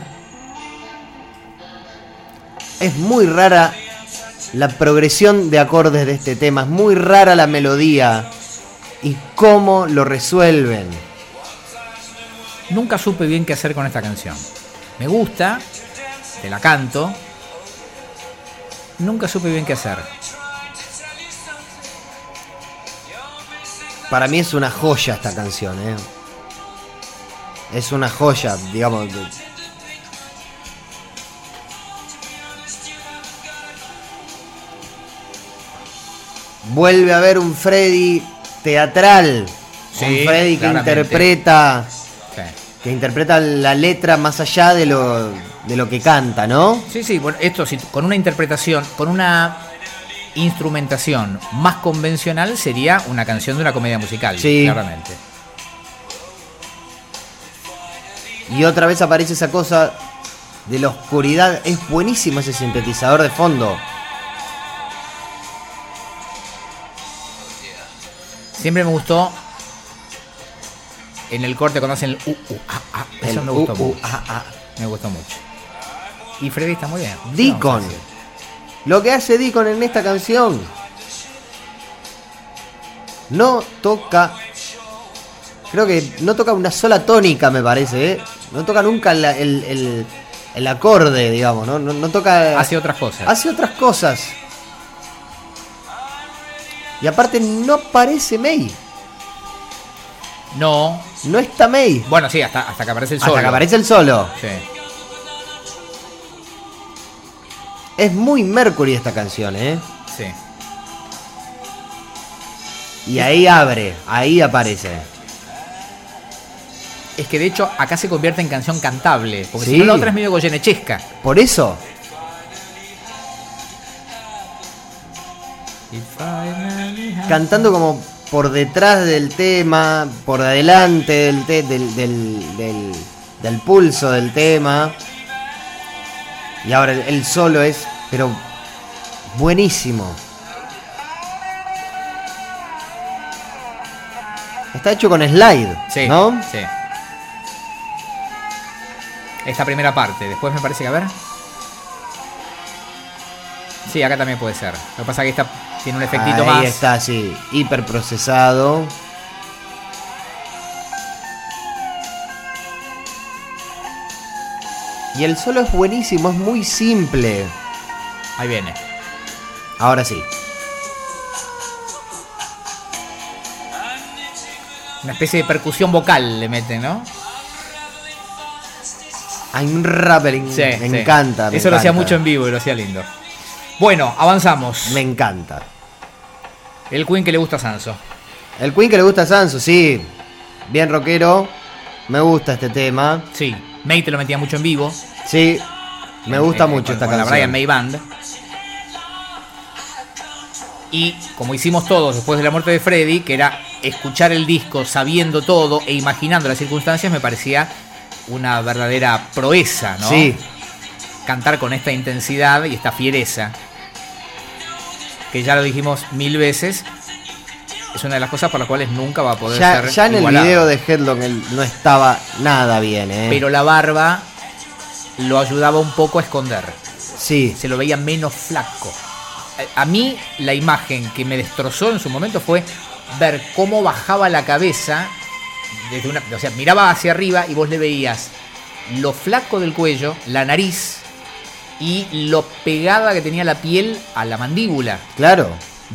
[SPEAKER 3] es muy rara la progresión de acordes de este tema, es muy rara la melodía y cómo lo resuelven.
[SPEAKER 2] Nunca supe bien qué hacer con esta canción. Me gusta, te la canto. Nunca supe bien qué hacer.
[SPEAKER 3] Para mí es una joya esta canción, ¿eh? Es una joya, digamos. de- Vuelve a ver un Freddy teatral.
[SPEAKER 2] Sí,
[SPEAKER 3] un Freddy que
[SPEAKER 2] claramente.
[SPEAKER 3] interpreta.
[SPEAKER 2] Sí.
[SPEAKER 3] Que interpreta la letra más allá de lo, de lo que canta, ¿no?
[SPEAKER 2] Sí, sí, bueno, esto sí, con una interpretación, con una instrumentación más convencional sería una canción de una comedia musical,
[SPEAKER 3] Sí.
[SPEAKER 2] claramente.
[SPEAKER 3] Y otra vez aparece esa cosa de la oscuridad. Es buenísimo ese sintetizador de fondo.
[SPEAKER 2] Siempre me gustó en el corte cuando hacen el uh, uh, ah, ah, eso
[SPEAKER 3] El
[SPEAKER 2] me gustó
[SPEAKER 3] uh, uh,
[SPEAKER 2] mucho.
[SPEAKER 3] ah, ah.
[SPEAKER 2] Me gustó mucho. Y Freddy está muy bien.
[SPEAKER 3] Deacon.
[SPEAKER 2] No, sí.
[SPEAKER 3] Lo que hace Deacon en esta canción. No toca. Creo que no toca una sola tónica, me parece. ¿eh? No toca nunca la- el, el- el acorde, digamos. No, no, no toca.
[SPEAKER 2] Hace otras cosas.
[SPEAKER 3] hace otras cosas. Y aparte, no aparece May.
[SPEAKER 2] No.
[SPEAKER 3] No está May.
[SPEAKER 2] Bueno, sí, hasta, hasta que aparece el sol.
[SPEAKER 3] Hasta que aparece el solo.
[SPEAKER 2] Sí.
[SPEAKER 3] Es muy Mercury esta canción, ¿eh?
[SPEAKER 2] Sí.
[SPEAKER 3] Y ahí abre, ahí aparece.
[SPEAKER 2] Es que de hecho acá se convierte en canción cantable. Porque si
[SPEAKER 3] Sí.
[SPEAKER 2] no, la otra es medio goyenechesca.
[SPEAKER 3] Por eso, cantando como por detrás del tema, por adelante del, te- del, del, del, del pulso del tema. Y ahora el, el solo es, pero buenísimo. Está hecho con slide,
[SPEAKER 2] Sí.
[SPEAKER 3] ¿no?
[SPEAKER 2] Sí. Esta primera parte. Después me parece que a ver. Sí, acá también puede ser. Lo que pasa es que esta tiene un efectito
[SPEAKER 3] Ahí
[SPEAKER 2] más.
[SPEAKER 3] está, sí, hiperprocesado. Y el solo es buenísimo, es muy simple.
[SPEAKER 2] Ahí viene.
[SPEAKER 3] Ahora sí.
[SPEAKER 2] Una especie de percusión vocal le meten, ¿no?
[SPEAKER 3] Hay un rappering.
[SPEAKER 2] Sí,
[SPEAKER 3] Mm, me
[SPEAKER 2] sí.
[SPEAKER 3] encanta. me
[SPEAKER 2] Eso lo hacía
[SPEAKER 3] encanta.
[SPEAKER 2] mucho en vivo y lo hacía lindo. Bueno, avanzamos.
[SPEAKER 3] Me encanta.
[SPEAKER 2] El Queen que le gusta a Sanso.
[SPEAKER 3] El Queen que le gusta a Sanso, sí. Bien rockero. Me gusta este tema.
[SPEAKER 2] Sí. May te lo metía mucho en vivo.
[SPEAKER 3] Sí. Me gusta
[SPEAKER 2] Eh,
[SPEAKER 3] mucho
[SPEAKER 2] con-
[SPEAKER 3] esta
[SPEAKER 2] con
[SPEAKER 3] canción.
[SPEAKER 2] La Brian May Band. Y como hicimos todos después de la muerte de Freddy, que era escuchar el disco sabiendo todo e imaginando las circunstancias, me parecía una verdadera proeza, ¿no?
[SPEAKER 3] Sí.
[SPEAKER 2] Cantar con esta intensidad y esta fiereza, que ya lo dijimos mil veces, es una de las cosas por las cuales nunca va a poder
[SPEAKER 3] Ya,
[SPEAKER 2] ser
[SPEAKER 3] ya en el
[SPEAKER 2] igualado.
[SPEAKER 3] video de Headlock él no estaba nada bien, ¿eh?
[SPEAKER 2] Pero la barba lo ayudaba un poco a esconder.
[SPEAKER 3] sí.
[SPEAKER 2] se lo veía menos flaco. A a mí la imagen que me destrozó en su momento fue ver cómo bajaba la cabeza desde una, o sea, miraba hacia arriba y vos le veías lo flaco del cuello, la nariz y lo pegada que tenía la piel a la mandíbula.
[SPEAKER 3] Claro.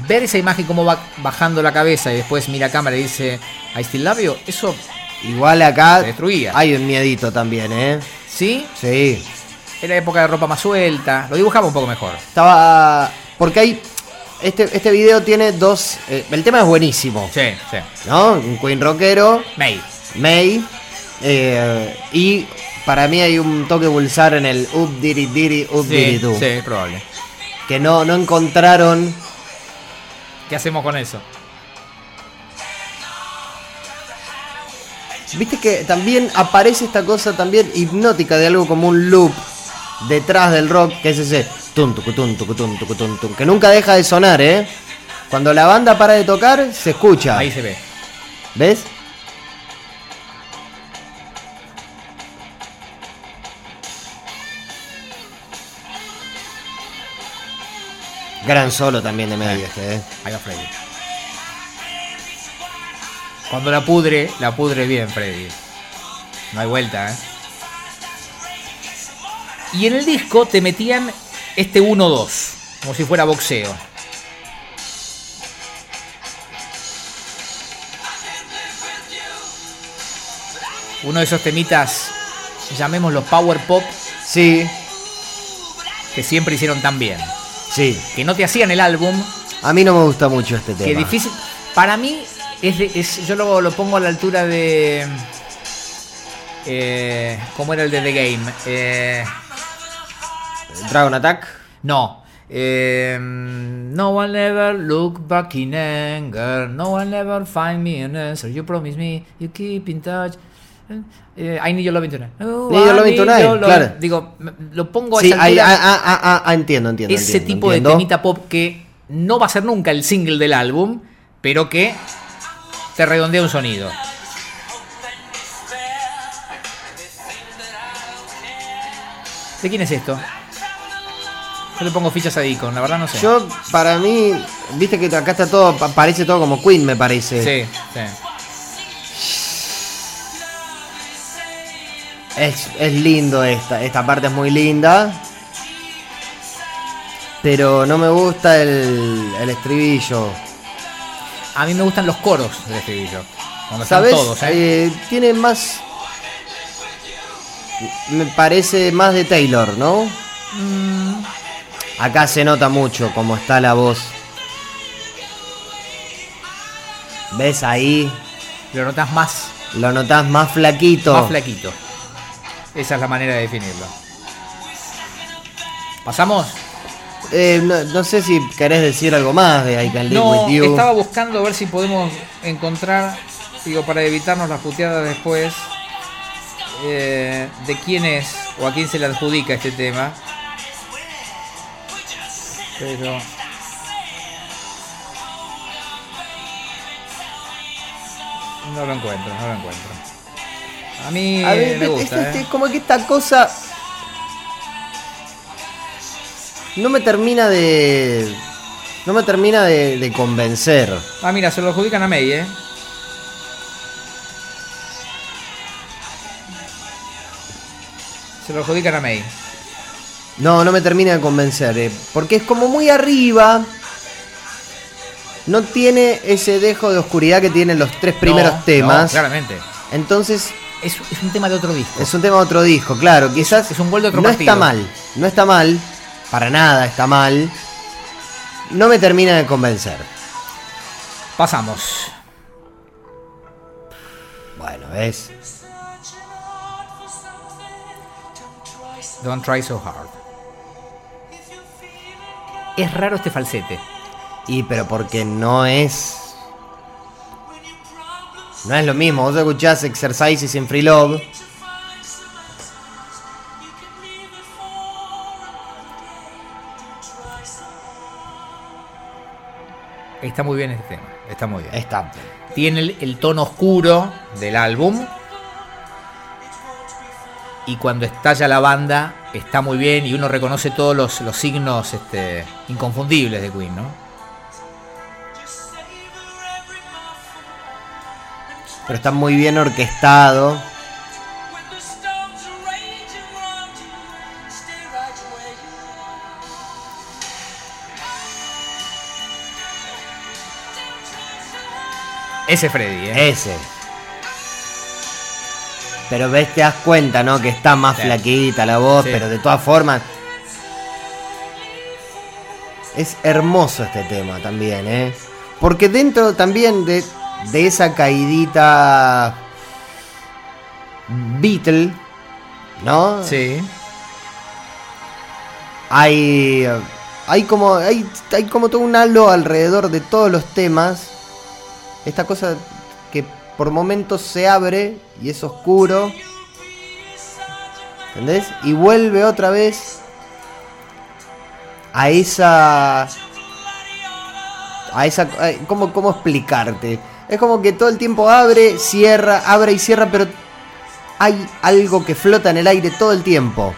[SPEAKER 2] Ver esa imagen cómo va bajando la cabeza y después mira a cámara y dice I Still Love You, eso
[SPEAKER 3] Igual acá
[SPEAKER 2] Se destruía.
[SPEAKER 3] hay un miedito también, ¿eh?
[SPEAKER 2] sí,
[SPEAKER 3] Sí.
[SPEAKER 2] era época de ropa más suelta, lo dibujaba un poco mejor.
[SPEAKER 3] Estaba. Porque hay. Este, este video tiene dos. eh, el tema es buenísimo.
[SPEAKER 2] Sí, sí.
[SPEAKER 3] ¿No? Un Queen rockero,
[SPEAKER 2] May.
[SPEAKER 3] May. eh, y para mí hay un toque pulsar en el up diri diri up
[SPEAKER 2] Sí,
[SPEAKER 3] diri du,
[SPEAKER 2] sí, es probable.
[SPEAKER 3] Que no, no encontraron.
[SPEAKER 2] ¿Qué hacemos con eso?
[SPEAKER 3] Viste que también aparece esta cosa también hipnótica de algo como un loop detrás del rock, que es ese tun, tucu, tun, tucu, tun, tucu, tun, tun, que nunca deja de sonar, ¿eh? Cuando la banda para de tocar, se escucha.
[SPEAKER 2] Ahí se ve.
[SPEAKER 3] ¿Ves? Gran solo también de medio este, ¿eh?
[SPEAKER 2] Ahí va Freddy. Cuando la pudre, la pudre bien, Freddy. No hay vuelta, ¿eh? Y en el disco te metían este 1-2, como si fuera boxeo. Uno de esos temitas, llamémoslos power pop,
[SPEAKER 3] Sí,
[SPEAKER 2] que siempre hicieron tan bien.
[SPEAKER 3] sí.
[SPEAKER 2] Que no te hacían el álbum,
[SPEAKER 3] A mí no me gusta mucho este tema.
[SPEAKER 2] Que difícil. Para mí, es de- es- yo lo, lo pongo a la altura de. Eh, ¿Cómo era el de The Game? Eh,
[SPEAKER 3] Dragon Attack.
[SPEAKER 2] no. Eh, no one ever look back in anger. No one ever find me an answer. You promise me. You keep in touch. Eh, I need your loving tonight. Oh,
[SPEAKER 3] Need your
[SPEAKER 2] I
[SPEAKER 3] loving
[SPEAKER 2] need
[SPEAKER 3] tonight,
[SPEAKER 2] your loving-
[SPEAKER 3] claro.
[SPEAKER 2] Digo, me- lo pongo a
[SPEAKER 3] Sí,
[SPEAKER 2] esa
[SPEAKER 3] ahí,
[SPEAKER 2] altura.
[SPEAKER 3] ah, ah, ah, ah, ah, entiendo, entiendo.
[SPEAKER 2] Pues ese
[SPEAKER 3] entiendo,
[SPEAKER 2] tipo
[SPEAKER 3] entiendo.
[SPEAKER 2] de temita pop que no va a ser nunca el single del álbum, pero que te redondea un sonido. ¿De quién es esto? Yo le pongo fichas a Deacon, la verdad no sé.
[SPEAKER 3] Yo, para mí, viste que acá está todo, pa- parece todo como Queen, me parece.
[SPEAKER 2] Sí, sí.
[SPEAKER 3] Es, es lindo esta, esta parte es muy linda. Pero no me gusta el, el estribillo.
[SPEAKER 2] A mí me gustan los coros del estribillo. Cuando están
[SPEAKER 3] ¿Sabes?
[SPEAKER 2] todos, ¿eh?
[SPEAKER 3] Eh, tiene más. Me parece más de Taylor, ¿no? Acá se nota mucho cómo está la voz. ¿Ves ahí?
[SPEAKER 2] Lo notas más,
[SPEAKER 3] Lo notás más flaquito.
[SPEAKER 2] más flaquito. Esa es la manera de definirlo. ¿Pasamos?
[SPEAKER 3] Eh, no, no sé si querés decir algo más de I Can Live
[SPEAKER 2] No,
[SPEAKER 3] With You.
[SPEAKER 2] estaba buscando a ver si podemos encontrar, digo, para evitarnos las puteadas después, eh, de quién es o a quién se le adjudica este tema. Pero... No lo encuentro, no lo encuentro. A mí
[SPEAKER 3] A ver, este
[SPEAKER 2] me
[SPEAKER 3] es-
[SPEAKER 2] gusta.
[SPEAKER 3] es-
[SPEAKER 2] eh.
[SPEAKER 3] es como que esta cosa no me termina de no me termina de, de convencer.
[SPEAKER 2] Ah, mira, se lo adjudican a May, ¿eh? Se lo adjudican a May.
[SPEAKER 3] No, no me termina de convencer, eh, porque es como muy arriba. No tiene ese dejo de oscuridad que tienen los tres primeros
[SPEAKER 2] No, no,
[SPEAKER 3] temas.
[SPEAKER 2] claramente.
[SPEAKER 3] Entonces
[SPEAKER 2] Es, es un tema de otro disco.
[SPEAKER 3] es un tema de otro disco, claro. Quizás
[SPEAKER 2] es un gol de otro
[SPEAKER 3] no
[SPEAKER 2] partido.
[SPEAKER 3] está mal, no está mal, para nada está mal. No me termina de convencer.
[SPEAKER 2] Pasamos.
[SPEAKER 3] Bueno, es
[SPEAKER 2] Don't try so hard. Es raro este falsete.
[SPEAKER 3] Y pero porque no es. No es lo mismo. Vos escuchás Exercises in Free Love.
[SPEAKER 2] Está muy bien este tema. Está muy bien.
[SPEAKER 3] Está.
[SPEAKER 2] Tiene el, el tono oscuro del álbum. Y cuando estalla la banda, está muy bien y uno reconoce todos los, los signos este, inconfundibles de Queen, ¿no?
[SPEAKER 3] Pero está muy bien orquestado.
[SPEAKER 2] Ese Freddy, ¿eh?
[SPEAKER 3] Ese. Pero ves, te das cuenta, ¿no? Que está más
[SPEAKER 2] Sí.
[SPEAKER 3] flaquita la voz,
[SPEAKER 2] Sí.
[SPEAKER 3] pero de todas formas. Es hermoso este tema también, ¿eh? Porque dentro también de, de esa caidita. Beatle, ¿no?
[SPEAKER 2] Sí.
[SPEAKER 3] Hay. eh, Hay como. Hay, hay como todo un halo alrededor de todos los temas. Esta cosa que por momentos se abre y es oscuro. ¿Entendés? Y vuelve otra vez a esa. A esa. a- ¿Cómo, cómo explicarte? Es como que todo el tiempo abre, cierra, abre y cierra, pero hay algo que flota en el aire todo el tiempo.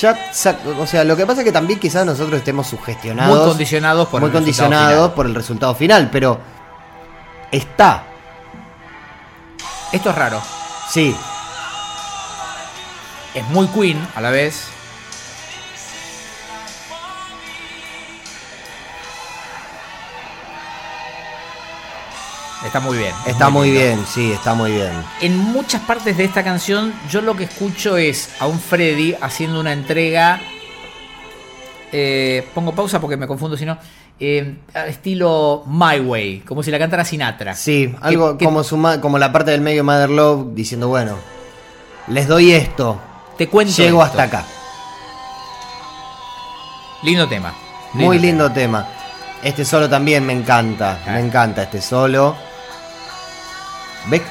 [SPEAKER 3] Ya, sa- o sea, lo que pasa es que también quizás nosotros estemos sugestionados.
[SPEAKER 2] Muy condicionados por
[SPEAKER 3] muy
[SPEAKER 2] el resultado
[SPEAKER 3] condicionados
[SPEAKER 2] final.
[SPEAKER 3] por el resultado final, pero está,
[SPEAKER 2] Esto es raro.
[SPEAKER 3] sí,
[SPEAKER 2] Es muy Queen a la vez. Está muy bien. es
[SPEAKER 3] está muy
[SPEAKER 2] lindo.
[SPEAKER 3] bien, sí, está muy bien.
[SPEAKER 2] En muchas partes de esta canción yo lo que escucho es a un Freddy haciendo una entrega... eh, pongo pausa porque me confundo si no. eh, al estilo My Way, como si la cantara Sinatra.
[SPEAKER 3] Sí,
[SPEAKER 2] Que-
[SPEAKER 3] algo
[SPEAKER 2] que
[SPEAKER 3] como su ma- como la parte del medio Mother Love diciendo, bueno, les doy esto,
[SPEAKER 2] Te cuento.
[SPEAKER 3] llego
[SPEAKER 2] esto.
[SPEAKER 3] hasta acá.
[SPEAKER 2] Lindo tema.
[SPEAKER 3] Muy lindo tema. Este solo también me encanta,
[SPEAKER 2] Ah.
[SPEAKER 3] me encanta este solo. ¿Ves?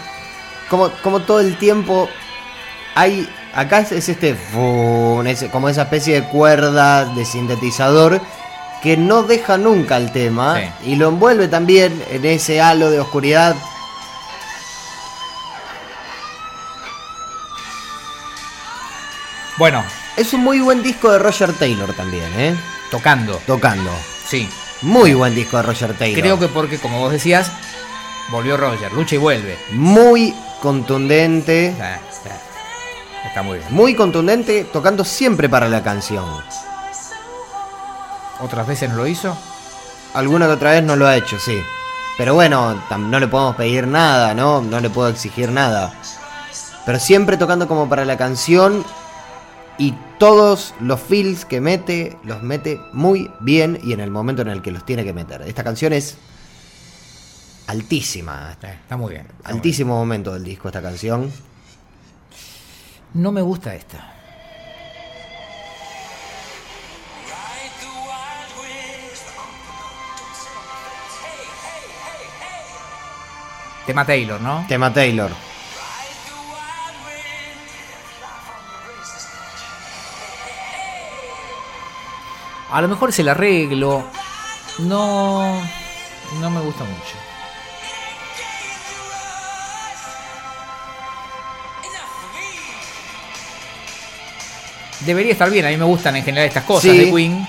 [SPEAKER 3] Como, como todo el tiempo hay... Acá es, es este... fun, es como esa especie de cuerda de sintetizador que no deja nunca el tema
[SPEAKER 2] Sí.
[SPEAKER 3] y lo envuelve también en ese halo de oscuridad.
[SPEAKER 2] tema. Bueno,
[SPEAKER 3] Es un muy buen disco de Roger Taylor también, ¿eh?
[SPEAKER 2] tocando.
[SPEAKER 3] Tocando.
[SPEAKER 2] Sí.
[SPEAKER 3] Muy buen disco de Roger Taylor.
[SPEAKER 2] Creo que porque, como vos decías, volvió Roger, lucha y vuelve.
[SPEAKER 3] Muy contundente.
[SPEAKER 2] Está, está. Está muy bien.
[SPEAKER 3] Muy contundente, tocando siempre para la canción.
[SPEAKER 2] Otras veces no lo hizo.
[SPEAKER 3] Alguna que otra vez no lo ha hecho, sí. Pero bueno, tam- no le podemos pedir nada, ¿no? No le puedo exigir nada. Pero siempre tocando como para la canción. Y todos los feels que mete, los mete muy bien y en el momento en el que los tiene que meter. Esta canción es altísima.
[SPEAKER 2] Eh, Está muy bien. está muy
[SPEAKER 3] Altísimo momento del disco esta canción.
[SPEAKER 2] bien. No me gusta esta. Tema Taylor, ¿no?
[SPEAKER 3] Tema Taylor.
[SPEAKER 2] A lo mejor es el arreglo. No. No me gusta mucho. Debería estar bien, a mí me gustan en general estas cosas
[SPEAKER 3] Sí.
[SPEAKER 2] de Queen.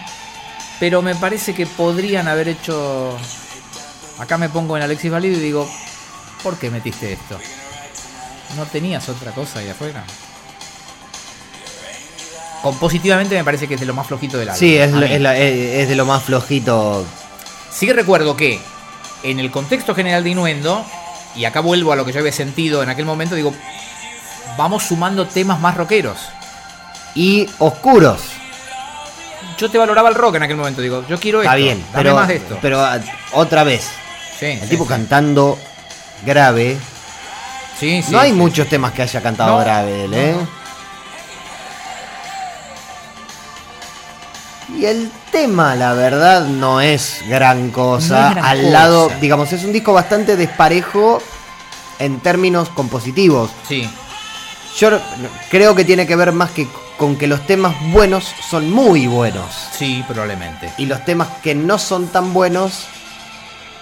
[SPEAKER 2] Pero me parece que podrían haber hecho. Acá me pongo en Alexis Valido y digo, ¿por qué metiste esto? ¿No tenías otra cosa ahí afuera? Compositivamente me parece que es de lo más flojito del álbum.
[SPEAKER 3] Sí, es,
[SPEAKER 2] a
[SPEAKER 3] la-
[SPEAKER 2] mí.
[SPEAKER 3] es la- es- es de lo más flojito
[SPEAKER 2] Sí que recuerdo que en el contexto general de Inuendo, y acá vuelvo a lo que yo había sentido en aquel momento, digo, vamos sumando temas más rockeros.
[SPEAKER 3] y oscuros.
[SPEAKER 2] Yo te valoraba el rock en aquel momento, digo, yo quiero
[SPEAKER 3] Está
[SPEAKER 2] esto,
[SPEAKER 3] bien,
[SPEAKER 2] dame
[SPEAKER 3] pero,
[SPEAKER 2] más de esto.
[SPEAKER 3] pero ah, otra vez,
[SPEAKER 2] Sí,
[SPEAKER 3] el
[SPEAKER 2] sí,
[SPEAKER 3] tipo
[SPEAKER 2] sí.
[SPEAKER 3] cantando grave.
[SPEAKER 2] Sí, sí,
[SPEAKER 3] no hay
[SPEAKER 2] sí.
[SPEAKER 3] muchos temas que haya cantado
[SPEAKER 2] No,
[SPEAKER 3] grave él,
[SPEAKER 2] no,
[SPEAKER 3] ¿eh? Y el tema, la verdad, no es gran cosa.
[SPEAKER 2] No es gran
[SPEAKER 3] Al lado,
[SPEAKER 2] cosa.
[SPEAKER 3] digamos, es un disco bastante desparejo en términos compositivos.
[SPEAKER 2] Sí,
[SPEAKER 3] Yo no- creo que tiene que ver más que con que los temas buenos son muy buenos.
[SPEAKER 2] sí, probablemente.
[SPEAKER 3] Y los temas que no son tan buenos,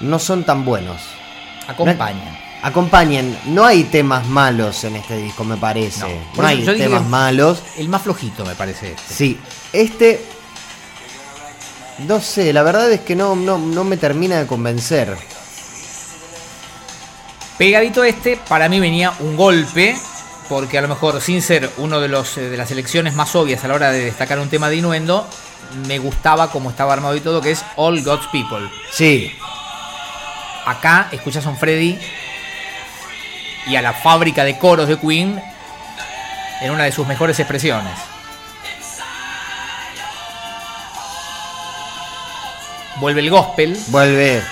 [SPEAKER 3] no son tan buenos.
[SPEAKER 2] Acompaña.
[SPEAKER 3] Acompañen, no hay temas malos en este disco, me parece.
[SPEAKER 2] No.
[SPEAKER 3] No,
[SPEAKER 2] Por eso
[SPEAKER 3] hay
[SPEAKER 2] yo dije-
[SPEAKER 3] temas malos.
[SPEAKER 2] El más flojito me parece este.
[SPEAKER 3] Sí, este. No sé, la verdad es que no, no, no me termina de convencer.
[SPEAKER 2] Pegadito a este, para mí venía un golpe, porque a lo mejor sin ser uno de los eh, de las elecciones más obvias a la hora de destacar un tema de Inuendo, me gustaba como estaba armado y todo, que es All God's People.
[SPEAKER 3] Sí,
[SPEAKER 2] Acá escuchas a un Freddy y a la fábrica de coros de Queen en una de sus mejores expresiones. Vuelve el gospel.
[SPEAKER 3] Vuelve.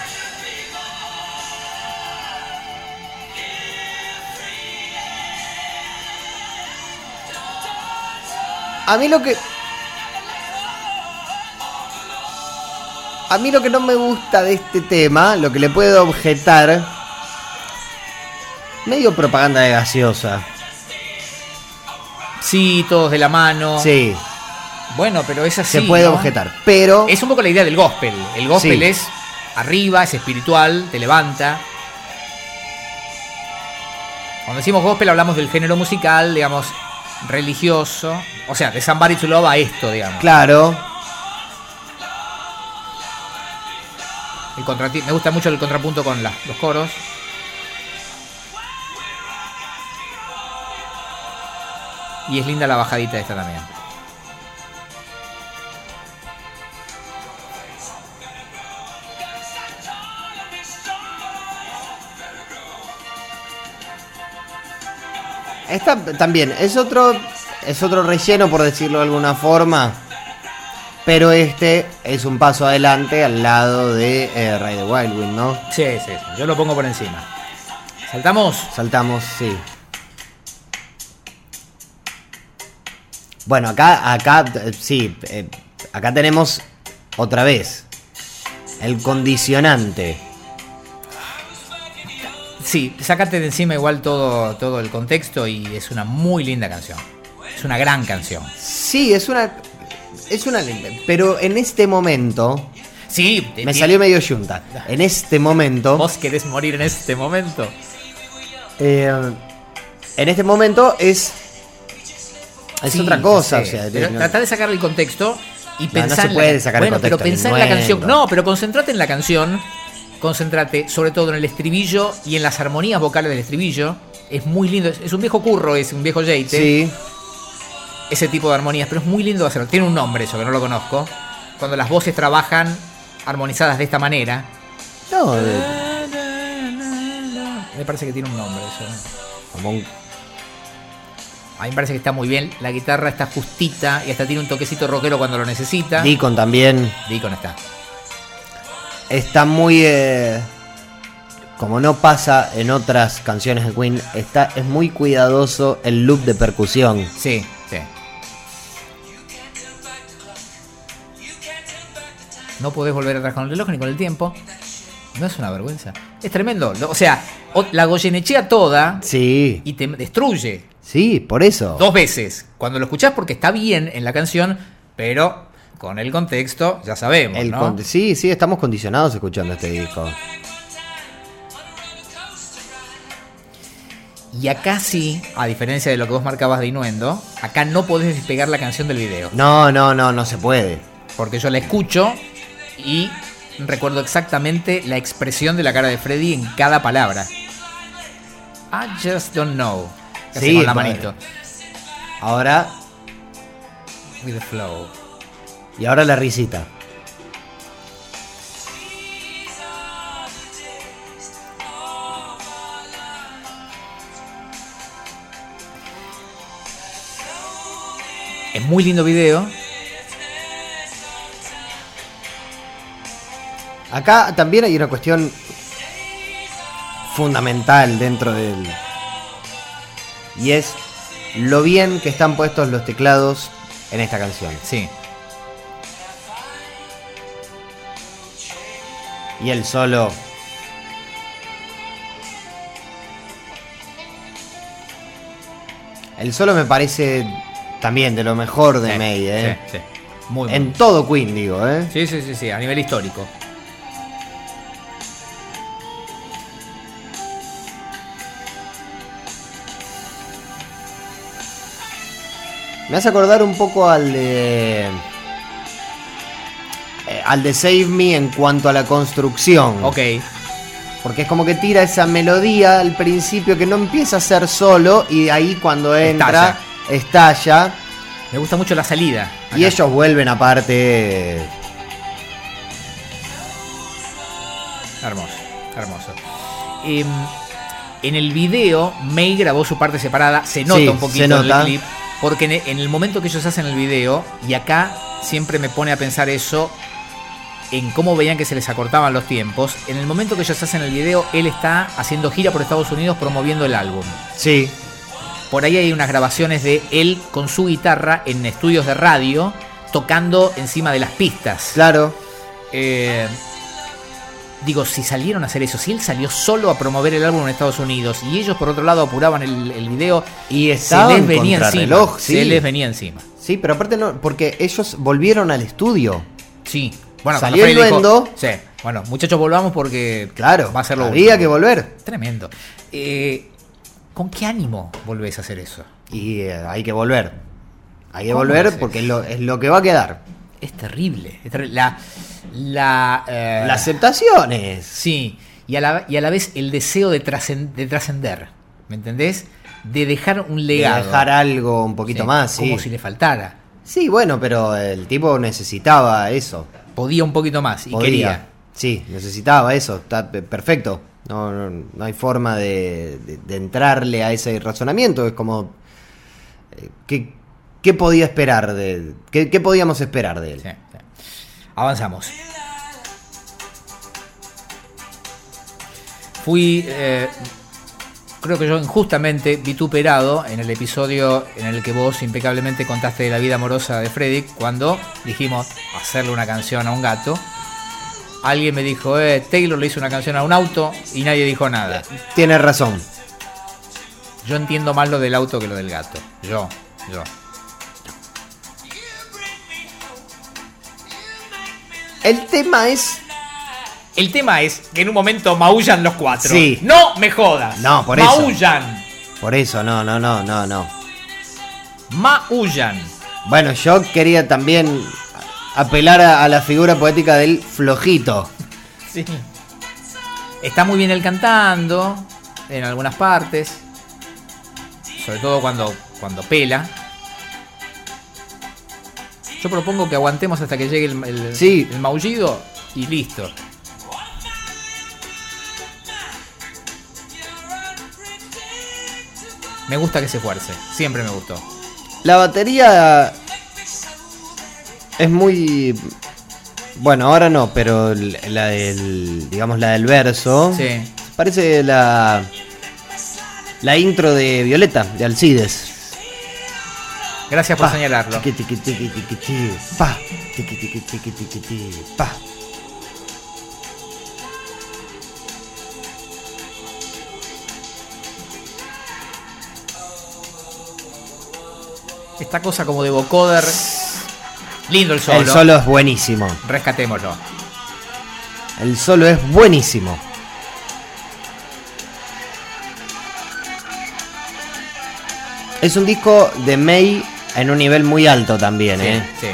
[SPEAKER 3] A mí lo que. A mí lo que no me gusta de este tema, lo que le puedo objetar. Medio propaganda de gaseosa.
[SPEAKER 2] Sí, todos de la mano.
[SPEAKER 3] Sí,
[SPEAKER 2] Bueno, pero es así.
[SPEAKER 3] se puede
[SPEAKER 2] ¿no?
[SPEAKER 3] objetar. Pero.
[SPEAKER 2] Es un poco la idea del gospel. El gospel
[SPEAKER 3] Sí.
[SPEAKER 2] es arriba, es espiritual, te levanta. Cuando decimos gospel hablamos del género musical, digamos, religioso. O sea, de Somebody to Love a esto, digamos.
[SPEAKER 3] Claro.
[SPEAKER 2] El contrati- me gusta mucho el contrapunto con la- los coros. Y es linda la bajadita esta también.
[SPEAKER 3] Esta también es otro es otro relleno por decirlo de alguna forma, pero este es un paso adelante al lado de eh, Ray de Wildwood, ¿no?
[SPEAKER 2] Sí, sí, sí. Yo lo pongo por encima. Saltamos.
[SPEAKER 3] Saltamos, sí. Bueno, acá acá eh, sí, eh, acá tenemos otra vez el condicionante.
[SPEAKER 2] Sí, sácate de encima igual todo, todo el contexto y es una muy linda canción. Es una gran canción.
[SPEAKER 3] Sí, es una es una pero en este momento
[SPEAKER 2] Sí, te-
[SPEAKER 3] me
[SPEAKER 2] te-
[SPEAKER 3] salió medio yunta. En este momento
[SPEAKER 2] Vos querés morir en este momento.
[SPEAKER 3] Eh, en este momento es. Es
[SPEAKER 2] Sí,
[SPEAKER 3] otra cosa,
[SPEAKER 2] sí,
[SPEAKER 3] o
[SPEAKER 2] sí.
[SPEAKER 3] sea.
[SPEAKER 2] Pero
[SPEAKER 3] no-
[SPEAKER 2] tratá de sacarle el contexto y
[SPEAKER 3] no
[SPEAKER 2] pensar.
[SPEAKER 3] se puede sacar el
[SPEAKER 2] bueno,
[SPEAKER 3] contexto,
[SPEAKER 2] pero pensá
[SPEAKER 3] ni
[SPEAKER 2] en la
[SPEAKER 3] muerto.
[SPEAKER 2] canción. No, pero concentrate en la canción. Concéntrate sobre todo en el estribillo y en las armonías vocales del estribillo. Es muy lindo. Es, es un viejo curro, es un viejo jeite.
[SPEAKER 3] sí,
[SPEAKER 2] ese tipo de armonías, pero es muy lindo hacerlo. Tiene un nombre eso, que no lo conozco. Cuando las voces trabajan armonizadas de esta manera.
[SPEAKER 3] no, de-
[SPEAKER 2] Me parece que tiene un nombre eso. ¿eh?
[SPEAKER 3] como un-
[SPEAKER 2] A mí me parece que está muy bien. La guitarra está justita y hasta tiene un toquecito rockero cuando lo necesita.
[SPEAKER 3] Deacon también.
[SPEAKER 2] Deacon está.
[SPEAKER 3] Está muy. eh, como no pasa en otras canciones de Queen, está, es muy cuidadoso el loop de percusión.
[SPEAKER 2] Sí, sí. No podés volver atrás con el reloj ni con el tiempo. No es una vergüenza. Es tremendo. Lo- O sea, o- la goyenechea toda
[SPEAKER 3] Sí,
[SPEAKER 2] y te destruye.
[SPEAKER 3] sí, por eso.
[SPEAKER 2] dos veces. Cuando lo escuchás porque está bien en la canción, pero con el contexto ya sabemos,
[SPEAKER 3] El
[SPEAKER 2] ¿no?
[SPEAKER 3] con- Sí, sí, estamos condicionados escuchando este disco.
[SPEAKER 2] Y acá sí, a diferencia de lo que vos marcabas de Inuendo, acá no podés despegar la canción del video.
[SPEAKER 3] No, no, no, no se puede.
[SPEAKER 2] Porque yo la escucho y recuerdo exactamente la expresión de la cara de Freddy en cada palabra. I just don't know. Que hace
[SPEAKER 3] Sí,
[SPEAKER 2] con la
[SPEAKER 3] padre.
[SPEAKER 2] manito.
[SPEAKER 3] Ahora,
[SPEAKER 2] With the flow.
[SPEAKER 3] y ahora la risita.
[SPEAKER 2] Es muy lindo video.
[SPEAKER 3] Acá también hay una cuestión fundamental dentro del... Y es lo bien que están puestos los teclados en esta canción.
[SPEAKER 2] Sí.
[SPEAKER 3] Y el solo... El solo me parece también de lo mejor de
[SPEAKER 2] Sí,
[SPEAKER 3] May, ¿eh?
[SPEAKER 2] sí, sí. Muy, muy
[SPEAKER 3] En todo Queen, digo, ¿eh?
[SPEAKER 2] Sí, sí, sí, sí, a nivel histórico.
[SPEAKER 3] Me hace acordar un poco al de... eh, Al de Save Me en cuanto a la construcción.
[SPEAKER 2] Ok.
[SPEAKER 3] Porque es como que tira esa melodía al principio que no empieza a ser solo y de ahí cuando entra estalla.
[SPEAKER 2] Me gusta mucho la salida. acá.
[SPEAKER 3] y ellos vuelven aparte.
[SPEAKER 2] Hermoso. Hermoso. Eh, en el video, May grabó su parte separada. Se nota
[SPEAKER 3] Sí,
[SPEAKER 2] un poquito
[SPEAKER 3] se nota.
[SPEAKER 2] en el clip. Porque en e- en el momento que ellos hacen el video, y acá siempre me pone a pensar eso, en cómo veían que se les acortaban los tiempos. En el momento que ellos hacen el video, él está haciendo gira por Estados Unidos promoviendo el álbum.
[SPEAKER 3] Sí,
[SPEAKER 2] Por ahí hay unas grabaciones de él con su guitarra en estudios de radio, tocando encima de las pistas.
[SPEAKER 3] claro.
[SPEAKER 2] Eh, digo, si salieron a hacer eso, si él salió solo a promover el álbum en Estados Unidos y ellos por otro lado apuraban el, el video,
[SPEAKER 3] Y
[SPEAKER 2] se
[SPEAKER 3] estaban
[SPEAKER 2] les venía encima.
[SPEAKER 3] contrarreloj, sí.
[SPEAKER 2] Se les venía encima.
[SPEAKER 3] Sí, pero aparte no, porque ellos volvieron al estudio.
[SPEAKER 2] Sí. Bueno,
[SPEAKER 3] Salió
[SPEAKER 2] cuando Freddy dijo-
[SPEAKER 3] Luendo.
[SPEAKER 2] Sí. Bueno, muchachos, volvamos porque
[SPEAKER 3] Claro,
[SPEAKER 2] va a ser lo
[SPEAKER 3] había
[SPEAKER 2] último.
[SPEAKER 3] que volver.
[SPEAKER 2] Tremendo. Eh, ¿Con qué ánimo volvés a hacer eso?
[SPEAKER 3] Y eh, hay que volver. Hay que
[SPEAKER 2] ¿Cómo
[SPEAKER 3] volver
[SPEAKER 2] haces?
[SPEAKER 3] porque es lo, es lo que va a quedar.
[SPEAKER 2] Es terrible. es terrible. La. La. eh,
[SPEAKER 3] La aceptación es.
[SPEAKER 2] Sí, y a la, y a la vez el deseo de trascen- de trascender, ¿me entendés? De dejar un
[SPEAKER 3] de
[SPEAKER 2] legado.
[SPEAKER 3] Dejar algo un poquito
[SPEAKER 2] Sí,
[SPEAKER 3] más, sí.
[SPEAKER 2] Como si le faltara.
[SPEAKER 3] Sí, bueno, pero el tipo necesitaba eso.
[SPEAKER 2] Podía un poquito más y
[SPEAKER 3] Podía.
[SPEAKER 2] quería.
[SPEAKER 3] Sí, necesitaba eso. Está pe- perfecto. No, no, no hay forma de, de- de entrarle a ese razonamiento. Es como. eh, ¿Qué, qué podía esperar de él? ¿Qué, qué podíamos esperar de él?
[SPEAKER 2] Sí, sí. Avanzamos. Fui, eh, creo que yo injustamente vituperado en el episodio en el que vos impecablemente contaste de la vida amorosa de Freddy cuando dijimos hacerle una canción a un gato. Alguien me dijo, eh, Taylor le hizo una canción a un auto y nadie dijo nada.
[SPEAKER 3] Tienes razón.
[SPEAKER 2] Yo entiendo más lo del auto que lo del gato. Yo, yo.
[SPEAKER 3] El tema es.
[SPEAKER 2] El tema es que en un momento maullan los cuatro.
[SPEAKER 3] Sí.
[SPEAKER 2] No me jodas.
[SPEAKER 3] No, por eso.
[SPEAKER 2] maullan.
[SPEAKER 3] Por eso, no, no, no, no, no.
[SPEAKER 2] Maullan.
[SPEAKER 3] Bueno, yo quería también apelar a, a la figura poética del flojito.
[SPEAKER 2] Sí. Está muy bien él cantando en algunas partes. Sobre todo cuando, cuando pela. Yo propongo que aguantemos hasta que llegue el, el-
[SPEAKER 3] Sí.
[SPEAKER 2] el maullido y listo. Me gusta que se esfuerce. Siempre me gustó.
[SPEAKER 3] La batería es muy bueno, ahora no, pero l- la del digamos la del verso
[SPEAKER 2] Sí.
[SPEAKER 3] parece la la intro de Violeta de Alcides.
[SPEAKER 2] Gracias por señalarlo.
[SPEAKER 3] Tiqui, tiqui, tiqui, tiqui, ti, pa, tiqui, tiqui, tiqui, tiqui, ti, pa.
[SPEAKER 2] Esta cosa como de vocoder. Lindo el solo.
[SPEAKER 3] El solo es buenísimo.
[SPEAKER 2] Rescatémoslo.
[SPEAKER 3] El solo es buenísimo. Es un disco de May en un nivel muy alto también,
[SPEAKER 2] Sí,
[SPEAKER 3] ¿eh?
[SPEAKER 2] sí.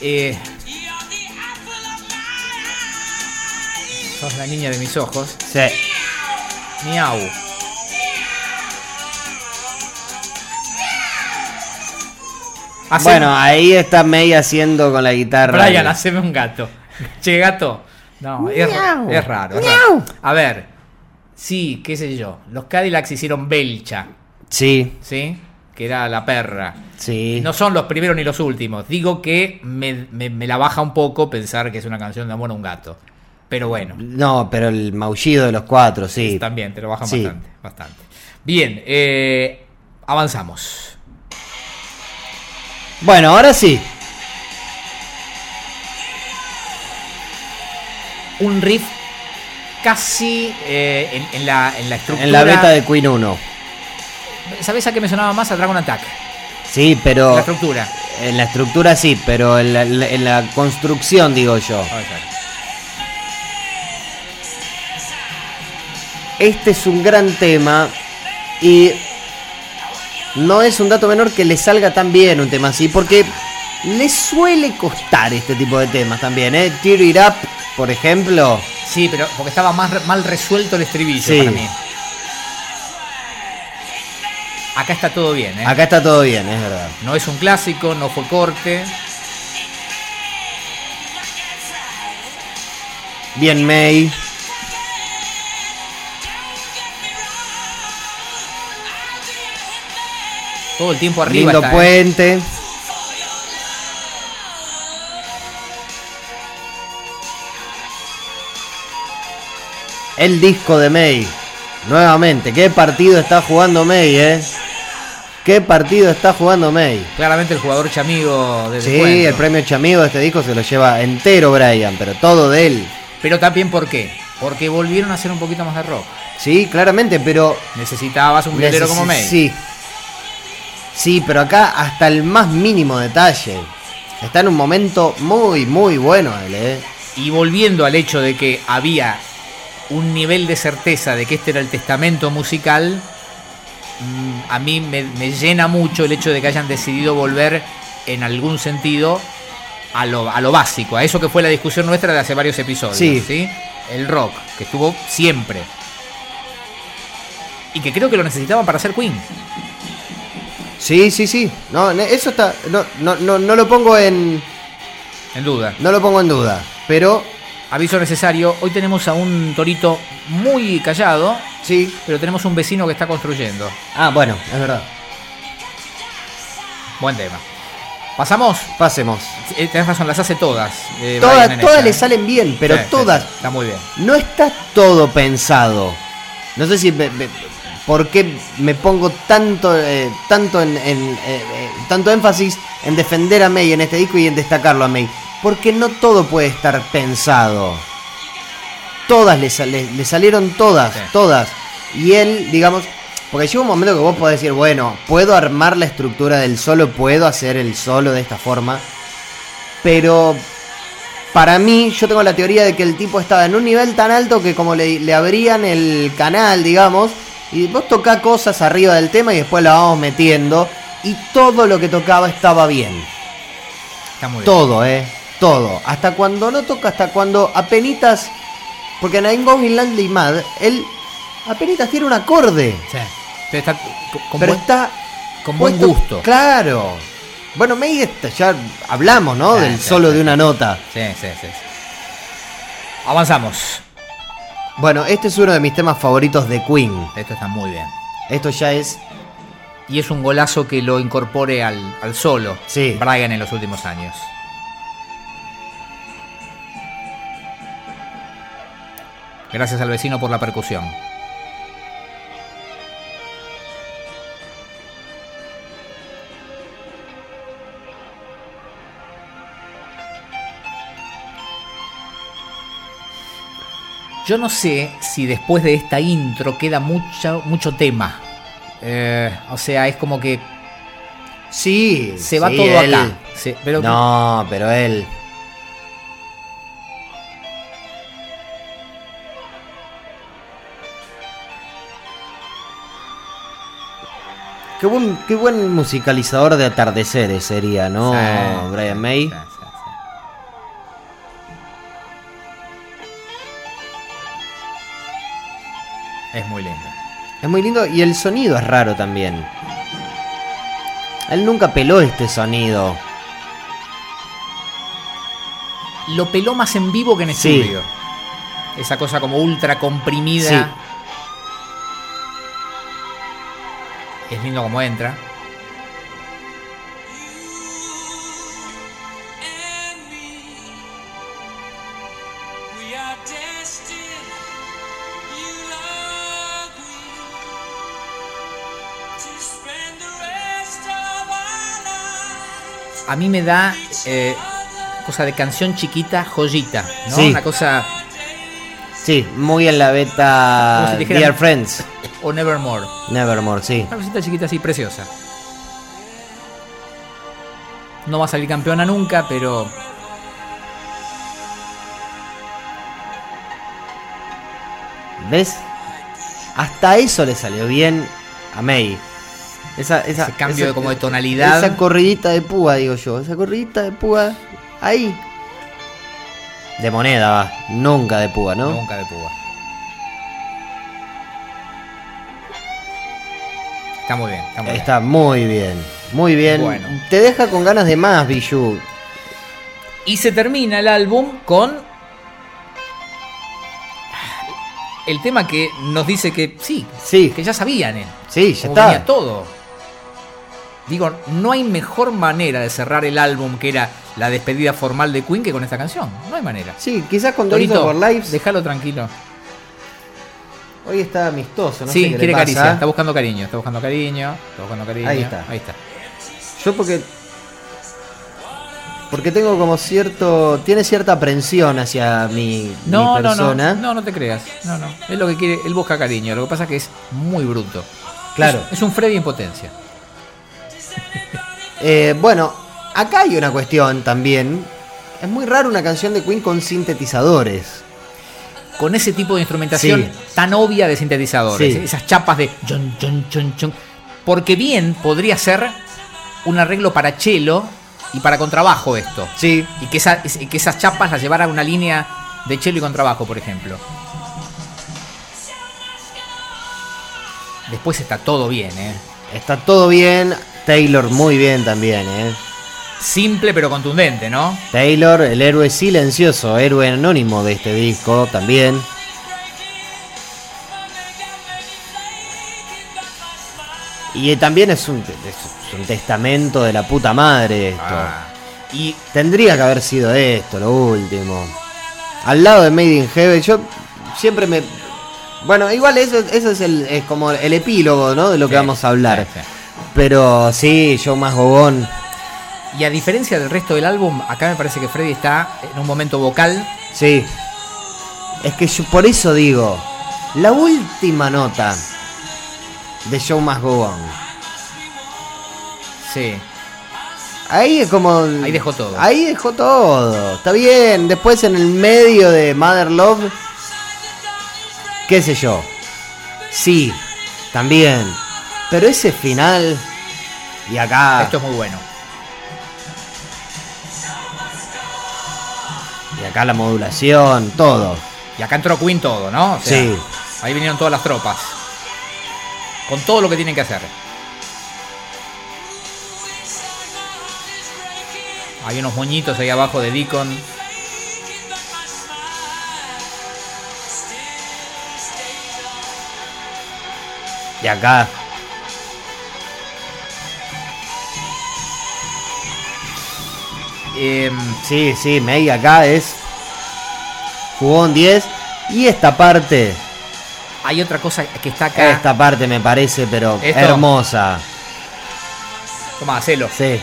[SPEAKER 2] Eh, sos la niña de mis ojos.
[SPEAKER 3] Sí.
[SPEAKER 2] Miau. Haceme-
[SPEAKER 3] Bueno, ahí está May haciendo con la guitarra.
[SPEAKER 2] Brian,
[SPEAKER 3] el-
[SPEAKER 2] haceme un gato. [LAUGHS] Che, gato. No, es,
[SPEAKER 3] Miau.
[SPEAKER 2] es raro. es
[SPEAKER 3] Miau.
[SPEAKER 2] raro. A ver. Sí, qué sé yo. Los Cadillacs hicieron Belcha,
[SPEAKER 3] Sí,
[SPEAKER 2] ¿sí? Que era la perra.
[SPEAKER 3] sí.
[SPEAKER 2] No son los primeros ni los últimos. Digo que me, me- me la baja un poco pensar que es una canción de amor a un gato. Pero bueno,
[SPEAKER 3] No, pero el maullido de los cuatro, sí.
[SPEAKER 2] también te lo bajan
[SPEAKER 3] Sí.
[SPEAKER 2] bastante, bastante. Bien, eh, avanzamos.
[SPEAKER 3] Bueno, ahora sí.
[SPEAKER 2] Un riff casi eh, en, en la, en la estructura.
[SPEAKER 3] En la beta de Queen 1.
[SPEAKER 2] ¿Sabés a qué me sonaba más? A Dragon Attack.
[SPEAKER 3] Sí,
[SPEAKER 2] La
[SPEAKER 3] pero.
[SPEAKER 2] estructura.
[SPEAKER 3] En la estructura sí, pero en la, en la construcción, digo yo.
[SPEAKER 2] A ver, a ver.
[SPEAKER 3] Este es un gran tema y no es un dato menor que le salga tan bien un tema así, porque le suele costar este tipo de temas también, ¿eh? Tear It Up, por ejemplo.
[SPEAKER 2] Sí, pero porque estaba más re- mal resuelto el estribillo
[SPEAKER 3] Sí.
[SPEAKER 2] para mí. Acá está todo bien, ¿eh?
[SPEAKER 3] Acá está todo bien, es verdad.
[SPEAKER 2] No es un clásico, no fue corte.
[SPEAKER 3] Bien, May.
[SPEAKER 2] Todo el tiempo arriba.
[SPEAKER 3] Lindo
[SPEAKER 2] está,
[SPEAKER 3] pues.
[SPEAKER 2] ¿eh?
[SPEAKER 3] puente. El disco de May. Nuevamente, qué partido está jugando May, ¿eh? ¿Qué partido está jugando May?
[SPEAKER 2] Claramente el jugador chamigo del
[SPEAKER 3] Sí,
[SPEAKER 2] encuentro.
[SPEAKER 3] el premio Chamigo de este disco se lo lleva entero Brian, pero todo de él.
[SPEAKER 2] Pero también por qué? Porque volvieron a hacer un poquito más de rock.
[SPEAKER 3] Sí, claramente, pero
[SPEAKER 2] Necesitabas un violero
[SPEAKER 3] Necesi-
[SPEAKER 2] como May.
[SPEAKER 3] Sí. Sí, pero acá hasta el más mínimo detalle. Está en un momento muy, muy bueno él, ¿eh?
[SPEAKER 2] Y volviendo al hecho de que había un nivel de certeza de que este era el testamento musical, mm, a mí me, me llena mucho el hecho de que hayan decidido volver en algún sentido a lo, a lo básico, a eso que fue la discusión nuestra de hace varios episodios.
[SPEAKER 3] Sí.
[SPEAKER 2] ¿sí? El rock, que estuvo siempre. Y que creo que lo necesitaban para ser Queen.
[SPEAKER 3] Sí, sí, sí. No, ne- eso está. No, no, no, no lo pongo en.
[SPEAKER 2] En duda.
[SPEAKER 3] No lo pongo en duda. Pero.
[SPEAKER 2] Aviso necesario, hoy tenemos a un torito muy callado,
[SPEAKER 3] Sí.
[SPEAKER 2] pero tenemos un vecino que está construyendo.
[SPEAKER 3] Ah, bueno, es verdad.
[SPEAKER 2] Buen tema. Pasamos.
[SPEAKER 3] Pasemos.
[SPEAKER 2] Eh, Tenés razón, las hace todas. eh, Brian
[SPEAKER 3] Todas,
[SPEAKER 2] en
[SPEAKER 3] todas
[SPEAKER 2] esta,
[SPEAKER 3] le
[SPEAKER 2] ¿eh?
[SPEAKER 3] salen bien, pero
[SPEAKER 2] Sí, sí,
[SPEAKER 3] todas.
[SPEAKER 2] sí, Está muy bien.
[SPEAKER 3] No está todo pensado. No sé si me- me- por qué me pongo tanto, eh, tanto, en, en, eh, eh, tanto énfasis en defender a May en este disco y en destacarlo a May. Porque no todo puede estar pensado. Todas le, sal- le- le salieron todas,
[SPEAKER 2] Sí.
[SPEAKER 3] todas. Y él, digamos, porque llega un momento que vos podés decir, bueno, puedo armar la estructura del solo, puedo hacer el solo de esta forma. Pero para mí, yo tengo la teoría de que el tipo estaba en un nivel tan alto que como le, le abrían el canal, digamos, y vos tocá cosas arriba del tema y después la vamos metiendo, y todo lo que tocaba estaba bien.
[SPEAKER 2] Está muy bien.
[SPEAKER 3] Todo, eh, todo. Hasta cuando no toca, hasta cuando apenitas, porque en I'm Going Land y Mad, él apenitas tiene un acorde,
[SPEAKER 2] Sí. Pero está con, con
[SPEAKER 3] pero
[SPEAKER 2] buen,
[SPEAKER 3] está
[SPEAKER 2] con buen
[SPEAKER 3] puesto-
[SPEAKER 2] gusto.
[SPEAKER 3] Claro. Bueno, May, está- ya hablamos, ¿no?
[SPEAKER 2] Sí,
[SPEAKER 3] Del
[SPEAKER 2] sí,
[SPEAKER 3] solo
[SPEAKER 2] sí,
[SPEAKER 3] de una
[SPEAKER 2] sí.
[SPEAKER 3] nota.
[SPEAKER 2] Sí, sí, sí. sí. Avanzamos.
[SPEAKER 3] Bueno, este es uno de mis temas favoritos de Queen.
[SPEAKER 2] Esto está muy bien.
[SPEAKER 3] Esto ya es.
[SPEAKER 2] Y es un golazo que lo incorpore al, al solo.
[SPEAKER 3] Sí.
[SPEAKER 2] Brian en los últimos años. Gracias al vecino por la percusión. Yo no sé si después de esta intro queda mucho, mucho tema. Eh, o sea, es como que
[SPEAKER 3] Sí.
[SPEAKER 2] se va
[SPEAKER 3] sí,
[SPEAKER 2] todo
[SPEAKER 3] él-
[SPEAKER 2] acá. Se- pero
[SPEAKER 3] No, pero él. Qué buen, qué buen musicalizador de atardeceres sería, ¿no?
[SPEAKER 2] Sí.
[SPEAKER 3] Brian May.
[SPEAKER 2] Sí, sí, sí. Es muy lindo.
[SPEAKER 3] Es muy lindo y el sonido es raro también. Él nunca peló este sonido.
[SPEAKER 2] Lo peló más en vivo que en
[SPEAKER 3] Sí.
[SPEAKER 2] estudio. Esa cosa como ultra comprimida. Es lindo como entra.
[SPEAKER 4] and me. We are destined, you love to spend the rest of our lives.
[SPEAKER 2] A mí me da eh, cosa de canción chiquita, joyita. ¿no?
[SPEAKER 3] Sí.
[SPEAKER 2] Una cosa.
[SPEAKER 3] Sí, muy en la
[SPEAKER 2] Como
[SPEAKER 3] beta
[SPEAKER 2] si dijeran-
[SPEAKER 3] Dear Friends.
[SPEAKER 2] O Nevermore.
[SPEAKER 3] Nevermore, sí.
[SPEAKER 2] Una cosita chiquita así, preciosa. No va a salir campeona nunca, pero
[SPEAKER 3] ¿Ves? Hasta eso le salió bien a May. Esa, esa-
[SPEAKER 2] ese cambio
[SPEAKER 3] esa-
[SPEAKER 2] de como de tonalidad.
[SPEAKER 3] Esa corridita de púa, digo yo. Esa corridita de púa. Ahí. De moneda, va. Nunca de púa, ¿no?
[SPEAKER 2] Nunca de púa. Está muy bien, está muy bien.
[SPEAKER 3] Está muy bien, muy bien.
[SPEAKER 2] Bueno.
[SPEAKER 3] Te deja con ganas de más, Bijou.
[SPEAKER 2] Y se termina el álbum con el tema que nos dice que sí,
[SPEAKER 3] Sí,
[SPEAKER 2] que ya sabían él.
[SPEAKER 3] sí, ya
[SPEAKER 2] como
[SPEAKER 3] está.
[SPEAKER 2] venía todo. Digo, no hay mejor manera de cerrar el álbum que era la despedida formal de Queen que con esta canción. No hay manera.
[SPEAKER 3] Sí, quizás con Dorito
[SPEAKER 2] Torito,
[SPEAKER 3] por Lives.
[SPEAKER 2] déjalo tranquilo.
[SPEAKER 3] Hoy está amistoso, no
[SPEAKER 2] sí,
[SPEAKER 3] sé qué
[SPEAKER 2] quiere
[SPEAKER 3] le pasa.
[SPEAKER 2] caricia, está buscando cariño, está buscando cariño, está buscando cariño.
[SPEAKER 3] Ahí está.
[SPEAKER 2] Ahí está.
[SPEAKER 3] Yo porque. Porque tengo como cierto. Tiene cierta aprensión hacia mi, mi
[SPEAKER 2] No, no, no,
[SPEAKER 3] persona.
[SPEAKER 2] no, no te creas. No, no. Es lo que quiere, él busca cariño. Lo que pasa es que es muy bruto.
[SPEAKER 3] Claro.
[SPEAKER 2] Es, es un Freddy en potencia.
[SPEAKER 3] Eh, bueno, acá hay una cuestión también. Es muy raro una canción de Queen con sintetizadores.
[SPEAKER 2] Con ese tipo de instrumentación
[SPEAKER 3] Sí.
[SPEAKER 2] tan obvia de sintetizadores, ¿eh?
[SPEAKER 3] Sí.
[SPEAKER 2] esas chapas de chon, chon, chon, chon. Porque bien podría ser un arreglo para cello y para contrabajo esto.
[SPEAKER 3] Sí.
[SPEAKER 2] Y que, esa- y que esas chapas las llevara a una línea de cello y contrabajo, por ejemplo. Después está todo bien, ¿eh?
[SPEAKER 3] Está todo bien. Taylor muy bien también, ¿eh?
[SPEAKER 2] Simple pero contundente, ¿no?
[SPEAKER 3] Taylor, el héroe silencioso, héroe anónimo de este disco también. Y eh, también es un, es un testamento de la puta madre esto.
[SPEAKER 2] Ah. Y
[SPEAKER 3] Tendría que haber sido esto, lo último. Al lado de Made in Heaven, yo siempre me... Bueno, igual eso, eso es, el, es como el epílogo, ¿no? De lo que
[SPEAKER 2] Sí,
[SPEAKER 3] vamos a hablar.
[SPEAKER 2] sí, sí.
[SPEAKER 3] Pero sí, yo más gogón.
[SPEAKER 2] Y a diferencia del resto del álbum, acá me parece que Freddy está en un momento vocal.
[SPEAKER 3] Sí. Es que yo por eso digo, la última nota de Show Más Go On.
[SPEAKER 2] Sí.
[SPEAKER 3] Ahí es como...
[SPEAKER 2] Ahí dejó todo.
[SPEAKER 3] Ahí dejó todo. Está bien. Después en el medio de Mother Love... ¿Qué sé yo? Sí, también. Pero ese final... Y acá...
[SPEAKER 2] Esto es muy bueno.
[SPEAKER 3] Y acá la modulación, todo.
[SPEAKER 2] Y acá entró Queen todo, ¿no? O sea,
[SPEAKER 3] Sí.
[SPEAKER 2] Ahí vinieron todas las tropas. Con todo lo que tienen que hacer. Hay unos moñitos ahí abajo de Deacon.
[SPEAKER 3] Y acá...
[SPEAKER 2] Em,
[SPEAKER 3] Sí, sí, May acá es jugón 10. Y esta parte,
[SPEAKER 2] hay otra cosa que está acá.
[SPEAKER 3] esta parte me parece, pero
[SPEAKER 2] Esto.
[SPEAKER 3] hermosa.
[SPEAKER 2] Toma, hacelo.
[SPEAKER 3] Sí.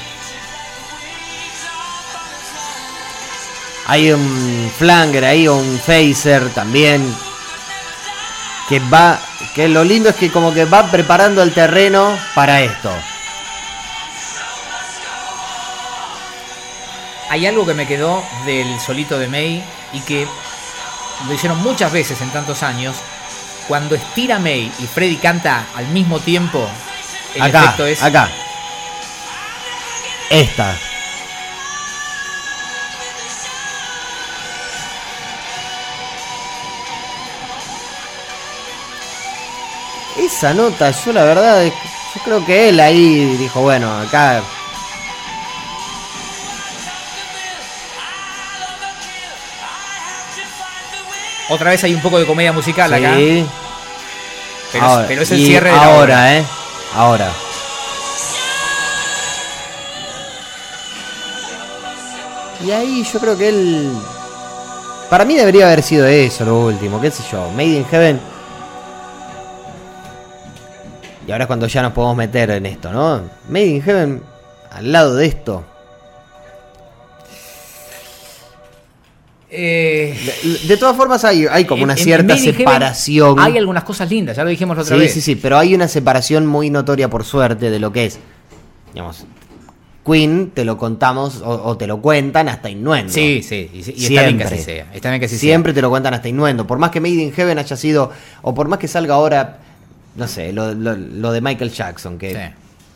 [SPEAKER 3] Hay un flanger ahí, un phaser también. Que va, que lo lindo es que como que va preparando el terreno para esto.
[SPEAKER 2] Hay algo que me quedó del solito de May y que lo hicieron muchas veces en tantos años. Cuando estira May y Freddy canta al mismo tiempo, el
[SPEAKER 3] acá,
[SPEAKER 2] efecto es.
[SPEAKER 3] acá. Esta. Esa nota, yo la verdad, es- yo creo que él ahí dijo, bueno, acá
[SPEAKER 2] Otra vez hay un poco de comedia musical acá.
[SPEAKER 3] sí.
[SPEAKER 2] Pero,
[SPEAKER 3] Ahora,
[SPEAKER 2] es, pero es el
[SPEAKER 3] y
[SPEAKER 2] cierre de la
[SPEAKER 3] ahora,
[SPEAKER 2] obra.
[SPEAKER 3] ¿eh? Ahora. Y ahí yo creo que él. Para mí debería haber sido eso lo último, qué sé yo. Made in Heaven. Y ahora es cuando ya nos podemos meter en esto, ¿no? Made in Heaven al lado de esto.
[SPEAKER 2] Eh,
[SPEAKER 3] De, de todas formas hay, hay como una
[SPEAKER 2] en- en
[SPEAKER 3] cierta
[SPEAKER 2] Made in Heaven
[SPEAKER 3] separación.
[SPEAKER 2] Hay algunas cosas lindas, ya lo dijimos la otra
[SPEAKER 3] Sí,
[SPEAKER 2] vez.
[SPEAKER 3] sí, sí, pero hay una separación muy notoria por suerte de lo que es, digamos, Queen, te lo contamos o, o te lo cuentan hasta innuendo.
[SPEAKER 2] Sí, sí, Y, y está bien que así
[SPEAKER 3] Siempre.
[SPEAKER 2] sea. Está bien que así
[SPEAKER 3] Siempre te lo cuentan hasta innuendo. Por más que Made in Heaven haya sido, o por más que salga ahora, no sé, lo, lo- lo de Michael Jackson, que
[SPEAKER 2] Sí.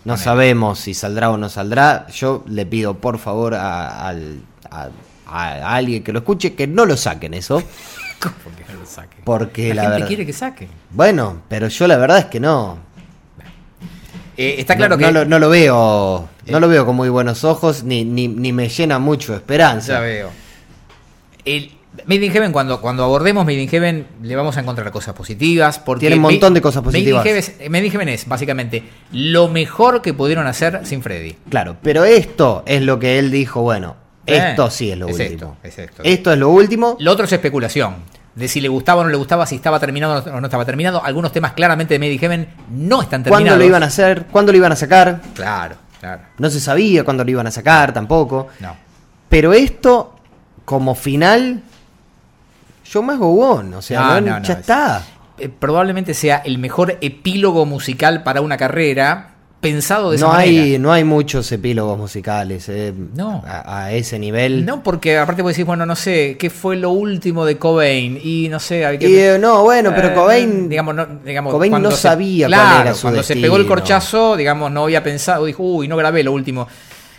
[SPEAKER 3] no
[SPEAKER 2] Ponele.
[SPEAKER 3] sabemos si saldrá o no saldrá, yo le pido por favor a, al- a- a alguien que lo escuche que no lo saquen eso,
[SPEAKER 2] sea. Porque no lo saque.
[SPEAKER 3] porque
[SPEAKER 2] La,
[SPEAKER 3] la,
[SPEAKER 2] gente
[SPEAKER 3] verdad...
[SPEAKER 2] quiere que saque.
[SPEAKER 3] Bueno, pero yo la verdad es que no.
[SPEAKER 2] Eh, está claro
[SPEAKER 3] no,
[SPEAKER 2] que.
[SPEAKER 3] no lo, no lo veo. No
[SPEAKER 2] Eh.
[SPEAKER 3] lo veo con muy buenos ojos, ni, ni, ni me llena mucho de esperanza.
[SPEAKER 2] Ya veo. El, Made in Heaven, cuando, cuando abordemos Made in Heaven, le vamos a encontrar cosas positivas. Porque
[SPEAKER 3] Tiene un
[SPEAKER 2] Ma-
[SPEAKER 3] montón de cosas
[SPEAKER 2] Made in
[SPEAKER 3] positivas.
[SPEAKER 2] Heaven es- eh, Made in Heaven es, básicamente, lo mejor que pudieron hacer sin Freddy.
[SPEAKER 3] Claro, pero esto es lo que él dijo, bueno,
[SPEAKER 2] Eh,
[SPEAKER 3] esto sí es lo
[SPEAKER 2] es
[SPEAKER 3] último.
[SPEAKER 2] esto, es esto.
[SPEAKER 3] es lo último.
[SPEAKER 2] Lo otro es especulación. De si le gustaba o no le gustaba, si estaba terminado o no estaba terminado. Algunos temas claramente de Made in Heaven no están terminados.
[SPEAKER 3] ¿Cuándo lo iban a hacer? ¿Cuándo lo iban a sacar?
[SPEAKER 2] Claro, claro.
[SPEAKER 3] No se sabía cuándo lo iban a sacar tampoco.
[SPEAKER 2] No.
[SPEAKER 3] Pero esto, como final, yo más gobón, o sea,
[SPEAKER 2] No,
[SPEAKER 3] no-
[SPEAKER 2] no, no,
[SPEAKER 3] ya
[SPEAKER 2] es-
[SPEAKER 3] está.
[SPEAKER 2] Eh, probablemente sea el mejor epílogo musical para una carrera pensado de esa
[SPEAKER 3] No
[SPEAKER 2] manera.
[SPEAKER 3] hay, no hay muchos epílogos musicales eh,
[SPEAKER 2] No.
[SPEAKER 3] a, a ese nivel.
[SPEAKER 2] No, porque aparte vos decís, bueno, no sé, ¿qué fue lo último de Cobain? Y no sé, hay que...
[SPEAKER 3] Y, eh, no, bueno, pero
[SPEAKER 2] Eh,
[SPEAKER 3] Cobain,
[SPEAKER 2] digamos, no, digamos,
[SPEAKER 3] Cobain
[SPEAKER 2] cuando
[SPEAKER 3] no
[SPEAKER 2] se-
[SPEAKER 3] sabía
[SPEAKER 2] claro,
[SPEAKER 3] cuál era su
[SPEAKER 2] cuando se
[SPEAKER 3] destino.
[SPEAKER 2] pegó el corchazo, digamos, no había pensado, dijo, uy, no grabé lo último.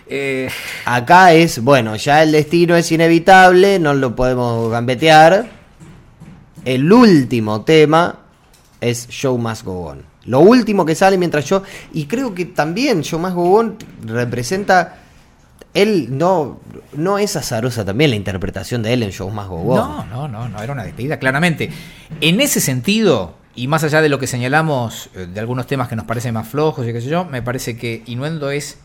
[SPEAKER 2] Eh,
[SPEAKER 3] Acá es, bueno, ya el destino es inevitable, no lo podemos gambetear. El último tema es Show Must Go On. Lo último que sale mientras yo. Y creo que también Show Must Go On representa. Él no, no es azarosa también la interpretación de él en Show Must Go On.
[SPEAKER 2] No, no, no, no, era una despedida, claramente. En ese sentido, y más allá de lo que señalamos eh, de algunos temas que nos parecen más flojos y qué sé yo, me parece que Inuendo es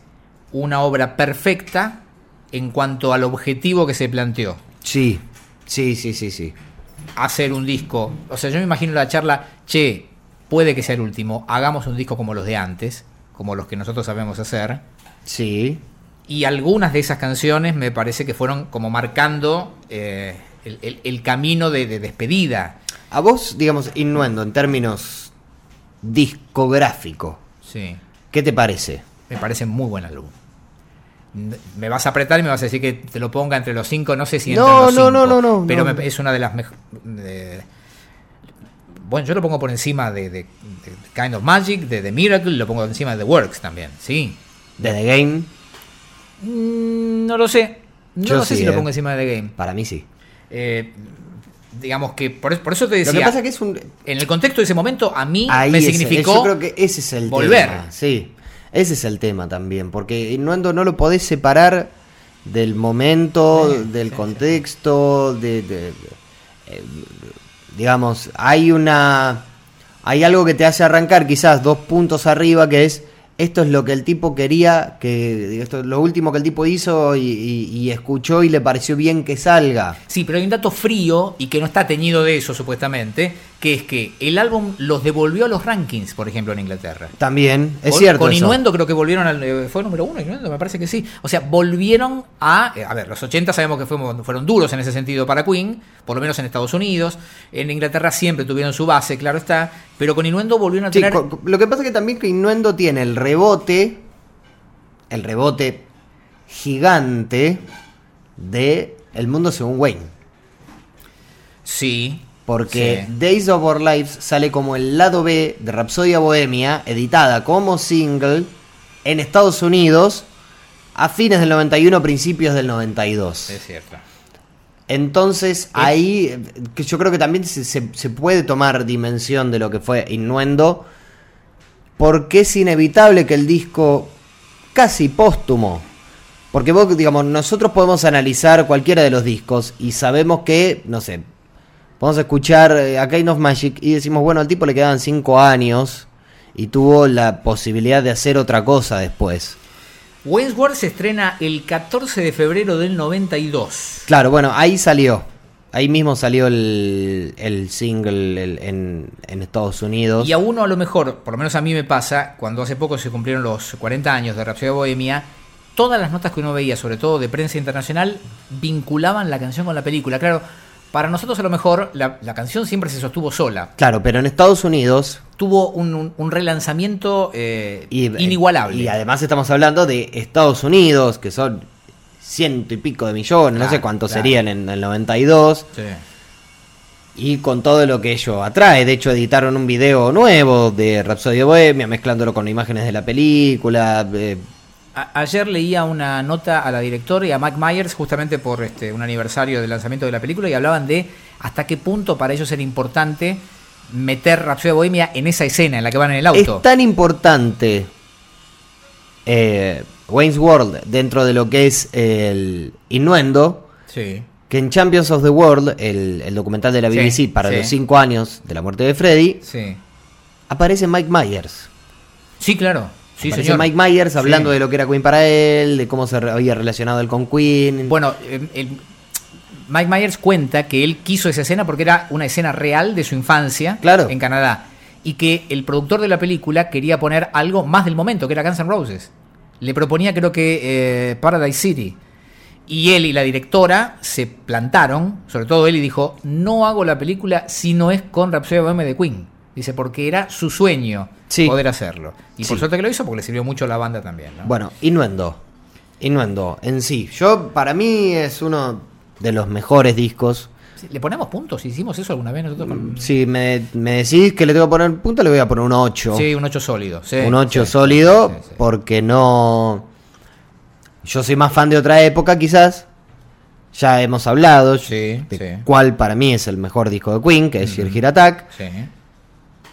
[SPEAKER 2] una obra perfecta en cuanto al objetivo que se planteó.
[SPEAKER 3] Sí, sí, sí, sí, sí.
[SPEAKER 2] hacer un disco. O sea, yo me imagino la charla, che, puede que sea el último, hagamos un disco como los de antes, como los que nosotros sabemos hacer.
[SPEAKER 3] Sí.
[SPEAKER 2] Y algunas de esas canciones me parece que fueron como marcando eh, el, el- el camino de, de despedida.
[SPEAKER 3] A vos, digamos, innuendo en términos discográfico,
[SPEAKER 2] Sí,
[SPEAKER 3] ¿qué te parece?
[SPEAKER 2] me parece muy buen álbum. N- Me vas a apretar y me vas a decir que te lo ponga entre los cinco, no sé si entre
[SPEAKER 3] No,
[SPEAKER 2] los
[SPEAKER 3] no,
[SPEAKER 2] cinco,
[SPEAKER 3] no, no, no,
[SPEAKER 2] pero
[SPEAKER 3] no.
[SPEAKER 2] me- es una de las mejores... Bueno, yo lo pongo por encima de, de- de Kind of Magic, de The Miracle, lo pongo encima de The Works también, sí.
[SPEAKER 3] De The Game,
[SPEAKER 2] Mm, No lo sé. No
[SPEAKER 3] Yo
[SPEAKER 2] lo sé
[SPEAKER 3] sí,
[SPEAKER 2] si lo
[SPEAKER 3] eh.
[SPEAKER 2] pongo encima de The Game.
[SPEAKER 3] para mí sí.
[SPEAKER 2] Eh, digamos que por, es- por eso te
[SPEAKER 3] Lo
[SPEAKER 2] decía.
[SPEAKER 3] que pasa que es un.
[SPEAKER 2] En el contexto de ese momento, a mí
[SPEAKER 3] Ahí
[SPEAKER 2] me
[SPEAKER 3] es-
[SPEAKER 2] significó.
[SPEAKER 3] Yo creo que ese es el
[SPEAKER 2] volver.
[SPEAKER 3] tema. Sí. Ese es el tema también. Porque Innuendo no lo podés separar del momento, del contexto, de. de- eh, digamos, hay una. Hay algo que te hace arrancar quizás dos puntos arriba que es. Esto es lo que el tipo quería, que esto es lo último que el tipo hizo y, y- y escuchó y le pareció bien que salga.
[SPEAKER 2] Sí, pero hay un dato frío y que no está teñido de eso, supuestamente, que es que el álbum los devolvió a los rankings, por ejemplo, en Inglaterra.
[SPEAKER 3] También, es
[SPEAKER 2] Con-
[SPEAKER 3] cierto.
[SPEAKER 2] Con
[SPEAKER 3] eso.
[SPEAKER 2] Innuendo creo que volvieron al. eh, Fue número uno, Innuendo, me parece que sí. O sea, volvieron a. eh, A ver, los 80 sabemos que fuimos- fueron duros en ese sentido para Queen, por lo menos en Estados Unidos. En Inglaterra siempre tuvieron su base, claro está. Pero con Innuendo volvieron a
[SPEAKER 3] Sí,
[SPEAKER 2] tener.
[SPEAKER 3] co- co- lo que pasa es que también que Innuendo tiene el rebote, el rebote gigante de El Mundo Según Wayne.
[SPEAKER 2] Sí.
[SPEAKER 3] Porque
[SPEAKER 2] sí.
[SPEAKER 3] Days of Our Lives sale como el lado B de Rapsodia Bohemia, editada como single en Estados Unidos a fines del 91, principios del 92.
[SPEAKER 2] Es cierto.
[SPEAKER 3] Entonces ahí eh, que yo creo que también se, se- se puede tomar dimensión de lo que fue Innuendo, porque es inevitable que el disco casi póstumo, porque vos, digamos, nosotros podemos analizar cualquiera de los discos y sabemos que, no sé, podemos escuchar eh, A Kind of Magic y decimos, bueno, al tipo le quedaban 5 años y tuvo la posibilidad de hacer otra cosa después.
[SPEAKER 2] Wayne's World se estrena el 14 de febrero del 92.
[SPEAKER 3] Claro, bueno, ahí salió. Ahí mismo salió el, el single el- en, en Estados Unidos.
[SPEAKER 2] Y a uno a lo mejor, por lo menos a mí me pasa, cuando hace poco se cumplieron los 40 años de Rhapsody Bohemia, todas las notas que uno veía, sobre todo de prensa internacional, vinculaban la canción con la película. Claro, para nosotros a lo mejor la, la canción siempre se sostuvo sola.
[SPEAKER 3] Claro, pero en Estados Unidos.
[SPEAKER 2] Tuvo un, un- un relanzamiento eh,
[SPEAKER 3] Y,
[SPEAKER 2] inigualable.
[SPEAKER 3] Y además estamos hablando de Estados Unidos, que son ciento y pico de millones, no
[SPEAKER 2] Claro,
[SPEAKER 3] sé cuántos
[SPEAKER 2] claro.
[SPEAKER 3] serían en el 92.
[SPEAKER 2] Sí.
[SPEAKER 3] Y con todo lo que ello atrae. De hecho, editaron un video nuevo de Rhapsody de Bohemia, mezclándolo con imágenes de la película. eh,
[SPEAKER 2] A- ayer leía una nota a la directora y a Mac Myers justamente por este, un aniversario del lanzamiento de la película y hablaban de hasta qué punto para ellos era importante meter Rhapsody Bohemia en esa escena en la que van en el auto.
[SPEAKER 3] Es tan importante eh, Wayne's World dentro de lo que es el innuendo,
[SPEAKER 2] Sí.
[SPEAKER 3] que en Champions of the World, el, el documental de la
[SPEAKER 2] Sí,
[SPEAKER 3] BBC para
[SPEAKER 2] sí.
[SPEAKER 3] los 5 años de la muerte de Freddy,
[SPEAKER 2] Sí.
[SPEAKER 3] aparece Mike Myers.
[SPEAKER 2] Sí, claro. Sí,
[SPEAKER 3] aparece
[SPEAKER 2] señor.
[SPEAKER 3] Mike Myers hablando
[SPEAKER 2] Sí.
[SPEAKER 3] de lo que era Queen para él, de cómo se re- había relacionado él con Queen.
[SPEAKER 2] Bueno, eh, el- Mike Myers cuenta que él quiso esa escena porque era una escena real de su infancia
[SPEAKER 3] Claro.
[SPEAKER 2] en Canadá. Y que el productor de la película quería poner algo más del momento, que era Guns N' Roses. Le proponía, creo que, eh, Paradise City. Y él y la directora se plantaron, sobre todo él, y dijo: No hago la película si no es con Rhapsody of M de Queen. Dice, porque era su sueño
[SPEAKER 3] Sí.
[SPEAKER 2] poder hacerlo. Y por
[SPEAKER 3] Sí.
[SPEAKER 2] suerte que lo hizo porque le sirvió mucho a la banda también. ¿no?
[SPEAKER 3] Bueno, Innuendo. Innuendo en sí. Yo, para mí, es uno de los mejores discos.
[SPEAKER 2] ¿Le ponemos puntos? ¿Hicimos eso alguna vez nosotros? con-
[SPEAKER 3] Si me, me decís que le tengo que poner punta, le voy a poner un 8.
[SPEAKER 2] Sí, un 8 sólido. sí,
[SPEAKER 3] un 8
[SPEAKER 2] sí,
[SPEAKER 3] sólido,
[SPEAKER 2] sí, sí, sí.
[SPEAKER 3] porque no. Yo soy más fan de otra época, quizás. Ya hemos hablado
[SPEAKER 2] Sí,
[SPEAKER 3] de
[SPEAKER 2] sí.
[SPEAKER 3] cuál para mí es el mejor disco de Queen, que es Sheer Heat Attack.
[SPEAKER 2] Sí.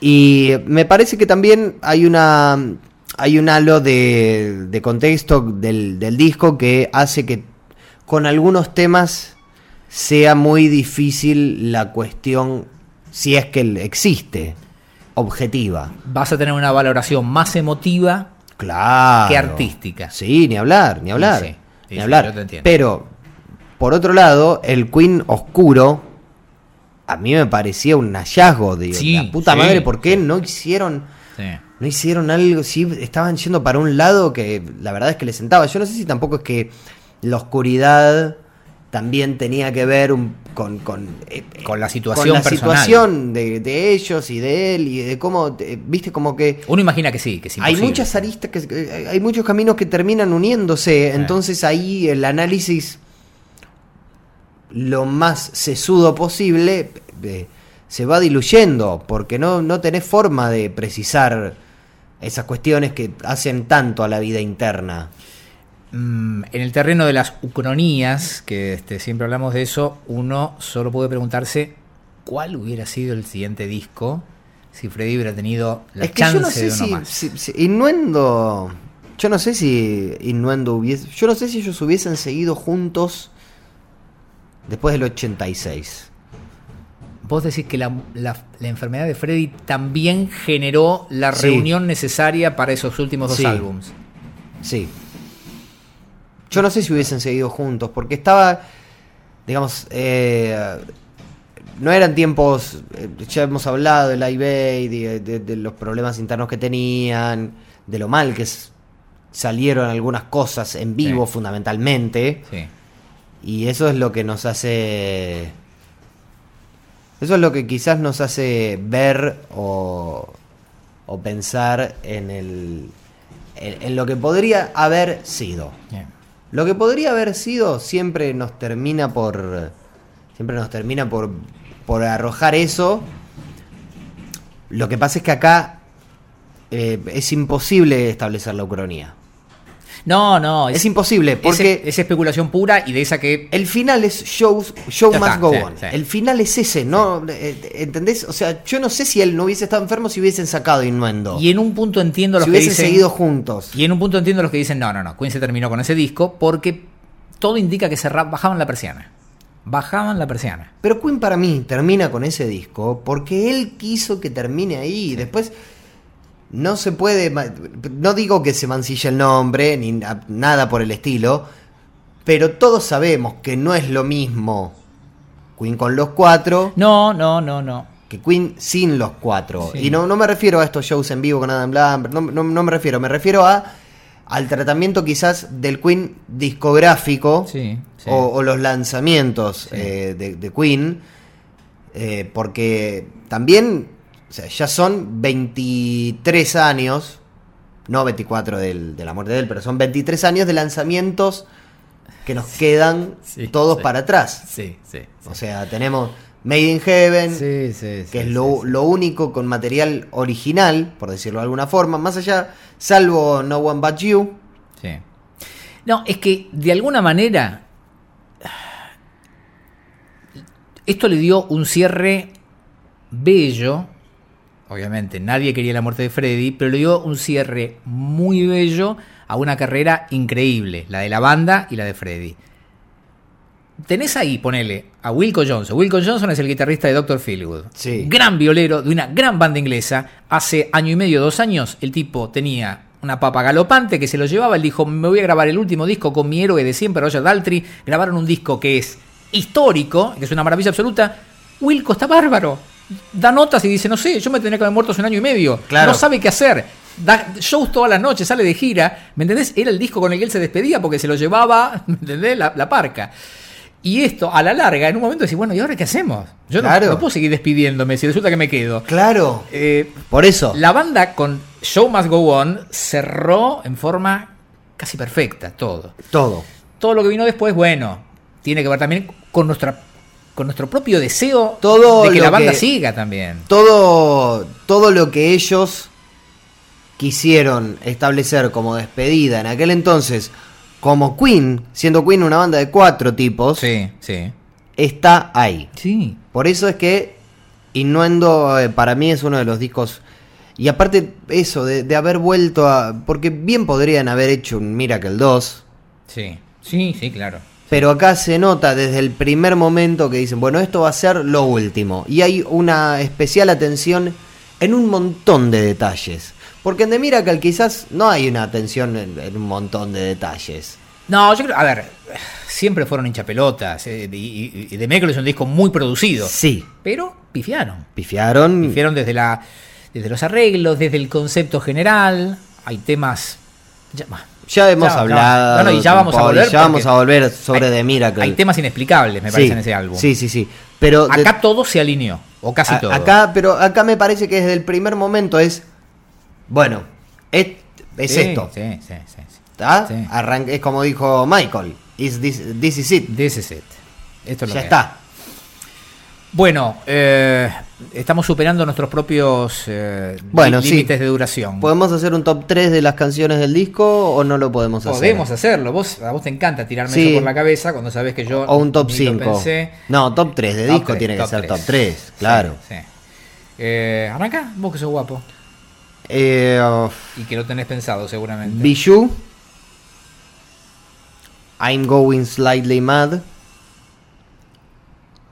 [SPEAKER 3] Y me parece que también hay una. hay un halo de, de contexto del, del disco que hace que con algunos temas sea muy difícil la cuestión, si es que existe, objetiva.
[SPEAKER 2] Vas a tener una valoración más emotiva.
[SPEAKER 3] Claro.
[SPEAKER 2] que artística.
[SPEAKER 3] Sí, ni hablar, ni hablar.
[SPEAKER 2] Sí, sí,
[SPEAKER 3] ni
[SPEAKER 2] sí,
[SPEAKER 3] hablar.
[SPEAKER 2] yo te entiendo.
[SPEAKER 3] Pero, por otro lado, el Queen oscuro a mí me parecía un hallazgo. De
[SPEAKER 2] Sí,
[SPEAKER 3] la puta
[SPEAKER 2] sí,
[SPEAKER 3] madre, ¿por qué no hicieron.?
[SPEAKER 2] Sí.
[SPEAKER 3] No hicieron algo, sí, estaban yendo para un lado que la verdad es que les sentaba. Yo no sé si tampoco es que la oscuridad también tenía que ver un- con, con, eh, eh,
[SPEAKER 2] Con la situación
[SPEAKER 3] la
[SPEAKER 2] personal.
[SPEAKER 3] situación de, de ellos y de él y de cómo, eh, viste, como que
[SPEAKER 2] Uno imagina que sí, que es
[SPEAKER 3] hay
[SPEAKER 2] imposible.
[SPEAKER 3] muchas aristas, que, que- hay muchos caminos que terminan uniéndose, entonces ahí el análisis lo más sesudo posible eh, se va diluyendo, porque no, no tenés forma de precisar esas cuestiones que hacen tanto a la vida interna.
[SPEAKER 2] Mm, en el terreno de las ucronías, que este, siempre hablamos de eso, uno solo puede preguntarse cuál hubiera sido el siguiente disco si Freddy hubiera tenido la
[SPEAKER 3] es que
[SPEAKER 2] chance
[SPEAKER 3] yo no sé
[SPEAKER 2] de uno
[SPEAKER 3] si,
[SPEAKER 2] más.
[SPEAKER 3] si- si Innuendo, yo no sé si Innuendo hubiese, yo no sé si ellos hubiesen seguido juntos después del 86.
[SPEAKER 2] Vos decís que la, la- la enfermedad de Freddy también generó la
[SPEAKER 3] Sí.
[SPEAKER 2] reunión necesaria para esos últimos dos
[SPEAKER 3] Sí.
[SPEAKER 2] álbums.
[SPEAKER 3] Sí. Yo no sé si hubiesen seguido juntos, porque estaba, digamos, eh, no eran tiempos, eh, ya hemos hablado del eBay, de, de- de los problemas internos que tenían, de lo mal que s- salieron algunas cosas en vivo
[SPEAKER 2] Sí.
[SPEAKER 3] fundamentalmente,
[SPEAKER 2] Sí.
[SPEAKER 3] y eso es lo que nos hace... Eso es lo que quizás nos hace ver o, o pensar en, el, en- en lo que podría haber sido.
[SPEAKER 2] Bien.
[SPEAKER 3] Lo que podría haber sido siempre nos termina por. Siempre nos termina por, por arrojar eso. Lo que pasa es que acá eh, es imposible establecer la ucronía.
[SPEAKER 2] No, no,
[SPEAKER 3] Es imposible, porque
[SPEAKER 2] es, es especulación pura y de esa que
[SPEAKER 3] el final es shows, show
[SPEAKER 2] Ya
[SPEAKER 3] must
[SPEAKER 2] está,
[SPEAKER 3] go
[SPEAKER 2] sí,
[SPEAKER 3] on.
[SPEAKER 2] sí.
[SPEAKER 3] El final es ese, ¿no? Eh, ¿Entendés? O sea, yo no sé si él no hubiese estado enfermo si hubiesen sacado Innuendo.
[SPEAKER 2] Y en un punto entiendo los
[SPEAKER 3] si
[SPEAKER 2] que
[SPEAKER 3] hubiesen
[SPEAKER 2] dicen.
[SPEAKER 3] seguido juntos.
[SPEAKER 2] Y en un punto entiendo los que dicen, no, no, no, Queen se terminó con ese disco porque todo indica que se ra- bajaban la persiana. Bajaban la persiana.
[SPEAKER 3] Pero Queen para mí termina con ese disco porque él quiso que termine ahí. Después no se puede, ma- no digo que se mancille el nombre ni na- nada por el estilo, pero todos sabemos que no es lo mismo Queen con los cuatro
[SPEAKER 2] No, no, no, no.
[SPEAKER 3] que Queen sin los cuatro.
[SPEAKER 2] Sí.
[SPEAKER 3] Y no, no me refiero a estos shows en vivo con Adam Lambert, no, no- no me refiero, me refiero a al tratamiento quizás del Queen discográfico
[SPEAKER 2] Sí, sí.
[SPEAKER 3] O, o los lanzamientos eh, de, de Queen, eh, porque también o sea, ya son 23 años, no 24 del- de la muerte de él, pero son 23 años de lanzamientos que nos quedan
[SPEAKER 2] sí,
[SPEAKER 3] todos
[SPEAKER 2] sí.
[SPEAKER 3] para atrás.
[SPEAKER 2] Sí, sí.
[SPEAKER 3] O sea, tenemos Made in Heaven, que es lo, lo único con material original, por decirlo de alguna forma, más allá, salvo No One But You.
[SPEAKER 2] Sí. No, es que de alguna manera esto le dio un cierre bello. Obviamente, nadie quería la muerte de Freddy, pero le dio un cierre muy bello a una carrera increíble, la de la banda y la de Freddy. Tenés ahí, ponele, a Wilco Johnson. Wilco Johnson es el guitarrista de Dr. Feelgood.
[SPEAKER 3] Sí.
[SPEAKER 2] Gran violero de una gran banda inglesa. Hace año y medio, dos años, el tipo tenía una papa galopante que se lo llevaba. Él dijo, me voy a grabar el último disco con mi héroe de siempre, Roger Daltrey. Grabaron un disco que es histórico, que es una maravilla absoluta. Wilco está bárbaro. Da notas y dice, no sé, yo me tendría que haber muerto hace un año y medio.
[SPEAKER 3] Claro.
[SPEAKER 2] No sabe qué hacer. Da shows todas las noches, sale de gira. ¿Me entendés? Era el disco con el que él se despedía porque se lo llevaba, [LAUGHS] ¿me entendés? La, la parca. Y esto, a la larga, en un momento decís, bueno, ¿y ahora qué hacemos? Yo no-
[SPEAKER 3] Claro.
[SPEAKER 2] no, puedo seguir despidiéndome si resulta que me quedo.
[SPEAKER 3] Claro.
[SPEAKER 2] Eh,
[SPEAKER 3] Por eso.
[SPEAKER 2] la banda con Show Must Go On cerró en forma casi perfecta todo.
[SPEAKER 3] Todo.
[SPEAKER 2] Todo lo que vino después, bueno, tiene que ver también con nuestra con nuestro propio deseo
[SPEAKER 3] Todo
[SPEAKER 2] de que
[SPEAKER 3] lo
[SPEAKER 2] la banda
[SPEAKER 3] que-
[SPEAKER 2] siga también.
[SPEAKER 3] Todo, todo lo que ellos quisieron establecer como despedida en aquel entonces, como Queen, siendo Queen una banda de cuatro tipos,
[SPEAKER 2] Sí, sí.
[SPEAKER 3] está ahí.
[SPEAKER 2] Sí.
[SPEAKER 3] Por eso es que Innuendo eh, para mí es uno de los discos. Y aparte, eso, de, de haber vuelto a. Porque bien podrían haber hecho un Miracle 2.
[SPEAKER 2] Sí. Sí, sí, claro.
[SPEAKER 3] Pero acá se nota desde el primer momento que dicen, bueno, esto va a ser lo último. Y hay una especial atención en un montón de detalles. Porque en The Miracle quizás no hay una atención en, en un montón de detalles.
[SPEAKER 2] No, yo creo, a ver, siempre fueron hinchapelotas. eh, y, y, y The Miracle es un disco muy producido.
[SPEAKER 3] Sí,
[SPEAKER 2] Pero pifiaron.
[SPEAKER 3] pifiaron.
[SPEAKER 2] Hicieron desde, la, desde los arreglos, desde el concepto general. Hay temas. Ya, bah,
[SPEAKER 3] Ya hemos
[SPEAKER 2] Ya,
[SPEAKER 3] hablado.
[SPEAKER 2] no, no, y ya
[SPEAKER 3] con
[SPEAKER 2] vamos a
[SPEAKER 3] Paul, y
[SPEAKER 2] volver
[SPEAKER 3] Ya vamos
[SPEAKER 2] porque
[SPEAKER 3] a volver sobre The Miracle.
[SPEAKER 2] hay temas inexplicables, me parece,
[SPEAKER 3] Sí,
[SPEAKER 2] en ese álbum.
[SPEAKER 3] Sí, sí, sí. Pero de-
[SPEAKER 2] Acá todo se alineó, o casi
[SPEAKER 3] a-
[SPEAKER 2] todo.
[SPEAKER 3] acá, pero acá me parece que desde el primer momento es. Bueno, es, es
[SPEAKER 2] Sí,
[SPEAKER 3] esto.
[SPEAKER 2] Sí, sí, sí, sí.
[SPEAKER 3] ¿tá?
[SPEAKER 2] Sí.
[SPEAKER 3] Arran- es como dijo Michael. is this, this is it.
[SPEAKER 2] This is it. Esto es lo
[SPEAKER 3] ya
[SPEAKER 2] que es.
[SPEAKER 3] está.
[SPEAKER 2] Bueno, eh, estamos superando nuestros propios eh,
[SPEAKER 3] Bueno,
[SPEAKER 2] lí-
[SPEAKER 3] sí.
[SPEAKER 2] límites de duración.
[SPEAKER 3] ¿Podemos hacer un top 3 de las canciones del disco o no lo podemos hacer?
[SPEAKER 2] Podemos hacerlo. Vos, a vos te encanta tirarme
[SPEAKER 3] Sí.
[SPEAKER 2] eso por la cabeza cuando sabés que yo
[SPEAKER 3] O un
[SPEAKER 2] ni
[SPEAKER 3] top
[SPEAKER 2] lo
[SPEAKER 3] 5.
[SPEAKER 2] pensé.
[SPEAKER 3] No, top 3
[SPEAKER 2] Top
[SPEAKER 3] de Este disco
[SPEAKER 2] tres,
[SPEAKER 3] tiene que
[SPEAKER 2] top
[SPEAKER 3] ser
[SPEAKER 2] tres.
[SPEAKER 3] top 3, claro.
[SPEAKER 2] Sí, sí. Eh, arranca, vos que sos guapo
[SPEAKER 3] Eh, uf,
[SPEAKER 2] y que lo tenés pensado seguramente.
[SPEAKER 3] Bijou. I'm going slightly mad.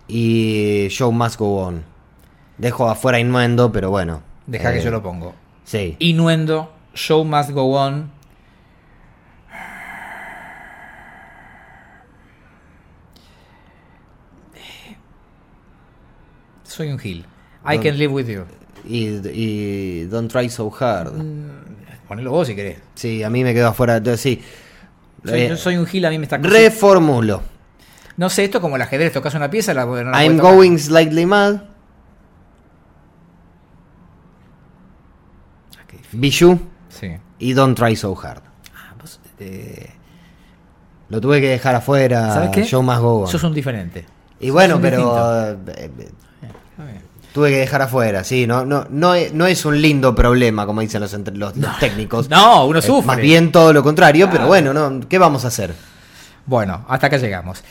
[SPEAKER 3] Y Show must go on. Dejo afuera Innuendo, pero bueno.
[SPEAKER 2] Deja que
[SPEAKER 3] eh,
[SPEAKER 2] yo lo pongo.
[SPEAKER 3] Sí.
[SPEAKER 2] Inuendo, Show Must Go On. Soy un gil. I
[SPEAKER 3] Don-
[SPEAKER 2] can live with you.
[SPEAKER 3] Y, y Don't try so hard.
[SPEAKER 2] Mm. Ponelo vos si querés.
[SPEAKER 3] Sí, a mí me quedo afuera. Entonces, sí.
[SPEAKER 2] Soy,
[SPEAKER 3] Eh,
[SPEAKER 2] yo soy un gil, a mí me está
[SPEAKER 3] reformulo.
[SPEAKER 2] No sé, esto es como el ajedrez, tocas una pieza, la, no la
[SPEAKER 3] I'm
[SPEAKER 2] puedes tocar.
[SPEAKER 3] going slightly mad.
[SPEAKER 2] Ah, qué difícil.
[SPEAKER 3] Bijou.
[SPEAKER 2] Sí.
[SPEAKER 3] Y Don't try so hard.
[SPEAKER 2] Ah, vos, eh,
[SPEAKER 3] Lo tuve que dejar afuera.
[SPEAKER 2] ¿Sabes qué?
[SPEAKER 3] Show must go on.
[SPEAKER 2] Sos un diferente.
[SPEAKER 3] Y bueno,
[SPEAKER 2] sos un
[SPEAKER 3] pero. eh, eh,
[SPEAKER 2] Está bien.
[SPEAKER 3] Tuve que dejar afuera, sí, no, no, no, es, no es un lindo problema, como dicen los, entre- los, los técnicos.
[SPEAKER 2] No, uno
[SPEAKER 3] Eh,
[SPEAKER 2] sufre.
[SPEAKER 3] Más bien todo lo contrario, pero bueno, no, ¿qué vamos a hacer?
[SPEAKER 2] Bueno, hasta acá llegamos.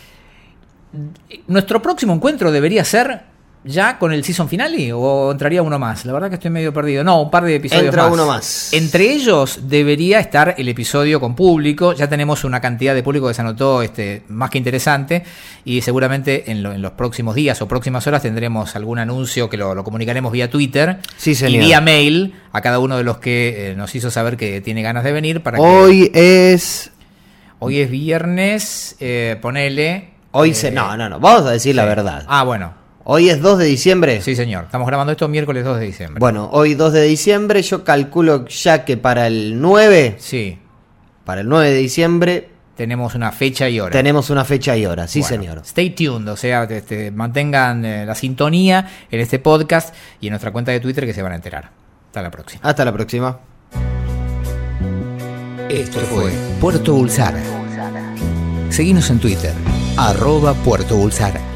[SPEAKER 2] Nuestro próximo encuentro debería ser ya con el season finale o entraría uno más. La verdad que estoy medio perdido. No, un par de episodios
[SPEAKER 3] Entra
[SPEAKER 2] más.
[SPEAKER 3] uno más.
[SPEAKER 2] Entre ellos debería estar el episodio con público. Ya tenemos una cantidad de público que se anotó este, más que interesante y seguramente en, lo- en los próximos días o próximas horas tendremos algún anuncio que lo, lo comunicaremos vía Twitter
[SPEAKER 3] Sí,
[SPEAKER 2] y
[SPEAKER 3] señor.
[SPEAKER 2] vía mail a cada uno de los que eh, nos hizo saber que tiene ganas de venir para que-
[SPEAKER 3] Hoy es.
[SPEAKER 2] Hoy es viernes, eh, ponele.
[SPEAKER 3] Hoy
[SPEAKER 2] eh,
[SPEAKER 3] se. No, no, no, vamos a decir la verdad.
[SPEAKER 2] Ah, bueno.
[SPEAKER 3] Hoy es 2 de diciembre.
[SPEAKER 2] Sí, señor. Estamos grabando esto miércoles 2 de diciembre.
[SPEAKER 3] Bueno, hoy 2 de diciembre, yo calculo ya que para el 9,
[SPEAKER 2] Sí.
[SPEAKER 3] para el 9 de diciembre,
[SPEAKER 2] Tenemos una fecha y hora.
[SPEAKER 3] tenemos una fecha y hora, sí,
[SPEAKER 2] Bueno,
[SPEAKER 3] señor.
[SPEAKER 2] Stay tuned, o sea, este, mantengan eh, la sintonía en este podcast y en nuestra cuenta de Twitter que se van a enterar. Hasta la próxima.
[SPEAKER 3] Hasta la próxima.
[SPEAKER 1] Esto fue Puerto Bulsara. Seguimos en Twitter, arroba Puerto Bulsara.